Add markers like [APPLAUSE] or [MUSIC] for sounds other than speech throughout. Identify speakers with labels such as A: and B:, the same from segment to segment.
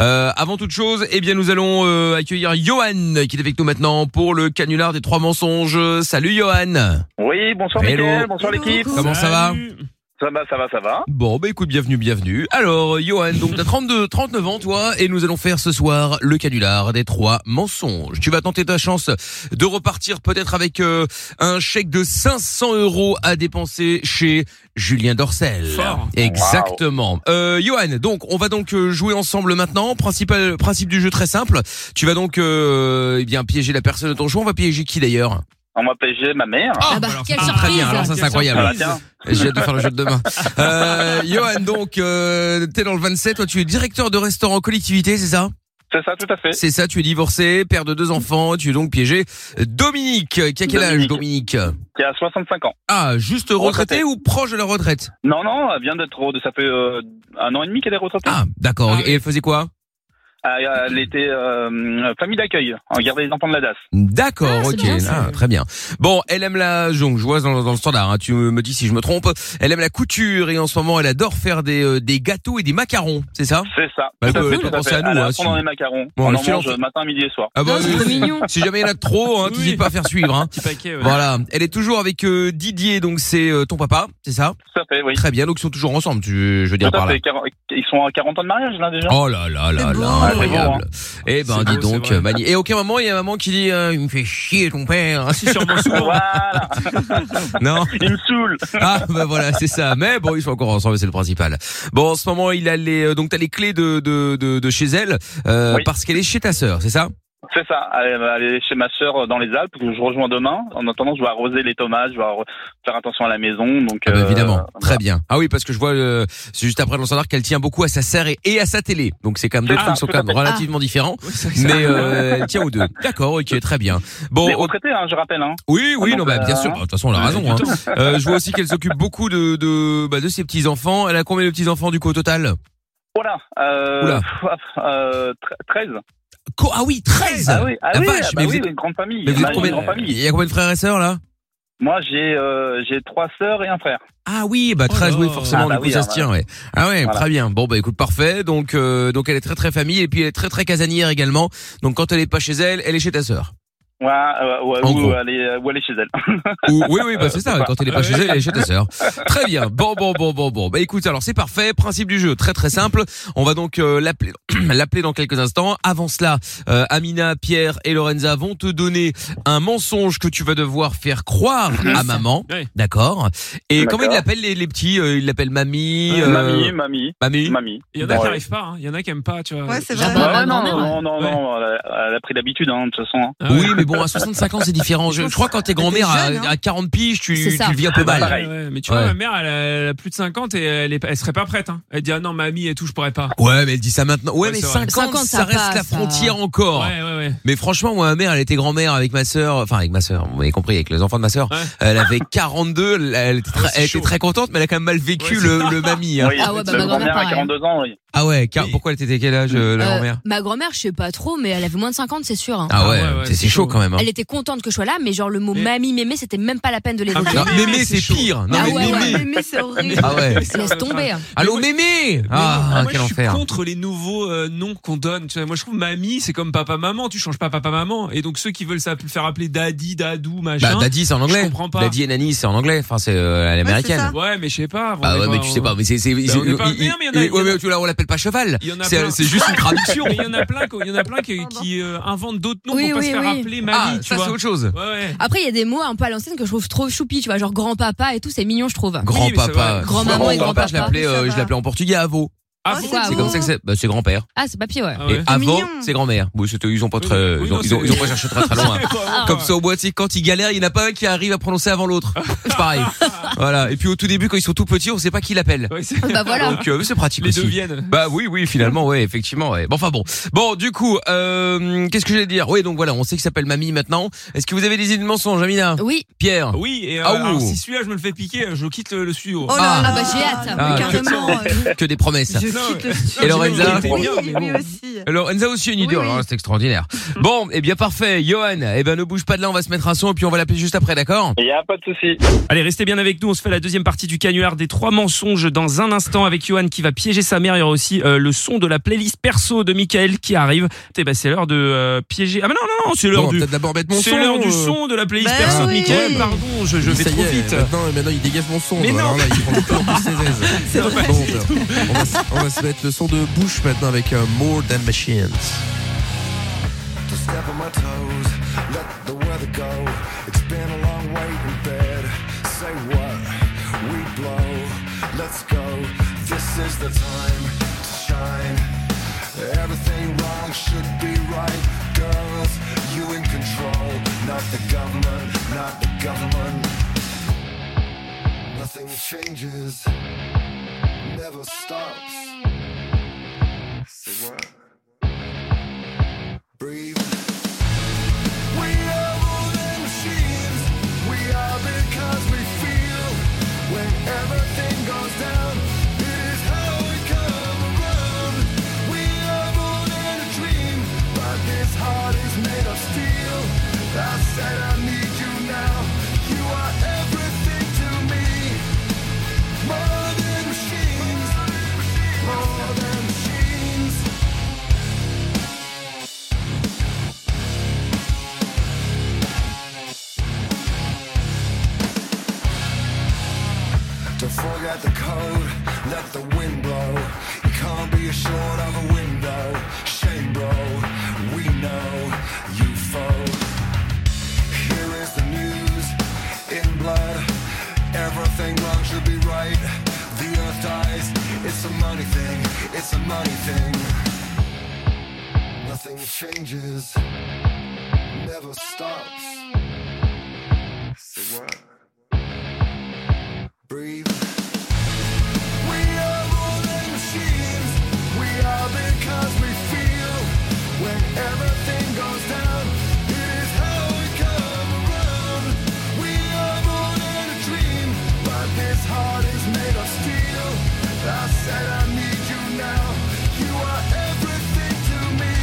A: Euh, avant toute chose, eh bien nous allons euh, accueillir Johan qui est avec nous maintenant pour le canular des trois mensonges. Salut Johan.
B: Oui, bonsoir
A: Hello.
B: Mickaël, bonsoir
C: Hello,
B: l'équipe.
C: coucou.
A: Comment ça va
B: Ça va, ça va, ça va.
A: Bon, bah écoute, bienvenue, bienvenue. Alors euh, Johan, donc t'as 32, 39 ans toi et nous allons faire ce soir le canular des trois mensonges. Tu vas tenter ta chance de repartir peut-être avec euh, un chèque de 500 euros à dépenser chez Julien Dorcel.
C: Fort.
A: Exactement. Euh, Johan, donc on va donc euh, jouer ensemble maintenant. Principal principe du jeu très simple. Tu vas donc euh, eh bien piéger la personne de ton choix. On va piéger qui d'ailleurs
B: On m'a pêché ma mère.
A: Ah,
C: bah,
A: alors,
C: quelle
A: ah, Très
C: surprise.
A: bien. Alors ça c'est
C: Quelle
A: incroyable.
B: Ah,
C: surprise.
B: tiens.
A: J'ai hâte de faire le jeu de demain. Euh, Johan, donc euh, t'es dans le 27. Toi, tu es directeur de restaurant collectivité, c'est ça
B: C'est ça, tout à fait.
A: C'est ça. Tu es divorcé, père de deux enfants. Tu es donc piégé. Dominique, qui a quel âge, Dominique
B: Qui a 65 ans.
A: Ah, juste retraité ou proche de la retraite
B: Non, non, elle vient d'être, re- ça fait euh, un an et demi qu'elle est retraitée.
A: Ah, d'accord.
C: Ah oui.
A: Et elle faisait quoi
B: Ah, Elle était euh, famille d'accueil, en garde des enfants de la DAS.
A: D'accord,
C: Ah, c'est
A: ok,
C: bien, ça.
A: Ah, très bien. Bon, elle aime la jonjoise dans, dans le standard. hein, tu me dis si je me trompe. Elle aime la couture et en ce moment, elle adore faire des, euh, des gâteaux et des macarons. C'est ça
B: C'est ça.
A: Bah,
B: tout à
A: euh,
B: fait,
A: t'as
B: tout à
A: pensé
B: fait.
A: à nous,
B: elle
A: hein,
B: apprend
A: si-
B: dans les macarons.
A: Bon,
B: on
A: le
B: en
A: silence.
B: mange matin, midi et soir.
A: Ah bah,
C: Non, c'est
A: euh,
C: trop mignon.
A: [LAUGHS] si jamais il y en a trop, hein,
C: Oui.
A: t'hésites pas à faire suivre. Hein.
C: [LAUGHS] Petit paquet, ouais.
A: Voilà, elle est toujours avec euh, Didier, donc c'est euh, ton papa, c'est ça
B: Tout à fait, oui.
A: Très bien, donc ils sont toujours ensemble. Tu, je veux dire
B: Tout à
A: par là.
B: fait. Quar- Ils sont à 40 ans de mariage, là, déjà.
A: Oh là là là
C: C'est beau.
A: là,
C: Ah,
B: c'est beau,
A: incroyable. Eh ben
C: C'est
A: dis
C: beau, c'est
A: donc,
C: vrai.
A: euh, Mani. Et aucun moment il y a maman qui dit, euh, il me fait chier ton père.
C: Ah, Si, sûrement
A: [LAUGHS]
C: souvent.
B: Voilà.
A: non.
B: Il me saoule.
A: Ah bah voilà, c'est ça. Mais bon, ils sont encore ensemble, c'est le principal. Bon, en ce moment, il a les euh, donc t'as les clés de de de, de chez elle euh,
B: Oui.
A: parce qu'elle est chez ta sœur, c'est ça
B: C'est ça, aller, aller chez ma sœur euh, dans les Alpes, que je rejoins demain. En attendant, je vais arroser les tomates, je vais arro- faire attention à la maison. Donc,
A: Ah bah,
B: euh,
A: Évidemment, très
B: voilà.
A: bien. Ah oui, parce que je vois euh, c'est juste après dans le standard qu'elle tient beaucoup à sa sœur et, et à sa télé. Donc c'est quand même deux
B: C'est ça,
A: trucs qui sont
B: Ah, tout
A: quand
B: à
A: même
B: fait.
A: relativement différents.
C: Oui, c'est vrai que ça-
A: Mais euh, tiens aux deux. D'accord, ok, très bien. Bon,
B: Mais
A: ok.
B: retraité, hein, je rappelle. Hein.
A: oui, oui, non, bah bien sûr. Bah, De toute façon, on a
C: Ouais,
A: raison.
C: du
A: hein.
C: temps.
A: Euh, je vois aussi qu'elle s'occupe beaucoup de de bah, de ses petits enfants. Elle a combien de petits enfants du coup au total
B: Voilà. Euh,
A: Oula.
B: pff, [LAUGHS] euh, tre- 13.
A: Co- Ah oui, 13
B: Ah oui, ah
A: La
B: oui,
A: vache,
B: ah
A: mais
B: bah
A: vous
B: oui,
A: êtes-
B: une grande famille.
A: Mais vous
B: On a
A: êtes
B: une
A: combien
B: grande
A: Il
B: famille.
A: y a combien de frères et sœurs là
B: Moi, j'ai euh, j'ai trois sœurs et un frère.
A: Ah oui, bah
C: Oh
A: 13, oui,
C: là.
A: forcément,
B: Ah bah
A: du coup,
B: oui,
A: ça
B: hein,
A: se tient, ouais. Ah ouais,
B: Voilà.
A: très bien. Bon, bah écoute, parfait. Donc, euh, donc elle est très très famille et puis elle est très très casanière également. Donc quand elle est pas chez elle, elle est chez ta sœur.
B: Ouais, euh, ouais,
A: En gros.
B: où, elle est, où elle est chez elle.
A: Ou, oui, oui, bah c'est ça.
B: [LAUGHS] c'est
A: Quand elle est pas
C: Ouais.
A: chez elle, elle est chez ta sœur. Très bien. Bon, bon, bon, bon, bon. Bah écoute, alors c'est parfait. Principe du jeu, très très simple. On va donc euh, l'appeler, [CLEARS THROAT] l'appeler dans quelques instants. Avant cela, euh, Amina, Pierre et Lorenza vont te donner un mensonge que tu vas devoir faire croire à maman.
C: Ouais.
A: D'accord. Et comment ils
B: Mhm. D'accord.
A: l'appellent les, les petits Euh, Ils l'appellent mamie.
C: Ouais.
A: euh,
B: Mamie, mamie,
A: Mamie.
B: mamie.
C: Il y en a qui
B: Ouais.
C: n'arrivent pas, hein. il y en a qui n'aiment pas, tu vois.
D: Ouais, c'est
C: J'ai
D: vrai.
C: pas-
D: Ah,
B: Ouais, non,
D: grand-mère,
B: non, non,
C: ouais.
B: non, elle a- elle a pris l'habitude, hein, de toute façon. hein.
C: Ah ouais.
A: Oui, mais bon, à 65 ans, c'est
B: [LAUGHS]
D: [LAUGHS]
A: différent. Je, je crois que quand t'es grand-mère à,
D: jeune, hein.
A: à 40 piges, tu,
D: C'est ça.
A: tu le vis un peu
C: Ouais,
A: mal.
B: Ah, pareil.
C: ouais, Mais tu
A: Ouais.
C: vois, ma mère, elle a, elle a plus de 50 et elle, est, pas- elle serait pas prête. Hein. Elle dit, ah non, mamie et tout, je pourrais pas.
A: Ouais, mais elle dit ça maintenant. Ouais,
C: Ouais,
A: mais
C: c'est vrai.
A: 50,
D: 50,
A: ça
D: ça
A: reste
D: passe,
A: la
D: ça.
A: frontière encore.
C: Ouais, ouais, ouais.
A: Mais franchement, moi, ma mère, elle était grand-mère avec ma sœur, enfin avec ma sœur, vous m'avez compris, avec les enfants de ma sœur.
C: Ouais. Ah
A: Elle avait 42, elle- elle était, très,
C: Ouais, c'est
A: elle était
C: chaud.
A: très contente, mais elle a quand même mal vécu
C: Ouais, c'est
A: le, le mamie. hein.
B: Oui,
D: Ah ouais, bah,
B: le
D: ma grand-mère,
B: grand-mère a
D: pareil.
B: 42 ans, oui.
A: Ah ouais, car,
C: Oui.
A: pourquoi elle était quel âge, euh, la
D: Euh,
A: grand-mère
D: Ma grand-mère, je sais pas trop, mais elle avait moins de 50, c'est sûr. hein.
A: Ah ouais,
C: ouais, ouais,
A: c'est, c'est
C: c'est
A: chaud
C: chaud.
A: quand même. hein.
D: Elle était contente que je sois là, mais genre le mot
C: Mais-
D: mamie, mémé, c'était même pas la peine de l'évoquer.
A: Non,
C: Ah,
A: mémé,
C: mémé,
A: c'est,
C: c'est
A: pire. Non,
D: Ah
A: mais
D: ouais,
A: mémé.
D: ouais,
E: Mais c'est horrible.
A: Ah ouais.
D: Laisse tomber.
A: Allô, mémé Ah,
C: Mais moi,
A: quel
C: je suis
A: enfer.
C: contre les nouveaux euh, noms qu'on donne. Tu vois, moi, je trouve mamie, c'est comme papa-maman. Tu changes pas papa-maman. Et donc, ceux qui veulent s'appel- faire appeler daddy, dadou,
A: Bah,
C: machin.
A: Daddy, c'est en anglais.
C: Je comprends pas.
A: Daddy et Nanny, c'est en anglais. Enfin, c'est euh, à l'américaine.
D: ça.
C: ouais, mais je sais pas. on
A: Bah
C: est
A: ouais,
C: pas-
A: mais tu sais pas, mais c'est c'est
C: Bah, on est pas-
A: il-
C: Non, mais il y en a-
A: il-
C: il y en
A: ouais,
C: a-
A: mais tu vois, on l'appelle pas cheval.
C: Il y en a
A: C'est
C: plein.
A: c'est
C: [LAUGHS]
A: juste une traduction.
C: Mais il y en a plein, quoi. il y en a plein qui, qui, euh, inventent d'autres noms
D: Oui,
C: pour pas
D: oui,
C: se faire
D: oui.
C: appeler
A: Ah,
C: mamie, tu
A: ça c'est
C: vois.
A: autre chose.
C: Ouais, ouais.
D: Après, il y a des mots un peu à l'ancienne que je trouve trop choupi, tu vois, genre grand-papa et tout, c'est mignon, je trouve.
A: Grand
C: mais ça
A: papa.
C: va.
D: Grand-maman et
A: Grand-papa, je
D: grand-papa.
A: l'appelais
E: Ça
A: euh, je
E: va.
A: l'appelais en portugais Avo.
C: Ah,
E: Oh,
C: bon
D: c'est
A: C'est
D: Avo.
A: comme ça que c'est bah c'est grand-père.
D: Ah, c'est papier, ouais.
C: Ah
A: Et
C: ouais.
A: Avo,
E: mignon.
A: c'est grand-mère. Oui, c'était ils ont pas très
C: Oui,
A: ils
C: non,
A: ont ils ont-
C: c'est-
A: ils ont pas cherché très très loin.
C: [LAUGHS] Ah,
A: Comme ça au bois, tu sais, quand ils galèrent, il n'y en a pas un qui arrive à prononcer avant l'autre. C'est pareil. Voilà. Et puis au tout début, quand ils sont tout petits, on sait pas qui l'appelle.
C: ouais, c'est-
D: Bah voilà.
A: Donc euh, c'est pratique
C: les deux
A: aussi.
C: viennent.
A: Bah oui, oui, finalement, ouais, effectivement, ouais. Bon, enfin bon. Bon, du coup, euh, qu'est-ce que j'allais dire Oui, donc voilà, on sait qu'il s'appelle Mamie maintenant. Est-ce que vous avez des idées de mensonges, Amina
D: Oui,
A: Pierre
C: Oui, et euh,
A: Ah, ouh.
C: alors, si celui-là, je me le fais piquer, je quitte le, le studio.
E: Oh
A: Ah.
E: là là,
D: Ah bah, j'ai hâte.
E: mais
A: Ah,
E: carrément. euh,
A: Que des promesses.
E: Je
C: Non,
E: quitte le studio.
A: Et Lorenza
C: C'était
E: Oui,
C: bien, mais
E: lui
C: bon.
E: aussi.
A: Alors, Enza aussi a une idée,
E: Oui, Mm.
A: alors
E: oui.
A: là, c'est extraordinaire. Bon, eh bien parfait, Johan, eh ben ne bouge pas de là, on va se mettre un son et puis on va l'appeler juste après, d'accord
B: Il n'y a pas de souci.
C: Allez, restez bien avec nous.
E: on se fait la deuxième partie du canular des trois mensonges dans un instant avec Johan qui va piéger sa mère. Il y aura aussi euh, le son de la playlist perso de Michael qui arrive. Eh ben, c'est l'heure de euh, piéger. Ah, mais non, non, non, c'est l'heure
F: Bon,
E: du.
F: peut-être d'abord mettre mon son.
E: C'est l'heure du
F: euh.
E: son de la playlist
D: Bah
E: perso de
D: oui.
E: Michael. Pardon, je, je vais
F: Ça y
E: trop
F: est,
E: vite.
F: Maintenant, maintenant, il dégage mon son.
E: Mais
F: Alors
E: non.
F: là, il prend de plus en plus ses
E: [LAUGHS]
F: aises. Bon, ben, on, va, se- on va se mettre le son de bouche maintenant avec euh, More Than Machines.
G: to step on my toes, let the weather go. It's been a long wait in bed. Say what? We blow. Let's go. This is the time to shine. Everything wrong should be right. Girls, you in control. Not the government, not the government. Nothing changes, never stops. Say what? Breathe. We are more than machines. We are because we feel. When everything goes down, it is how we come around. We are more than a dream, but this heart is made of steel. I said I need you now. You are everything to me. More than machines. More than machines. Don't forget the code, let the wind blow. You can't be assured of a window. Shame, bro, we know you foe. Here is the news in blood. Everything wrong should be right. The earth dies. It's a money thing, it's a money thing. Nothing changes, never stops. Say what? breathe. We are more than machines. We are because we feel. When everything goes down, it is how we come around. We are more than a dream, but this heart is made of steel. I said I need you now. You are everything to me.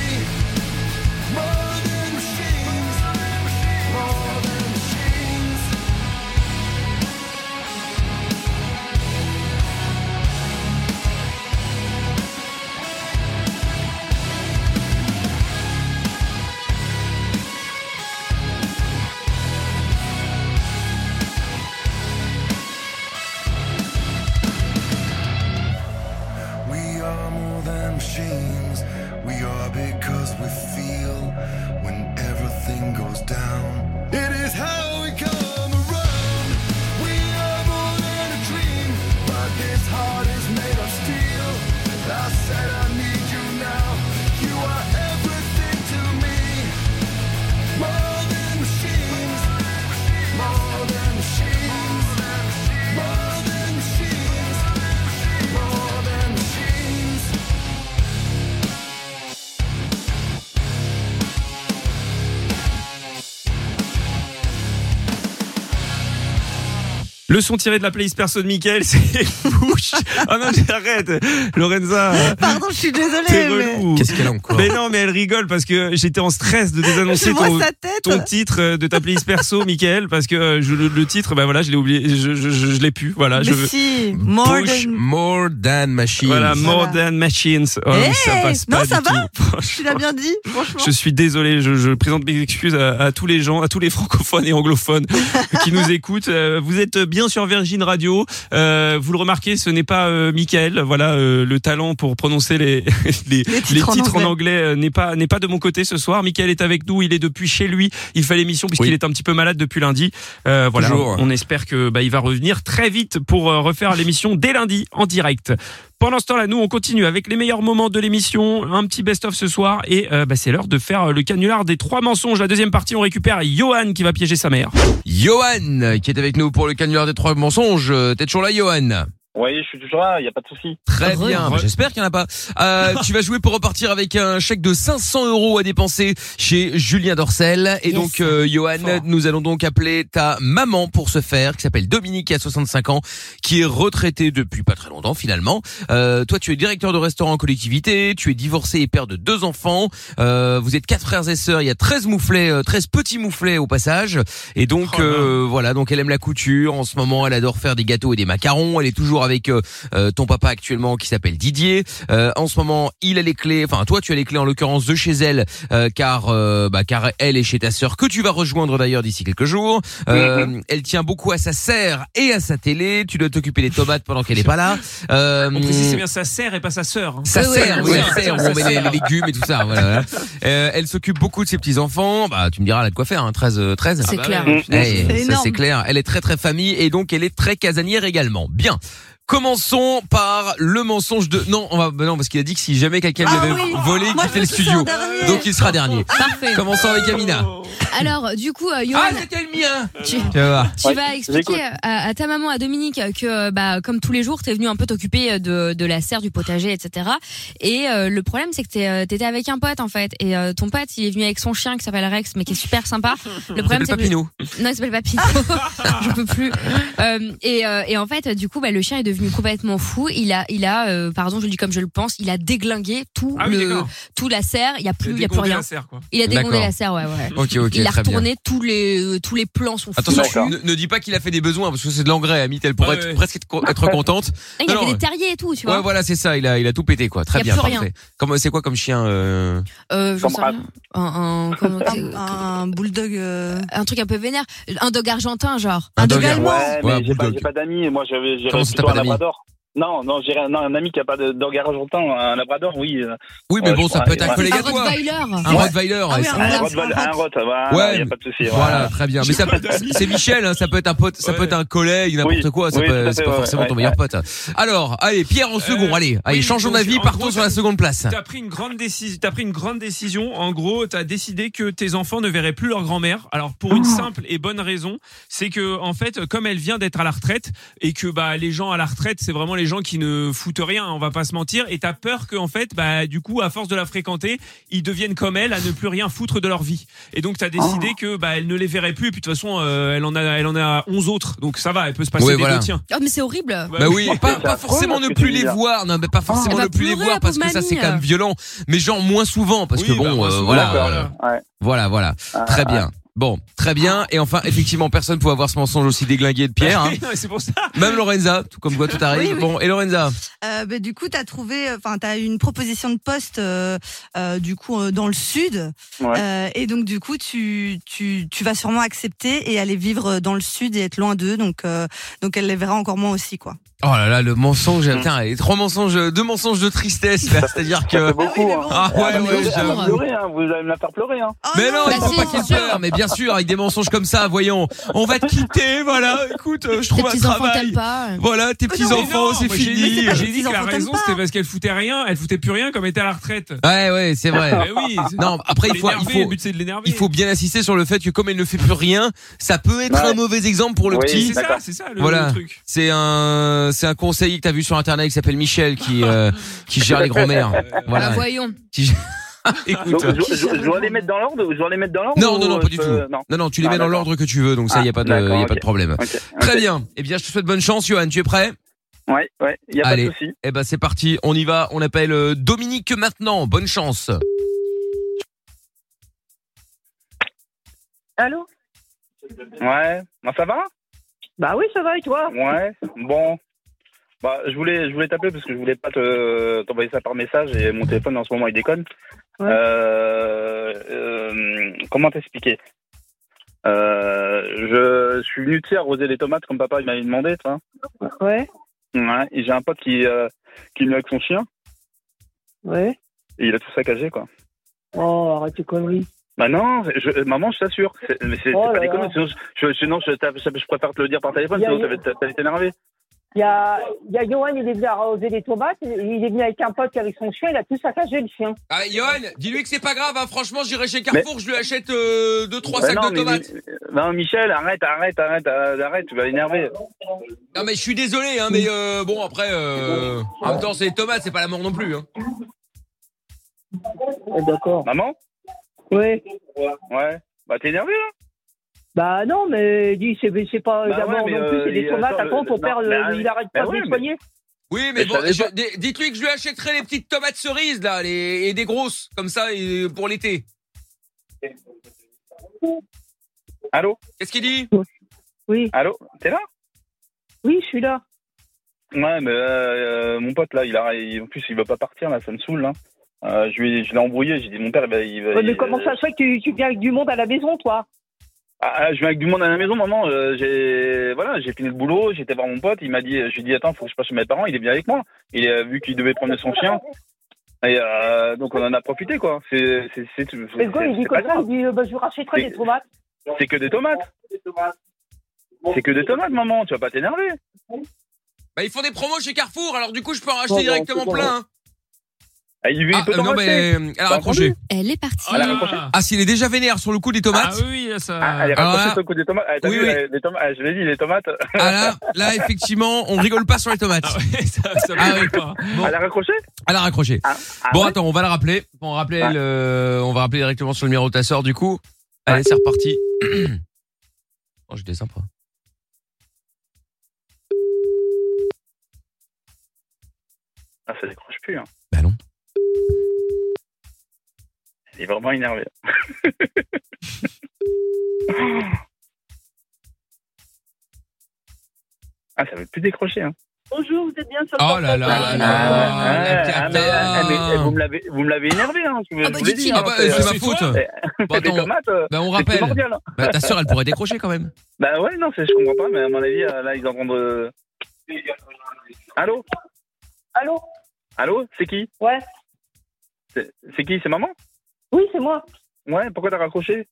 G: More than machines. More than machines. We are more than machines. We are because we feel when everything goes down. It is how we come around. We are more than a dream, but this heart is made of steel. I said I need you now. You are everything to me. More than machines. More than machines. More than machines. More than machines.
E: Le son tiré de la playlist perso de Michael, [LAUGHS] c'est bouche. Ah non, j'arrête. Lorenza, euh,
H: Pardon, je suis
E: t'es
H: désolée. Mais...
E: relou.
F: Qu'est-ce qu'elle a encore
E: Mais non, mais elle rigole parce que j'étais en stress de
H: Je
E: désannoncer
H: vois
E: ton,
H: sa tête.
E: ton titre euh, de ta playlist perso, Michael, parce que euh, je- le, le titre, ben voilà, je l'ai oublié, je, je, je- je l'ai pu, voilà,
H: Mais
E: je veux.
H: si, more
E: Bush,
H: than-
F: More Than Machines.
E: Voilà, More
H: Voilà.
E: Than Machines. Oh,
H: Hey,
E: ça passe
H: non,
E: pas
H: ça
E: du
H: va
E: tout.
H: [LAUGHS] Tu l'as bien dit, franchement.
E: Je suis désolé, je, je présente mes excuses à, à tous les gens, à tous les francophones et [LAUGHS] anglophones qui nous écoutent. Euh, vous êtes bien sur Virgin Radio. Euh, vous le remarquez, ce n'est pas euh, Michael. Voilà, euh, le talent pour prononcer les, [LAUGHS] les, les titres, en, anglais, euh, n'est pas n'est pas de mon côté ce soir. Michael est avec nous. Il est depuis chez lui. Il fait l'émission puisqu'il
F: Oui.
E: est un petit peu malade depuis lundi. Euh, voilà,
F: Toujours.
E: on espère que bah, il va revenir très vite pour euh, refaire l'émission dès lundi en direct. Pendant ce temps-là, nous, on continue avec les meilleurs moments de l'émission, un petit best-of ce soir, et euh, bah, c'est l'heure de faire euh, le canular des trois mensonges. La deuxième partie, on récupère Johan qui va piéger sa mère.
A: Johan, qui est avec nous pour le canular des trois mensonges. Euh, T'es toujours là, Johan
B: Oui, je suis toujours là, il n'y a pas de souci.
A: Très
D: Heureux.
A: bien, mais j'espère qu'il n'y en a pas.
D: [LAUGHS]
A: Euh, tu vas jouer pour repartir avec un chèque de 500 euros à dépenser chez Julien Dorcel. Et
D: Yes.
A: donc, euh, Johan,
D: Fort.
A: nous allons donc appeler ta maman pour ce faire, qui s'appelle Dominique, qui a 65 ans, qui est retraitée depuis pas très longtemps finalement. Euh, toi, tu es directeur de restaurant en collectivité, tu es divorcé et père de deux enfants. Euh, vous êtes quatre frères et sœurs, il y a 13 mouflets, euh, 13 petits mouflets au passage. Et donc,
E: Oh
A: euh, voilà, donc elle aime la couture. En ce moment, elle adore faire des gâteaux et des macarons. Elle est toujours avec euh, euh, ton papa actuellement qui s'appelle Didier. Euh, en ce moment, il a les clés. Enfin, toi, tu as les clés en l'occurrence de chez elle, euh, car euh, bah, car elle est chez ta sœur que tu vas rejoindre d'ailleurs d'ici quelques jours. Euh,
E: Mhm.
A: Elle tient beaucoup à sa serre et à sa télé. Tu dois t'occuper des tomates pendant qu'elle est pas là. Euh,
E: On précise, c'est bien sa sœur et pas sa sœur. hein.
A: ça
D: Oui, oui,
A: sert,
D: oui,
A: oui,
D: oui,
A: ça sert,
E: oui, ça
A: on met les, les légumes et tout ça. Voilà, voilà. Euh, elle s'occupe beaucoup de ses petits enfants. Bah, tu me diras, elle a de quoi faire, hein, 13, euh, 13.
D: C'est clair.
B: ouais.
A: Eh,
H: C'est
A: ça
H: énorme.
A: c'est clair. Elle est très très famille et donc elle est très casanière également. Bien. Commençons par le mensonge de non, on va bah non parce qu'il a dit que si jamais quelqu'un lui
H: Ah
A: avait
H: oui.
A: volé,
H: Moi,
A: quittait
H: je veux
A: le
H: que ce soit
A: studio.
H: en dernier.
A: Donc il sera dernier.
D: Parfait.
A: Commençons avec Amina.
D: Alors, du coup, euh,
A: Ah,
D: Johan,
A: c'était le mien.
D: tu,
A: Tu vas voir.
D: tu
B: Ouais,
D: vas
B: j'écoute.
D: expliquer à, à ta maman, à Dominique, que bah, comme tous les jours, t'es venu un peu t'occuper euh, de, de la serre, du potager, etc. Et euh, le problème, c'est que t'es, euh, t'étais avec un pote, en fait. Et euh, ton pote, il est venu avec son chien qui s'appelle Rex, mais qui est super sympa. Le
A: Il
D: problème,
A: s'appelle
D: c'est que...
A: Papino.
D: Non, il s'appelle Papito. J'en
I: [LAUGHS]
D: peux plus. [LAUGHS] Euh, et, euh, et en fait, du coup, bah, le chien est devenu complètement fou. Il a, il a, euh, pardon, je le dis comme je le pense, il a déglingué tout
E: Ah oui,
D: le,
E: d'accord.
D: tout la serre. Il y a plus, il y a plus
E: Dégondé
D: rien.
E: la serre, quoi.
D: Il a dégondé
A: D'accord.
D: la serre, ouais, ouais.
A: Ok ok
D: il a
A: très bien.
D: retourné tous les, euh, tous les plans sont fous.
A: Attention,
B: D'accord.
A: ne, ne dis pas qu'il a fait des besoins parce que c'est de l'engrais, Amit. Elle
E: Ah,
A: pourrait être-
E: ouais.
A: presque être, co- être contente.
D: Ah, il a
A: Non,
D: fait
A: ouais.
D: des terriers et tout, tu
A: Ouais,
D: vois.
A: voilà, c'est ça. Il a, il a tout pété quoi. Très
D: Y a
A: bien,
D: plus rien.
A: parfait. Comme c'est quoi comme chien euh,
D: Euh, j'en
B: Comme
D: sais
B: Rat.
D: rien. Un, un, comment-
H: Un, un bulldog. euh,
D: un truc un peu vénère. Un dog argentin, genre.
H: Un
A: dog
H: dog allemand.
B: Ouais, mais
A: Ouais,
B: j'ai pas,
A: bulldog.
B: j'ai pas d'amis. et Moi, j'avais, j'irais
A: Comment ça, t'as
B: plutôt
A: pas
B: un
A: d'amis
B: labrador. Non, non, j'irais, non, un ami qui a pas de dog argentin, un labrador, oui. euh,
A: Oui, mais
B: Ouais,
A: bon,
B: je
A: ça peut
B: crois,
A: être un
B: ouais.
A: collègue
D: Un
A: à toi.
D: Rottweiler.
A: Un Rottweiler.
H: Ah
A: et
H: oui,
A: ça-
H: un
B: Un
H: Rottweiler.
B: rot, un rot, voilà,
A: Ouais,
B: y a pas de souci.
A: Voilà, très bien. Mais ça peut, c'est Michel, hein, ça peut être un pote, ça
E: Ouais.
A: peut être un collègue, n'importe
B: Oui,
A: quoi. Ça
B: oui,
A: peut-
B: tout à
A: c'est
B: fait,
A: pas
B: ouais,
A: forcément ton
B: ouais,
A: meilleur pote. Alors, allez, Pierre en second.
E: Euh,
A: allez, allez,
E: oui,
A: changeons
E: donc,
A: d'avis.
E: en
A: Partons
E: gros,
A: sur la
E: ça-
A: seconde place.
E: T'as pris une grande décision. T'as pris une grande décision. En gros, t'as décidé que tes enfants ne verraient plus leur grand-mère. Alors pour
B: Ah.
E: une simple et bonne raison, c'est que en fait, comme elle vient d'être à la retraite et que bah les gens à la retraite, c'est vraiment les gens qui ne foutent rien. On va pas se mentir. Et t'as peur que en fait, bah du coup, à force de la fréquenter, ils deviennent comme elle, à ne plus rien foutre de leur vie. Et donc t'as décidé
B: Ah.
E: que bah elle ne les verrait plus. Et puis de toute façon, euh, elle en a, elle en a 11 autres. Donc ça va, elle peut se passer
A: Oui,
E: des
A: voilà.
E: deux tiens.
D: Oh, mais c'est horrible.
A: Bah oui, pas, pas
B: affreux,
A: forcément
B: ce
A: ne
B: que
A: plus
B: tu
A: les
B: dis là. Ah.
A: voir, non, mais pas forcément
D: Elle va
A: ne plus les
D: pleurer,
A: voir
D: la
A: parce que
D: pauvre
A: ça c'est
D: mamie.
A: quand même violent, mais genre moins souvent parce que
E: Oui, bah,
A: bon,
E: moi,
A: euh,
E: souvent,
A: voilà,
B: d'accord.
A: euh,
B: Ouais. Ah,
A: voilà, voilà, très bien. Bon, très bien. Et enfin, effectivement, personne peut avoir ce mensonge aussi déglingué de
E: Ah [LAUGHS]
A: Pierre. hein.
E: c'est pour ça.
A: Même Lorenza, tout comme quoi tout arrive.
H: Oui, oui.
A: Bon, et Lorenza,
H: Euh, bah, du coup, t'as trouvé, enfin, t'as eu une proposition de poste, euh, euh, du coup, euh, dans le sud.
B: Ouais.
H: Euh, et donc, du coup, tu, tu, tu vas sûrement accepter et aller vivre dans le sud et être loin d'eux. Donc, euh, donc, elle les verra encore moins aussi,
D: [LAUGHS]
H: quoi.
A: oh là là, le mensonge, putain, et trois mensonges, deux mensonges de tristesse, là. c'est-à-dire
B: Ça
A: que
B: fait beaucoup, hein.
A: ah ouais,
B: Ah, mais
A: ouais,
B: vous allez
A: j'avoue.
B: me pleurer, hein, Vous allez me la faire pleurer, hein.
H: Oh
A: Mais non, il
D: Bah
A: faut
D: si,
A: pas
D: c'est
A: qu'il
D: sûr.
A: pleure. Mais bien sûr, avec des mensonges comme ça, voyons. On va te quitter, voilà. Écoute, euh, je
D: Tes
A: trouve un
D: petits-enfants
A: travail.
D: t'aiment pas.
H: euh.
A: Voilà,
H: Oh
A: tes
E: Mais Ah non,
A: petits
E: mais
A: enfants,
E: non,
A: c'est
E: moi, j'ai dit-
A: fini.
E: J'ai
H: Les
E: dit que la
H: enfants t'aiment
E: raison
H: pas.
E: c'était parce qu'elle foutait rien, elle foutait plus rien comme elle était à la retraite.
A: Ouais, ouais, c'est vrai.
E: [LAUGHS] Eh oui, c'est-
A: Non, après il faut, il
E: L'énerver, le
A: faut,
E: but c'est de l'énerver.
A: il faut bien insister sur le fait que comme elle ne fait plus rien, ça peut être
B: Ouais.
A: un mauvais exemple pour le
B: Oui.
A: petit.
E: C'est ça,
B: D'accord.
E: c'est ça Ah, le,
A: Voilà.
E: le truc. [LAUGHS]
A: C'est un, c'est un conseiller que t'as vu sur internet qui s'appelle Michel qui, euh, qui gère les [LAUGHS]
B: Ah
A: grands-mères.
D: Bah,
A: Voilà.
D: voyons.
A: Qui- Écoute.
B: Donc, je, je- je dois les mettre dans l'ordre. Je dois les mettre dans l'ordre.
A: Non,
B: ou,
A: non, non,
B: euh,
A: pas du
B: je-
A: tout.
B: Non.
A: Non, non, tu les
B: Ah,
A: mets dans
B: d'accord.
A: l'ordre que tu veux, donc ça, il
B: Ah,
A: n'y a pas de,
B: d'accord,
A: y a pas de
B: ok.
A: problème.
B: Ok, ok.
A: Très bien. Eh bien, je te souhaite bonne chance, Johan. Tu es prêt
B: Ouais, ouais. Y a pas
A: Allez.
B: de souci.
A: Eh ben, c'est parti. On y va. On appelle euh, Dominique maintenant. Bonne chance.
J: Allô
B: Ouais. Bah, ça va
J: Bah oui, ça va et toi
B: Ouais. Bon. Bah, je voulais, je voulais t'appeler parce que je voulais pas te t'envoyer ça par message et mon téléphone en ce moment il déconne.
J: Ouais.
B: Euh, euh, comment t'expliquer euh, je, je suis venu tu sais, arroser les tomates comme papa il m'avait demandé, tu vois.
J: Ouais,
B: Ouais, et j'ai un pote qui, euh, qui est venu avec son chien
J: ouais.
B: et il a tout saccagé, quoi.
J: Oh, arrête tes conneries.
B: Bah non, je, euh, maman, je t'assure. c'est- Mais c'est c'est
J: Oh
B: pas
J: là
B: déconnant,
J: là.
B: sinon je, je, sinon je, t'app- je préfère te le dire par téléphone,
J: Y a-
B: sinon
J: y a-
B: t'allais t'allais t'énerver.
J: Il y a, il y a Johan, il est venu arroser les tomates, il est venu avec un pote avec son chien, il a tout saccagé le chien.
A: Ah, Johan, dis-lui que c'est pas grave, hein. franchement, j'irai chez Carrefour, je lui achète euh, deux, trois
B: Bah
A: sacs
B: non,
A: de
B: mais-
A: tomates.
B: mais- non, Michel, arrête, arrête, arrête, arrête, arrête, tu vas l'énerver.
A: Non, mais je suis désolé, hein, mais euh, bon, après, euh, en même temps, c'est les tomates, c'est pas la mort non plus. Hein.
J: Ouais, Oh, D'accord.
B: Maman
J: Ouais.
B: Ouais. Bah, t'es énervé, là
J: Bah non, mais dis, c'est c'est pas
B: Bah
J: la
B: ouais,
J: mort
B: mais,
J: non plus,
B: euh,
J: c'est des
B: il-
J: tomates
B: attends,
J: à con
B: le-
J: pour euh,
B: non,
J: perdre,
B: bah,
J: il arrête pas
B: bah
J: de
B: ouais,
J: les
B: mais-
J: soigner.
A: Oui, mais
B: Mais
A: bon,
B: ça dépend.
A: je- d- dites-lui que je lui achèterai les petites tomates cerises, là, les, et des grosses, comme ça, et euh, pour l'été.
B: Allô
A: Qu'est-ce qu'il dit
J: Oui,
B: Allô T'es là
J: oui, je suis là.
B: Ouais, mais euh, euh, mon pote, là, il a, il- en plus, il veut pas partir, là, ça me saoule, là. Euh, je lui ai- je l'ai embrouillé, j'ai dit, mon père, il va. Il va
J: Ouais, mais
B: il-
J: comment ça se fait que tu, tu viens avec du monde à la maison, toi
B: Ah, ah, je viens avec du monde à la maison, maman. euh, j'ai voilà, j'ai fini le boulot, j'étais voir mon pote. Il m'a dit, je lui ai dit, attends, faut que je passe chez mes parents. Il est bien avec moi. Il a vu qu'il devait promener son chien. Et euh, donc on en a profité quoi. C'est c'est c'est c'est-
J: Mais le gars, il dit
B: c'est pas
J: quoi ça
B: grave.
J: Il dit, euh, bah, je vous rachèterai
B: C'est-
J: des tomates.
B: C'est que des tomates. C'est que des tomates, maman. Tu vas pas t'énerver.
A: Bah, ils font des promos chez Carrefour, alors du coup, je peux en racheter
J: Bon, bon,
A: directement
J: c'est bon.
A: plein. hein.
B: Ah, il, il
A: Ah,
B: peut
A: euh,
B: t'en
A: non,
B: rester.
A: mais euh, elle a
B: T'as
A: raccroché.
D: Elle est partie.
B: Ah, la
C: Ah.
B: prochaine.
A: Ah, s'il est déjà vénère sur le coup des tomates.
C: Ah oui, là, ça.
B: Ah, elle est
A: Alors
B: rapprochée
A: là-
B: sur le coup des tomates. Ah, t'as
A: Oui,
B: vu,
A: oui.
B: les- les tomates. Ah, je l'ai dit, les
J: [LAUGHS]
B: tomates.
A: Ah là, là, effectivement, on rigole pas sur les tomates.
C: Ah ouais, ça, ça me
A: Ah
C: plaît
A: oui.
C: pas.
B: Elle a raccroché.
A: Elle a raccroché.
B: Ah, ah
A: Bon,
B: ouais
A: attends, on va la rappeler. On, rappelle,
B: Ouais.
A: euh, on va rappeler directement sur le numéro de ta sœur, du coup. Allez, c'est reparti. [CLEARS THROAT] oh, j'étais sympa.
B: Ah, ça décroche plus. Hein.
A: Bah non.
B: Il est vraiment énervé. [LAUGHS] ah, ça veut plus décrocher. Hein.
J: Bonjour, vous êtes bien sur
A: Oh là là là là. la
B: ah, mais, ah, mais, eh, vous
A: cata.
B: me l'avez- vous me l'avez énervé. Hein, je vous-
D: Ah
B: je
D: bah,
B: vous l'ai
D: dit-il.
B: dit.
A: Ah
B: hein,
A: bah,
B: c'est-
A: c'est ma faute. Bon,
B: [LAUGHS] c'est des
A: attends,
B: tomates, euh,
A: bah, on
B: c'est
A: rappelle.
B: primordial.
A: Bah, ta sœur, elle pourrait décrocher quand même.
B: Bah ouais, non, c'est- je comprends pas, mais à mon avis, euh, là, ils en vendent. euh, Allô
J: Allô
B: Allô C'est qui
J: Ouais.
B: C'est c'est qui C'est maman
J: Oui, c'est moi.
B: Ouais, pourquoi t'as raccroché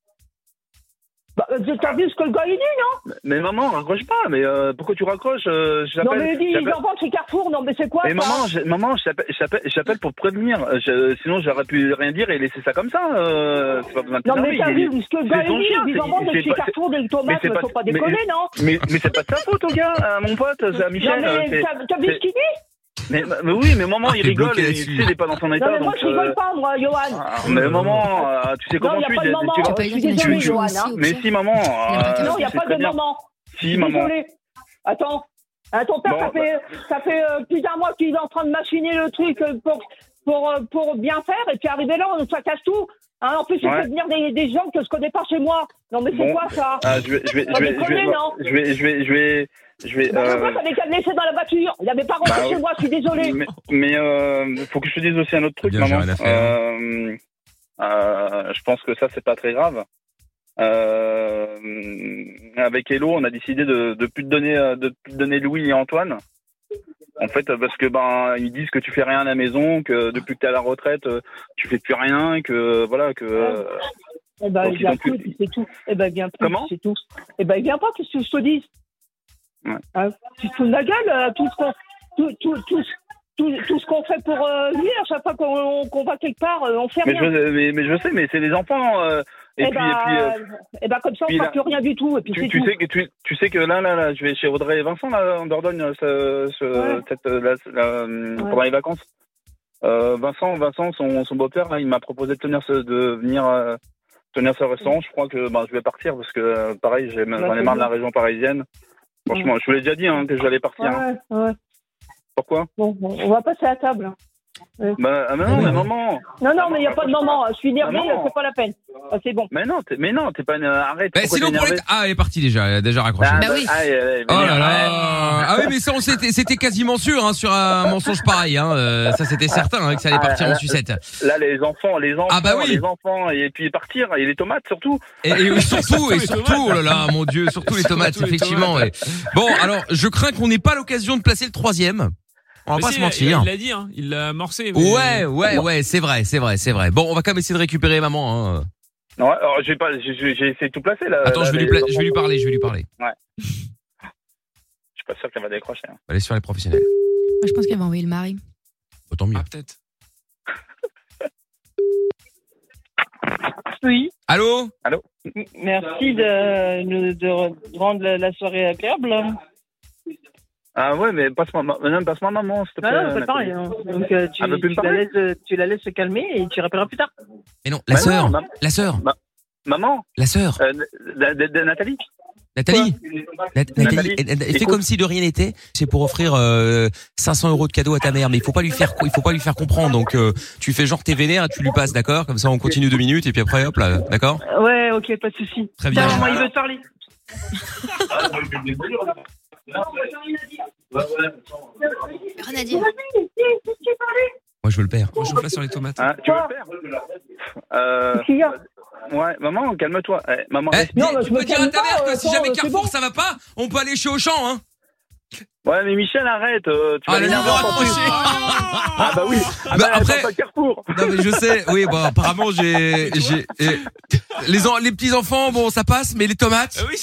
J: Bah, euh, t'as vu ce que le gars il dit
B: Mais maman, raccroche pas. Mais euh, pourquoi tu raccroches euh, je
J: Non,
B: t'appelle-
J: mais il dit,
B: j'appelle-
J: ils en vendent chez Carrefour, non, mais c'est quoi
B: Mais
J: ça hein
B: maman, je, maman, je t'appelle- je t'appelle- je t'appelle pour te prévenir. Euh, je- sinon, j'aurais pu rien dire et laisser ça comme ça. Euh, c'est pas besoin de
J: Non,
B: t'énerver,
J: mais t'as
B: il est-
J: vu ce que le gars
B: c'est son
J: il dit
B: chien,
J: Ils en
B: c'est-
J: vendent
B: c'est
J: chez
B: pas-
J: Carrefour des tomates,
B: c'est pas-
J: faut pas
B: mais-
J: déconner, non
B: mais, mais c'est pas de ta faute, au gars, à mon pote, c'est à Michel. euh,
J: Non, mais
B: c'est-
J: t'as- t'as vu ce qu'il dit
B: mais, mais oui, mais maman, il
A: Ah, t'es
B: rigole.
A: bloqué
B: et,
A: là-dessus.
B: Tu sais, il est pas dans son état.
J: Non, mais moi,
B: donc,
J: je rigole
B: euh,
J: pas, moi, Johan.
B: ah,
J: [LAUGHS]
B: mais maman, euh, tu sais
J: Non,
B: comment
J: il
B: je
J: n'y a
B: suis.
J: pas de
B: j'ai-
J: maman.
B: tu vois-
D: pas
J: Je suis
D: dire que
J: désolée,
D: tu-
J: Johan.
D: tu-
J: hein.
B: mais si, maman.
D: a pas de-
B: euh,
J: Non, il n'y a
B: tu sais
J: pas
B: très
J: de
B: bien.
J: maman.
B: Si, maman.
J: Désolé. Attends. Hein, ton père,
B: Bon,
J: ça
B: bah.
J: fait, ça fait euh, plus d'un mois qu'il est en train de machiner le truc euh, pour, pour, euh, pour bien faire. Et puis, arrivé là, on, ça casse tout. Hein, en plus, il
B: Ouais.
J: fait venir des, des gens que je connais pas chez moi. Non, mais c'est
B: Bon.
J: quoi ça
B: Ah, je vais, je vais, je vais,
J: Pas déconner, non
B: je vais, je vais, je vais, je vais.
J: Bah,
B: euh,
J: Pourquoi t'avais qu'à le laisser dans la voiture Il n'avait pas rentré
B: Bah,
J: chez
B: oui.
J: moi, je suis désolé.
B: Mais, mais euh, faut que je te dise aussi un autre truc,
A: Bien, j'ai
B: maman.
A: rien à faire.
B: Euh, euh, je pense que ça, c'est pas très grave. Euh, avec Hello, on a décidé de, de plus te donner, euh, de plus te donner Louis et Antoine. En fait, euh, parce que ben ils disent que tu fais rien à la maison, que depuis que t'es à la retraite, euh, tu fais plus rien, que euh, voilà, que euh,
J: Eh ben,
B: donc,
J: il
B: ils
J: vient
B: ont
J: plus,
B: plus-
J: c'est tout. Eh ben, il vient plus,
B: Comment
J: c'est tout. Eh ben, il vient pas, qu'est-ce que je te dis
B: Ouais.
J: Hein, Tu te fous de la gueule, euh, tout ce qu'on tout, tout, tout, tout, tout ce qu'on fait pour euh, lui, à chaque fois qu'on qu'on va quelque part, euh, on fait
B: mais
J: rien.
B: je, mais, mais je sais, mais c'est les enfants. euh, et,
J: eh
B: puis,
J: ben,
B: et puis, euh,
J: eh ben, comme ça, on
B: puis
J: ne
B: là-
J: fera plus rien du tout. Et puis,
B: tu,
J: c'est
B: tu
J: tout.
B: sais que tu, tu sais que là là là je vais chez Audrey et Vincent là en Dordogne euh, ce, ce-
J: Ouais.
B: cette- euh, la- la- hum,
J: Ouais.
B: pendant les vacances. Euh, Vincent Vincent son, son beau-père là, il m'a proposé de tenir ce de venir euh, tenir ce restaurant. Je crois que bah, je vais partir parce que euh, pareil j'ai j'en ai
J: Bah, c'est
B: marre de la
J: bien.
B: région parisienne. Franchement je vous l'ai déjà dit hein, que j'allais partir.
J: Ouais,
B: hein.
J: ouais.
B: Pourquoi
J: Bon, bon, on va passer à table. hein.
B: Bah ah, mais non
A: Oui.
B: mais maman
J: Non, non,
B: Ah,
J: mais il n'y a
B: non,
J: pas de
B: non,
J: moment. Je suis énervée,
B: non.
J: c'est pas la peine. Ah, c'est bon.
B: mais non t'es- mais non t'es pas une- euh, arrête.
A: Bah,
B: pourquoi
A: sinon,
B: t'es
A: pour les...
B: énervée
A: Ah, elle est partie déjà, elle a déjà raccroché.
B: Ah,
D: Bah oui.
B: ah, elle- elle-
A: Oh là
B: elle-
A: là Ah oui mais ça on s'était c'était quasiment sûr hein, sur un mensonge pareil hein, euh, ça c'était certain hein, que ça allait partir en sucette.
B: Ah, Là les enfants les enfants
A: Ah, bah oui.
B: les enfants et puis partir et les tomates surtout.
A: Et, et
C: [LAUGHS]
B: [LAUGHS]
A: surtout, et surtout, oh là là, mon dieu, surtout les tomates,
C: Surtout les
A: effectivement.
C: tomates.
A: ouais. Bon, alors, je crains qu'on n'ait pas l'occasion de placer le troisième. On va
C: Mais
A: pas
C: si,
A: se
C: il a-
A: mentir.
C: Il l'a dit, hein, il l'a amorcé. mais-
A: Ouais, ouais, ouais, c'est vrai, c'est vrai, c'est vrai. Bon, on va quand même essayer de récupérer maman. hein.
B: Non, alors j'ai pas, j'ai- j'ai j'ai essayé de tout placer là.
A: Attends,
B: Là,
A: je vais, lui
B: les
A: pla-
B: enfants.
A: je vais lui parler, je vais lui parler.
B: Je suis pas sûr qu'elle va décrocher. hein.
A: Allez sur les professionnels.
D: Moi, je pense qu'elle va envoyer le mari.
A: Autant mieux.
C: Ah, peut-être.
J: Oui.
A: Allô
B: hein.
J: Merci de, de, de rendre la, la soirée agréable.
B: Ah ouais, mais passe-moi, ma- madame, passe-moi maman, s'il te
J: Non,
B: plaît.
J: non,
B: Nathalie.
J: c'est pareil. hein. Donc, euh, tu,
B: Elle veut plus
J: tu
B: me
J: la
B: parler
J: laisses, euh, tu la laisses se calmer et tu rappelleras plus tard.
A: Mais non, la
B: Bah non,
A: sœur,
B: ma-
A: la sœur,
B: maman,
A: la sœur,
B: euh, de- de- de- Nathalie.
A: Nathalie. Nat- Nathalie, eh,
B: Nathalie,
A: elle- elle- elle fait
B: écoute.
A: comme si de rien n'était. C'est pour offrir euh, 500 euros de cadeau à ta mère, mais il faut pas lui faire, co- il faut pas lui faire comprendre. Donc euh, tu fais genre t'es vénère, tu lui passes, d'accord Comme ça on continue deux minutes et puis après hop là, d'accord
J: Euh, Ouais, ok, pas de souci.
A: Très
J: Tiens,
A: bien.
J: maman, il veut te parler.
D: Renadine.
A: Moi je veux le père.
C: On chauffe là sur les tomates.
B: Hein, tu veux le faire euh, Ouais, maman, calme-toi. Eh, maman,
A: Eh,
J: Non, mais
A: tu
J: je me
A: peux dire à
J: calme
A: ta mère
J: pas,
A: que
J: euh,
A: Bah, si
J: attends,
A: jamais
J: euh,
A: Carrefour
J: c'est
A: ça va pas, on peut aller chez Auchan, hein
B: Ouais, mais Michel, arrête. euh, tu vas
A: Ah, le
B: l'énerver
A: nouveau
B: encore plus.
A: rapproché.
B: Ah bah oui. Ah
A: Bah,
B: bah,
A: après-
B: après. Pas Carrefour.
A: Non mais je sais, oui, bah apparemment
B: [LAUGHS]
A: j'ai, j'ai, eh, les, en- les petits enfants, bon ça passe, mais les tomates,
C: oui,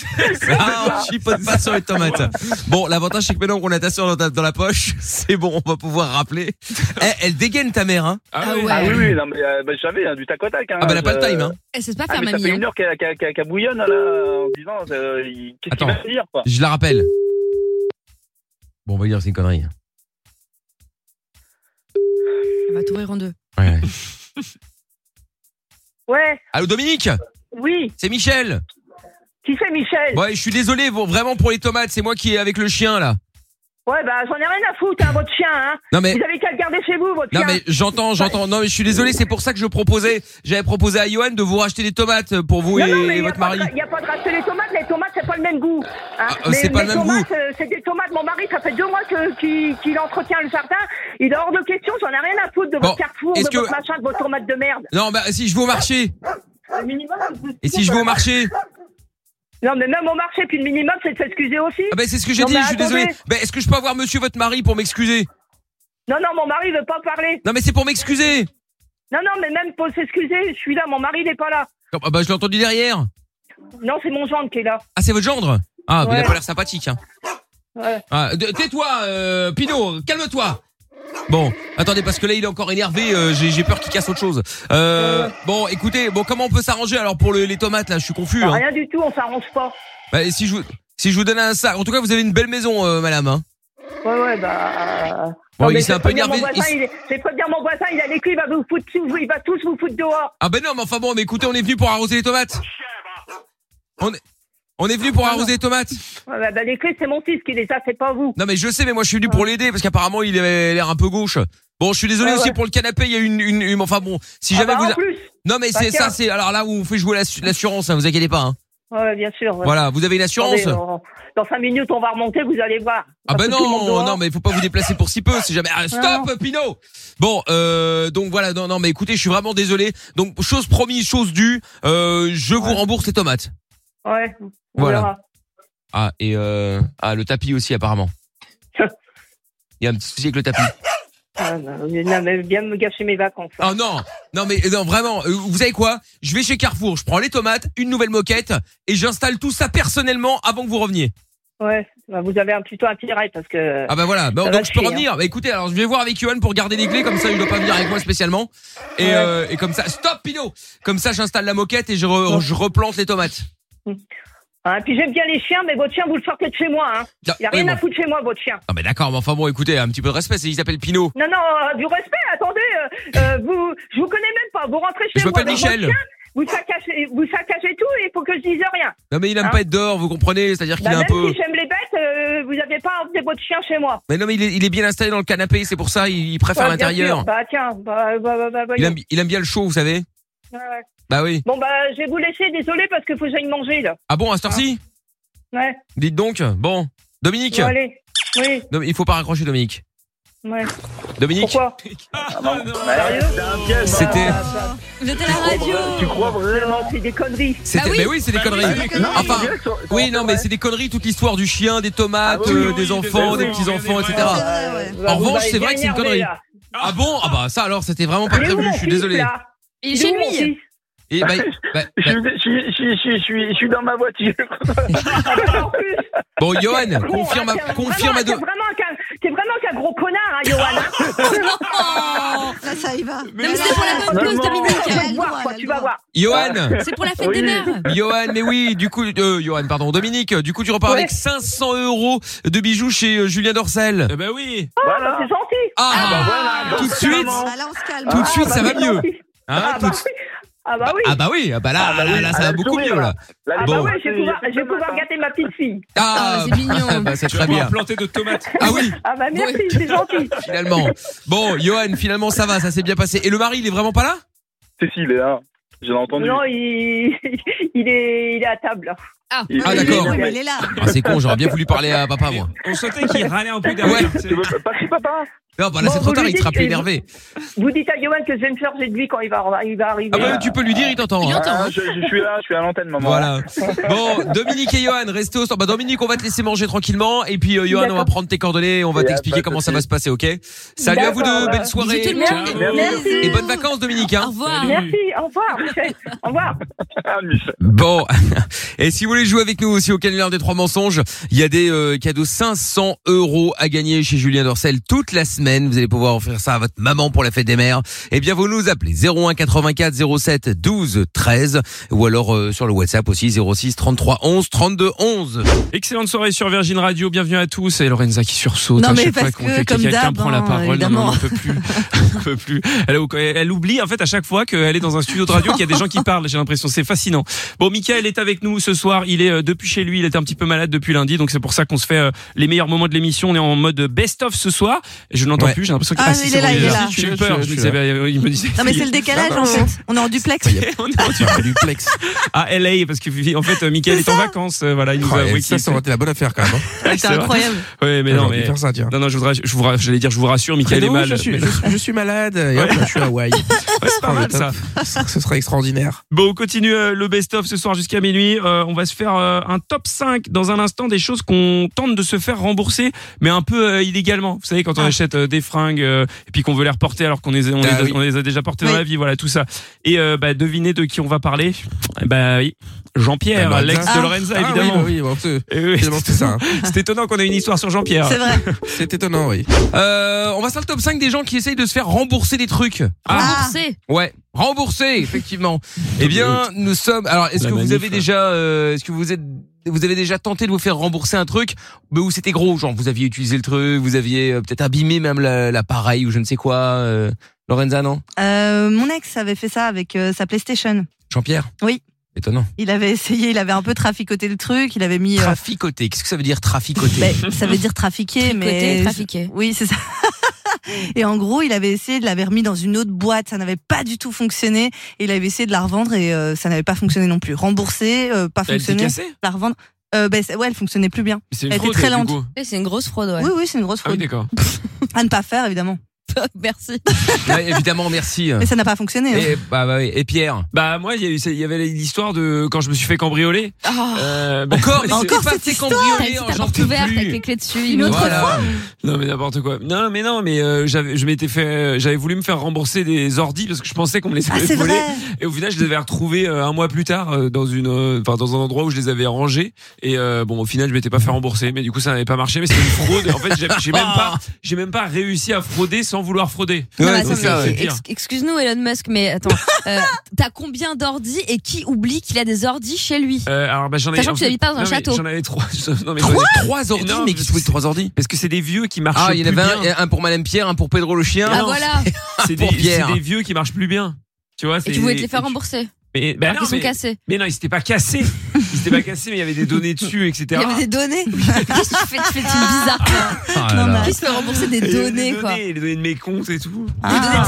A: ah, on chipote pas sur les tomates. Bon, l'avantage c'est que maintenant qu'on a ta soeur dans, ta- dans la poche, [LAUGHS] c'est bon, on va pouvoir rappeler. Eh, elle dégaine ta mère, hein
D: Ah ouais.
B: Ah oui, oui, non, mais euh, bah, je savais, hein, du tac au tac. Hein,
A: Ah bah elle a pas le
B: je-
A: time, hein.
D: Elle sait pas
B: Ah,
D: faire
B: mais ça
D: mamie.
B: fait
D: hein.
B: une heure qu'elle qu'elle- qu'elle- qu'elle bouillonne là, en disant euh, il- qu'est-ce qu'il
A: Attends.
B: va dire quoi.
A: Je la rappelle. Bon, on va dire que c'est une connerie.
D: Elle va t'ouvrir en deux.
A: Ouais, ouais.
J: [LAUGHS] Ouais,
A: Allô Dominique,
J: oui.
A: c'est Michel.
J: Qui c'est, Michel
A: Ouais, je suis désolé, bon, vraiment pour les tomates, c'est moi qui est avec le chien là.
J: Ouais, bah, j'en ai rien à foutre, hein, votre chien. Hein.
A: Non mais
J: Vous avez qu'à le garder chez vous, votre
A: Non
J: chien.
A: mais j'entends, j'entends. Non mais je suis désolé, c'est pour ça que je proposais. J'avais proposé à Johan de vous racheter des tomates pour vous et,
J: non, non, mais
A: et
J: il n'y a,
A: votre
J: pas
A: mari.
J: de- y a pas de racheter les tomates, les tomates, c'est pas le même goût. hein.
A: Ah, euh, c'est pas le
J: les
A: même
J: tomates, euh, c'est des tomates. Mon mari, ça fait deux mois que- qu'il qu'il entretient le jardin. Il est hors de question, j'en ai rien à foutre de
A: Bon,
J: votre carrefour, de
A: est-ce que-
J: votre machin, de votre tomate de merde.
A: Non bah si je vais au marché
J: Le minimum,
A: et si je vais au marché.
J: Non, mais même au marché, puis le minimum, c'est de s'excuser aussi.
A: Ah bah c'est ce que j'ai
J: Non,
A: dit.
J: mais
A: Je suis
J: attendez.
A: désolé. Bah est-ce que je peux avoir Monsieur votre mari pour m'excuser
J: Non, non, mon mari veut pas parler.
A: Non mais c'est pour m'excuser.
J: Non, non, mais même pour s'excuser, je suis là, mon mari n'est pas là.
A: Ah bah je l'ai entendu derrière.
J: Non, c'est mon gendre qui est là.
A: Ah c'est votre gendre. Ah vous
J: Ouais.
A: n'avez pas l'air sympathique. Hein.
J: Ouais.
A: Ah, de- Tais-toi, euh, Pino. Calme-toi. Bon, attendez parce que là il est encore énervé. euh, j'ai j'ai peur qu'il casse autre chose. Euh, Bon, écoutez, bon comment on peut s'arranger alors pour le- les tomates là Je suis confus. hein.
J: Bah, Rien du tout, on s'arrange pas.
A: Bah, et si je vous si je vous donne un sac, en tout cas vous avez une belle maison, euh, madame. Hein.
J: Ouais, ouais, bah.
A: Bon,
J: Non, mais
A: il s'est
J: je
A: un peu
J: préviens
A: énervé.
J: mon voisin,
A: il s-
J: il est- Je préviens mon voisin, il a les clés, il va vous foutre, tous- il va tous vous foutre dehors.
A: Ah ben non, mais enfin bon, mais écoutez, on est venu pour arroser les tomates. On est on est venu pour arroser les tomates.
J: Ouais, bah, bah, les clés, c'est mon fils qui les a, c'est pas vous.
A: Non mais je sais, mais moi je suis venu pour l'aider parce qu'apparemment il avait l'air un peu gauche. Bon, je suis désolé
J: Ouais,
A: aussi
J: ouais.
A: pour le canapé. Il y a une, une, une- enfin bon, si jamais
J: Ah, bah,
A: vous,
J: En plus,
A: non mais c'est ça,
J: tiens.
A: c'est alors là où on fait jouer l'assu- l'assurance, hein, vous inquiétez pas. hein.
J: ouais, bien sûr. ouais.
A: Voilà, vous avez une assurance.
J: Attendez, on- Dans cinq minutes, on va remonter, vous allez voir.
A: Ah ben
J: Parce que tout le monde
A: non,
J: dehors.
A: non mais il faut pas vous déplacer pour si peu, si jamais. Ah, stop, Pino. Bon, euh, donc voilà, non, non, mais écoutez, je suis vraiment désolé. Donc chose promise, chose due, euh, je vous rembourse les tomates.
J: Ouais. on
A: Voilà.
J: verra.
A: Ah et euh, ah le tapis aussi
J: [LAUGHS]
A: apparemment. Il y a un petit souci avec le tapis.
J: Ah, non, mais- non, mais bien me gâcher mes vacances.
A: Ah non, non mais non vraiment. euh, Vous savez quoi Je vais chez Carrefour, je prends les tomates, une nouvelle moquette et j'installe tout ça personnellement avant que vous reveniez.
J: Ouais. Bah, vous avez un plutôt un petit rail parce que.
A: Ah bah voilà. Bah,
J: Ça
A: donc
J: va
A: je peux
J: chier, hein.
A: revenir. Bah écoutez, alors je vais voir avec Johan pour garder les clés comme ça il doit pas venir avec moi spécialement. Et,
J: Ouais.
A: euh, et comme ça, stop Pino. Comme ça j'installe la moquette et je, re- je replante les tomates.
J: Hein, puis j'aime bien les chiens, mais votre chien, vous le sortez de chez moi. Hein.
A: Non,
J: Il a
A: oui,
J: rien
A: bon.
J: à foutre chez moi, votre chien.
A: Non, mais d'accord, mais enfin bon, écoutez, un petit peu de respect, c'est- il s'appelle Pino.
J: Non, non, euh, du respect, attendez, euh, euh, vous, je vous connais même pas. Vous rentrez
A: Mais
J: chez
A: je
J: moi
A: m'appelle
J: avec votre
A: Michel.
J: chien, vous saccagez, vous saccagez tout et il faut que je dise rien.
A: Non mais il aime
J: Hein
A: pas être dehors, vous comprenez, c'est-à-dire qu'il
J: Bah,
A: est un
J: même
A: peu.
J: si j'aime les bêtes, euh, vous n'avez pas emmené votre chien chez moi.
A: Mais non, mais il est, il est bien installé dans le canapé, c'est pour ça, il, il préfère
J: Ouais, bien
A: l'intérieur.
J: sûr. Bah tiens, bah, bah, bah, bah,
A: Il
J: voyons.
A: aime, il aime bien le chaud, vous savez.
J: Ouais.
A: Bah oui.
J: Bon bah je vais vous laisser, désolé parce que faut que j'aille manger là.
A: Ah bon, à cette heure-ci
J: Ouais,
A: Dites donc. Bon, Dominique.
J: bon, allez. Oui,
A: Dom- il faut pas raccrocher Dominique.
J: ouais.
A: Dominique, [LAUGHS]
J: Pourquoi Ah, bah,
G: Bah,
J: Sérieux
B: C'est un piège. maman.
A: c'était,
D: Vous êtes à la radio.
B: Tu crois vraiment
J: Non, c'est des conneries.
A: c'était,
D: Bah oui.
A: mais oui, c'est des conneries. Enfin,
B: Tu dirais que ça- ça
A: oui,
B: en
A: non,
B: fait,
A: mais
B: ouais.
A: c'est des conneries, toute l'histoire du chien, des tomates,
B: Ah oui,
A: euh,
C: oui,
A: des
C: oui,
A: enfants,
B: des
A: des petits enfants,
C: enfants,
A: etc.
C: Ah.
H: C'est vrai, ouais.
J: Bah,
A: En
J: vous
A: revanche,
J: m'avez
A: c'est vrai
J: bien
A: que c'est une
J: énervé,
A: connerie.
J: là.
A: Ah bon Ah bah ça alors, c'était vraiment pas
J: Il est où
A: prévu.
J: mon
A: Je suis
J: fils,
A: désolé.
J: là
D: Il est
J: Il est où, mon
D: chez lui.
J: fils
D: Il est
A: Et
J: [LAUGHS]
A: bah, bah,
B: Je,
A: bah,
B: je- je- je- je- je suis, je suis dans ma voiture.
J: Ah, en plus,
A: [LAUGHS] bon, Johan, confirme,
J: ah,
A: à,
J: t'es
A: confirme
J: vraiment-
A: à deux.
J: T'es vraiment qu'un- t'es vraiment qu'un gros connard, hein, Johan. hein.
H: [LAUGHS]
D: Non,
H: Là, ça y va.
D: mais c'est pour la bonne cause,
B: Maman.
J: Tu
D: Dominique.
J: vas voir, quoi, tu vas voir.
A: Johan,
D: C'est pour la fête des
B: Ah. Oui.
D: mères.
A: Johan, mais oui, du coup, euh, Johan, pardon, Dominique, du coup, tu repars
J: Ouais.
A: avec 500 euros de bijoux chez euh, Julien Dorcel.
E: Eh ben oui.
J: Oh,
B: Voilà.
J: C'est gentil.
A: Ah,
D: bah
B: voilà,
A: tout de
B: donc,
A: suite,
B: maman.
H: Ah, là, on se calme.
A: tout de
H: Ah,
A: suite,
H: bah,
A: ça va
J: c'est
A: mieux.
J: gentil.
A: Hein,
J: ah,
A: tout
J: bah
A: de suite.
J: oui. ah bah oui.
A: Ah bah oui, ah bah là,
B: Ah bah
A: là,
B: oui,
A: là,
B: elle
A: ça
B: a
A: va
B: le
A: beaucoup
B: sourire,
A: mieux là.
B: là. Là,
J: Ah
A: Bon.
J: bah oui, j'ai pouvoir, je vais pouvoir gâter ma petite fille.
A: [LAUGHS] Ah,
D: Ah, c'est mignon.
A: bah, c'est
E: Tu
A: très
E: vas pouvoir
A: bien.
E: planter de tomates.
A: Ah oui,
J: Ah bah merci, c'est gentil.
A: [LAUGHS] finalement. Bon, Johan, finalement, ça va, ça s'est bien passé. Et le mari, il est vraiment pas là
B: Cécile est là. Je l'ai entendu.
J: Non, il, [LAUGHS] il, est, il est à table.
B: Il-
A: Ah,
B: il-
A: d'accord.
H: Oui,
B: il-
H: mais il est là.
A: Ah, c'est con, j'aurais bien voulu parler à papa, moi.
E: On sentait qu'il râlait un peu
A: Ouais.
E: derrière. tu sais.
B: Tu veux pas si papa
A: Non, bah là,
J: Bon,
A: c'est trop
J: vous
A: tard,
J: lui
A: il sera
J: dites
A: plus
J: que-
A: énervé.
J: Vous dites à Johan que je vais me charger de lui quand il va, il va arriver.
A: Ah bah, tu peux lui dire, il t'entend. hein.
B: Ah, je, je suis là, je suis à l'antenne, maman.
A: Voilà. Bon, Dominique et Johan, restez au stand. Bah, Dominique, on va te laisser manger tranquillement. Et puis, euh, Johan, on va
J: D'accord.
A: prendre tes coordonnées. On va
B: Y a pas
A: t'expliquer
B: de
A: comment ça
B: souci.
A: va se passer, ok Salut à vous
J: D'accord,
A: deux.
J: bah.
A: Belle soirée.
D: Bisous tout le
E: Ciao.
D: monde.
A: Ciao.
J: Merci.
A: Et bonnes vacances, Dominique.
D: Au
A: Hein.
D: revoir.
J: Merci, au revoir, [LAUGHS] Michel. Au revoir.
B: Ah, Michel.
A: Bon. [LAUGHS] Et si vous voulez jouer avec nous aussi au canular des trois mensonges, il y a des euh, cadeaux 500 euros à gagner chez Julien Dorcel toute la semaine. Vous allez pouvoir offrir ça à votre maman pour la fête des mères. Eh bien, vous nous appelez 01 84 07 12 13 ou alors euh, sur le WhatsApp aussi 06 33 11 32 11.
E: Excellente soirée sur Virgin Radio, bienvenue à tous. Et Lorenza qui sursaute
H: Non,
E: à
H: mais
E: chaque fois
H: parce
E: qu'on
H: que,
E: fait que
H: comme
E: quelqu'un
H: d'hab,
E: prend la
H: hein,
E: parole. Non,
H: évidemment.
E: non, on peut plus. on peut plus. Elle, elle oublie en fait à chaque fois qu'elle est dans un studio de radio qu'il y a des gens qui parlent. J'ai l'impression c'est fascinant. Bon, Michael est avec nous ce soir. Il est euh, depuis chez lui. Il était un petit peu malade depuis lundi, donc c'est pour ça qu'on se fait euh, les meilleurs moments de l'émission. On est en mode best of ce soir. Je n'entends
A: Ouais.
E: plus. J'ai l'impression que
H: Ah,
E: si,
H: il
E: c'est
H: est là,
E: bon,
H: il est là.
E: J'ai eu peur. Je me disais, bah, il me disait.
H: Non, mais c'est le décalage,
F: [LAUGHS]
H: en fait. On est en duplex.
E: On est [LAUGHS] rendu
F: duplex.
E: à LA Ah, parce que en fait, euh, Michael est en vacances. Euh, Voilà, il nous a avoué
F: Ouais,
E: que
F: Oh, ça, ça aurait été la bonne affaire quand même. hein.
H: C'est incroyable.
E: Ouais, mais non,
F: J'aurais dû
E: mais
F: faire ça, tiens.
E: non, non, je voudrais, je vous, ra- j'allais dire, je vous rassure,
H: Ah,
E: Michael est
F: Prénom,
E: mal.
F: je, suis,
E: Mais-
F: je, suis- je suis malade et hop,
E: Ouais.
F: là, je suis à Hawaï.
E: Ouais, c'est pas
F: Oh,
E: mal,
F: le
E: ça.
F: Ce serait extraordinaire.
E: Bon, on continue euh, le best-of ce soir jusqu'à minuit. Euh, on va se faire euh, un top 5 dans un instant des choses qu'on tente de se faire rembourser, mais un peu euh, illégalement. Vous savez, quand
A: Ah.
E: on achète euh, des fringues euh, et puis qu'on veut les reporter alors qu'on les, on
A: Bah
F: Ah
E: les, a-
F: oui.
E: on les a déjà portées dans
H: Oui.
E: la vie, voilà, tout ça. Et euh, bah, devinez de qui on va parler. Eh Bah, oui, Jean-Pierre,
A: Bah,
F: Ah,
E: l'ex
F: Lorenza.
E: de Lorenza,
F: Ah oui,
E: évidemment.
F: bah oui, bon, c'est-
E: Eh oui,
F: finalement, c'est ça. hein.
E: C'est étonnant qu'on ait une histoire sur
A: [LAUGHS]
E: Jean-Pierre.
H: C'est vrai.
F: C'est étonnant, oui.
A: Euh, on va faire le top 5 des gens qui essayent de se faire rembourser des trucs.
H: Ah.
D: Remboursé.
A: Ouais, remboursé
E: [LAUGHS]
A: effectivement. eh bien, nous sommes. Alors, est-ce
E: La
A: que vous
E: manif,
A: avez
E: ouais.
A: déjà, euh, est-ce que vous êtes, vous avez déjà tenté de vous faire rembourser un truc, mais où c'était gros, genre vous aviez utilisé le truc, vous aviez euh, peut-être abîmé même la- l'appareil ou je ne sais quoi. euh, Lorenza, non
H: Euh, mon ex avait fait ça avec euh, sa PlayStation.
A: Jean-Pierre.
H: Oui.
A: Étonnant.
H: Il avait essayé, il avait un peu traficoté le truc, il avait mis. euh,
A: Traficoté. Qu'est-ce que ça veut dire traficoté
H: ben, ça veut dire trafiquer,
D: Côté
H: mais.
D: trafiqué.
H: Oui, c'est ça. Et en gros, il avait essayé de l'avait remis dans une autre boîte, ça n'avait pas du tout fonctionné. Et il avait essayé de la revendre et euh, ça n'avait pas fonctionné non plus. Remboursé, euh, pas
E: Elle s'est
H: fonctionné,
E: cassée
H: la revendre. Euh, ben, c'est- ouais, elle fonctionnait plus bien.
E: C'est une
H: Elle était
E: fraude,
H: très
E: du
H: lente.
E: coup.
D: Et C'est une grosse fraude, ouais.
H: Oui, oui, c'est une grosse
E: Ah oui,
H: fraude.
E: d'accord.
H: à ne pas faire, évidemment.
D: Merci.
A: Ouais, Bah, Évidemment, merci.
E: euh,
H: Mais ça n'a pas fonctionné. hein.
A: Et, bah, bah, oui. et Pierre
E: Bah moi, il y, a eu- il y avait l'histoire de quand je me suis fait cambrioler.
D: Oh.
E: Euh, bah- [LAUGHS]
A: Encore, mais
H: Ah. Encore
A: c'est pas
H: cette
A: fait
H: histoire.
D: T'as
A: cambrioler,
D: laissé
A: hein,
D: ta
A: j'en
D: porte
A: peux
D: ouverte
A: plus.
D: avec les clés dessus.
H: Une autre
A: Voilà.
E: Non mais n'importe quoi. Non mais non mais euh, j'avais je m'étais fait euh, j'avais voulu me faire rembourser des ordi parce que je pensais qu'on me les
H: Ah,
E: avait
H: c'est
E: volés
H: vrai.
E: et au final je les avais retrouvés euh, un mois plus tard euh, dans une euh, enfin dans un endroit où je les avais rangés et euh, bon au final je m'étais pas fait rembourser mais du coup ça n'avait pas marché mais c'était une fraude en fait j'ai j'ai
D: [LAUGHS]
E: même pas j'ai même pas réussi à frauder sans vouloir frauder.
D: Oh. Non,
A: Ouais,
D: mais
A: c'est
D: attends,
A: ça,
D: mais
A: ouais.
E: pire.
D: ex- Excuse-nous, Elon Musk, mais attends,
A: [LAUGHS]
D: euh, t'as combien d'ordi et qui oublie qu'il a des ordi chez lui
E: Euh, alors bah j'en ai
D: Sachant
E: en
D: que tu
E: fait-
D: habites pas dans un
E: non, mais
D: château.
E: J'en avais trois. [LAUGHS] Non mais
A: Trois, trois ordi,
E: Non,
A: mais
E: mais
A: qui se trouve
E: c'est-
A: trois ordi
E: parce que c'est des vieux qui marchent
A: Ah, il y en
E: plus
A: avait
E: bien.
A: un, un pour Madame Pierre, un pour Pedro le chien.
D: Ah
E: non,
D: voilà,
E: [LAUGHS] c'est des,
A: pour Pierre.
E: c'est des vieux qui marchent plus bien. Tu vois,
D: et
E: c'est-
D: tu voulais te les faire
E: tu-
D: rembourser
E: Mais, bah
D: alors
E: non,
D: qu'ils sont
E: mais-
D: cassés.
E: Mais non, il s'était pas cassé. Il s'était pas cassé, mais il y avait des données dessus, etc.
H: Il y
E: [LAUGHS]
H: avait des données.
D: Qu'est-ce que tu fais Tu fais des films bizarres. quoi.
A: Ah là
D: [LAUGHS]
H: Non,
A: là.
H: mais-
D: Qui se fait rembourser des
E: Il y avait des
D: données quoi
E: Les données de mes comptes et tout.
H: Ah.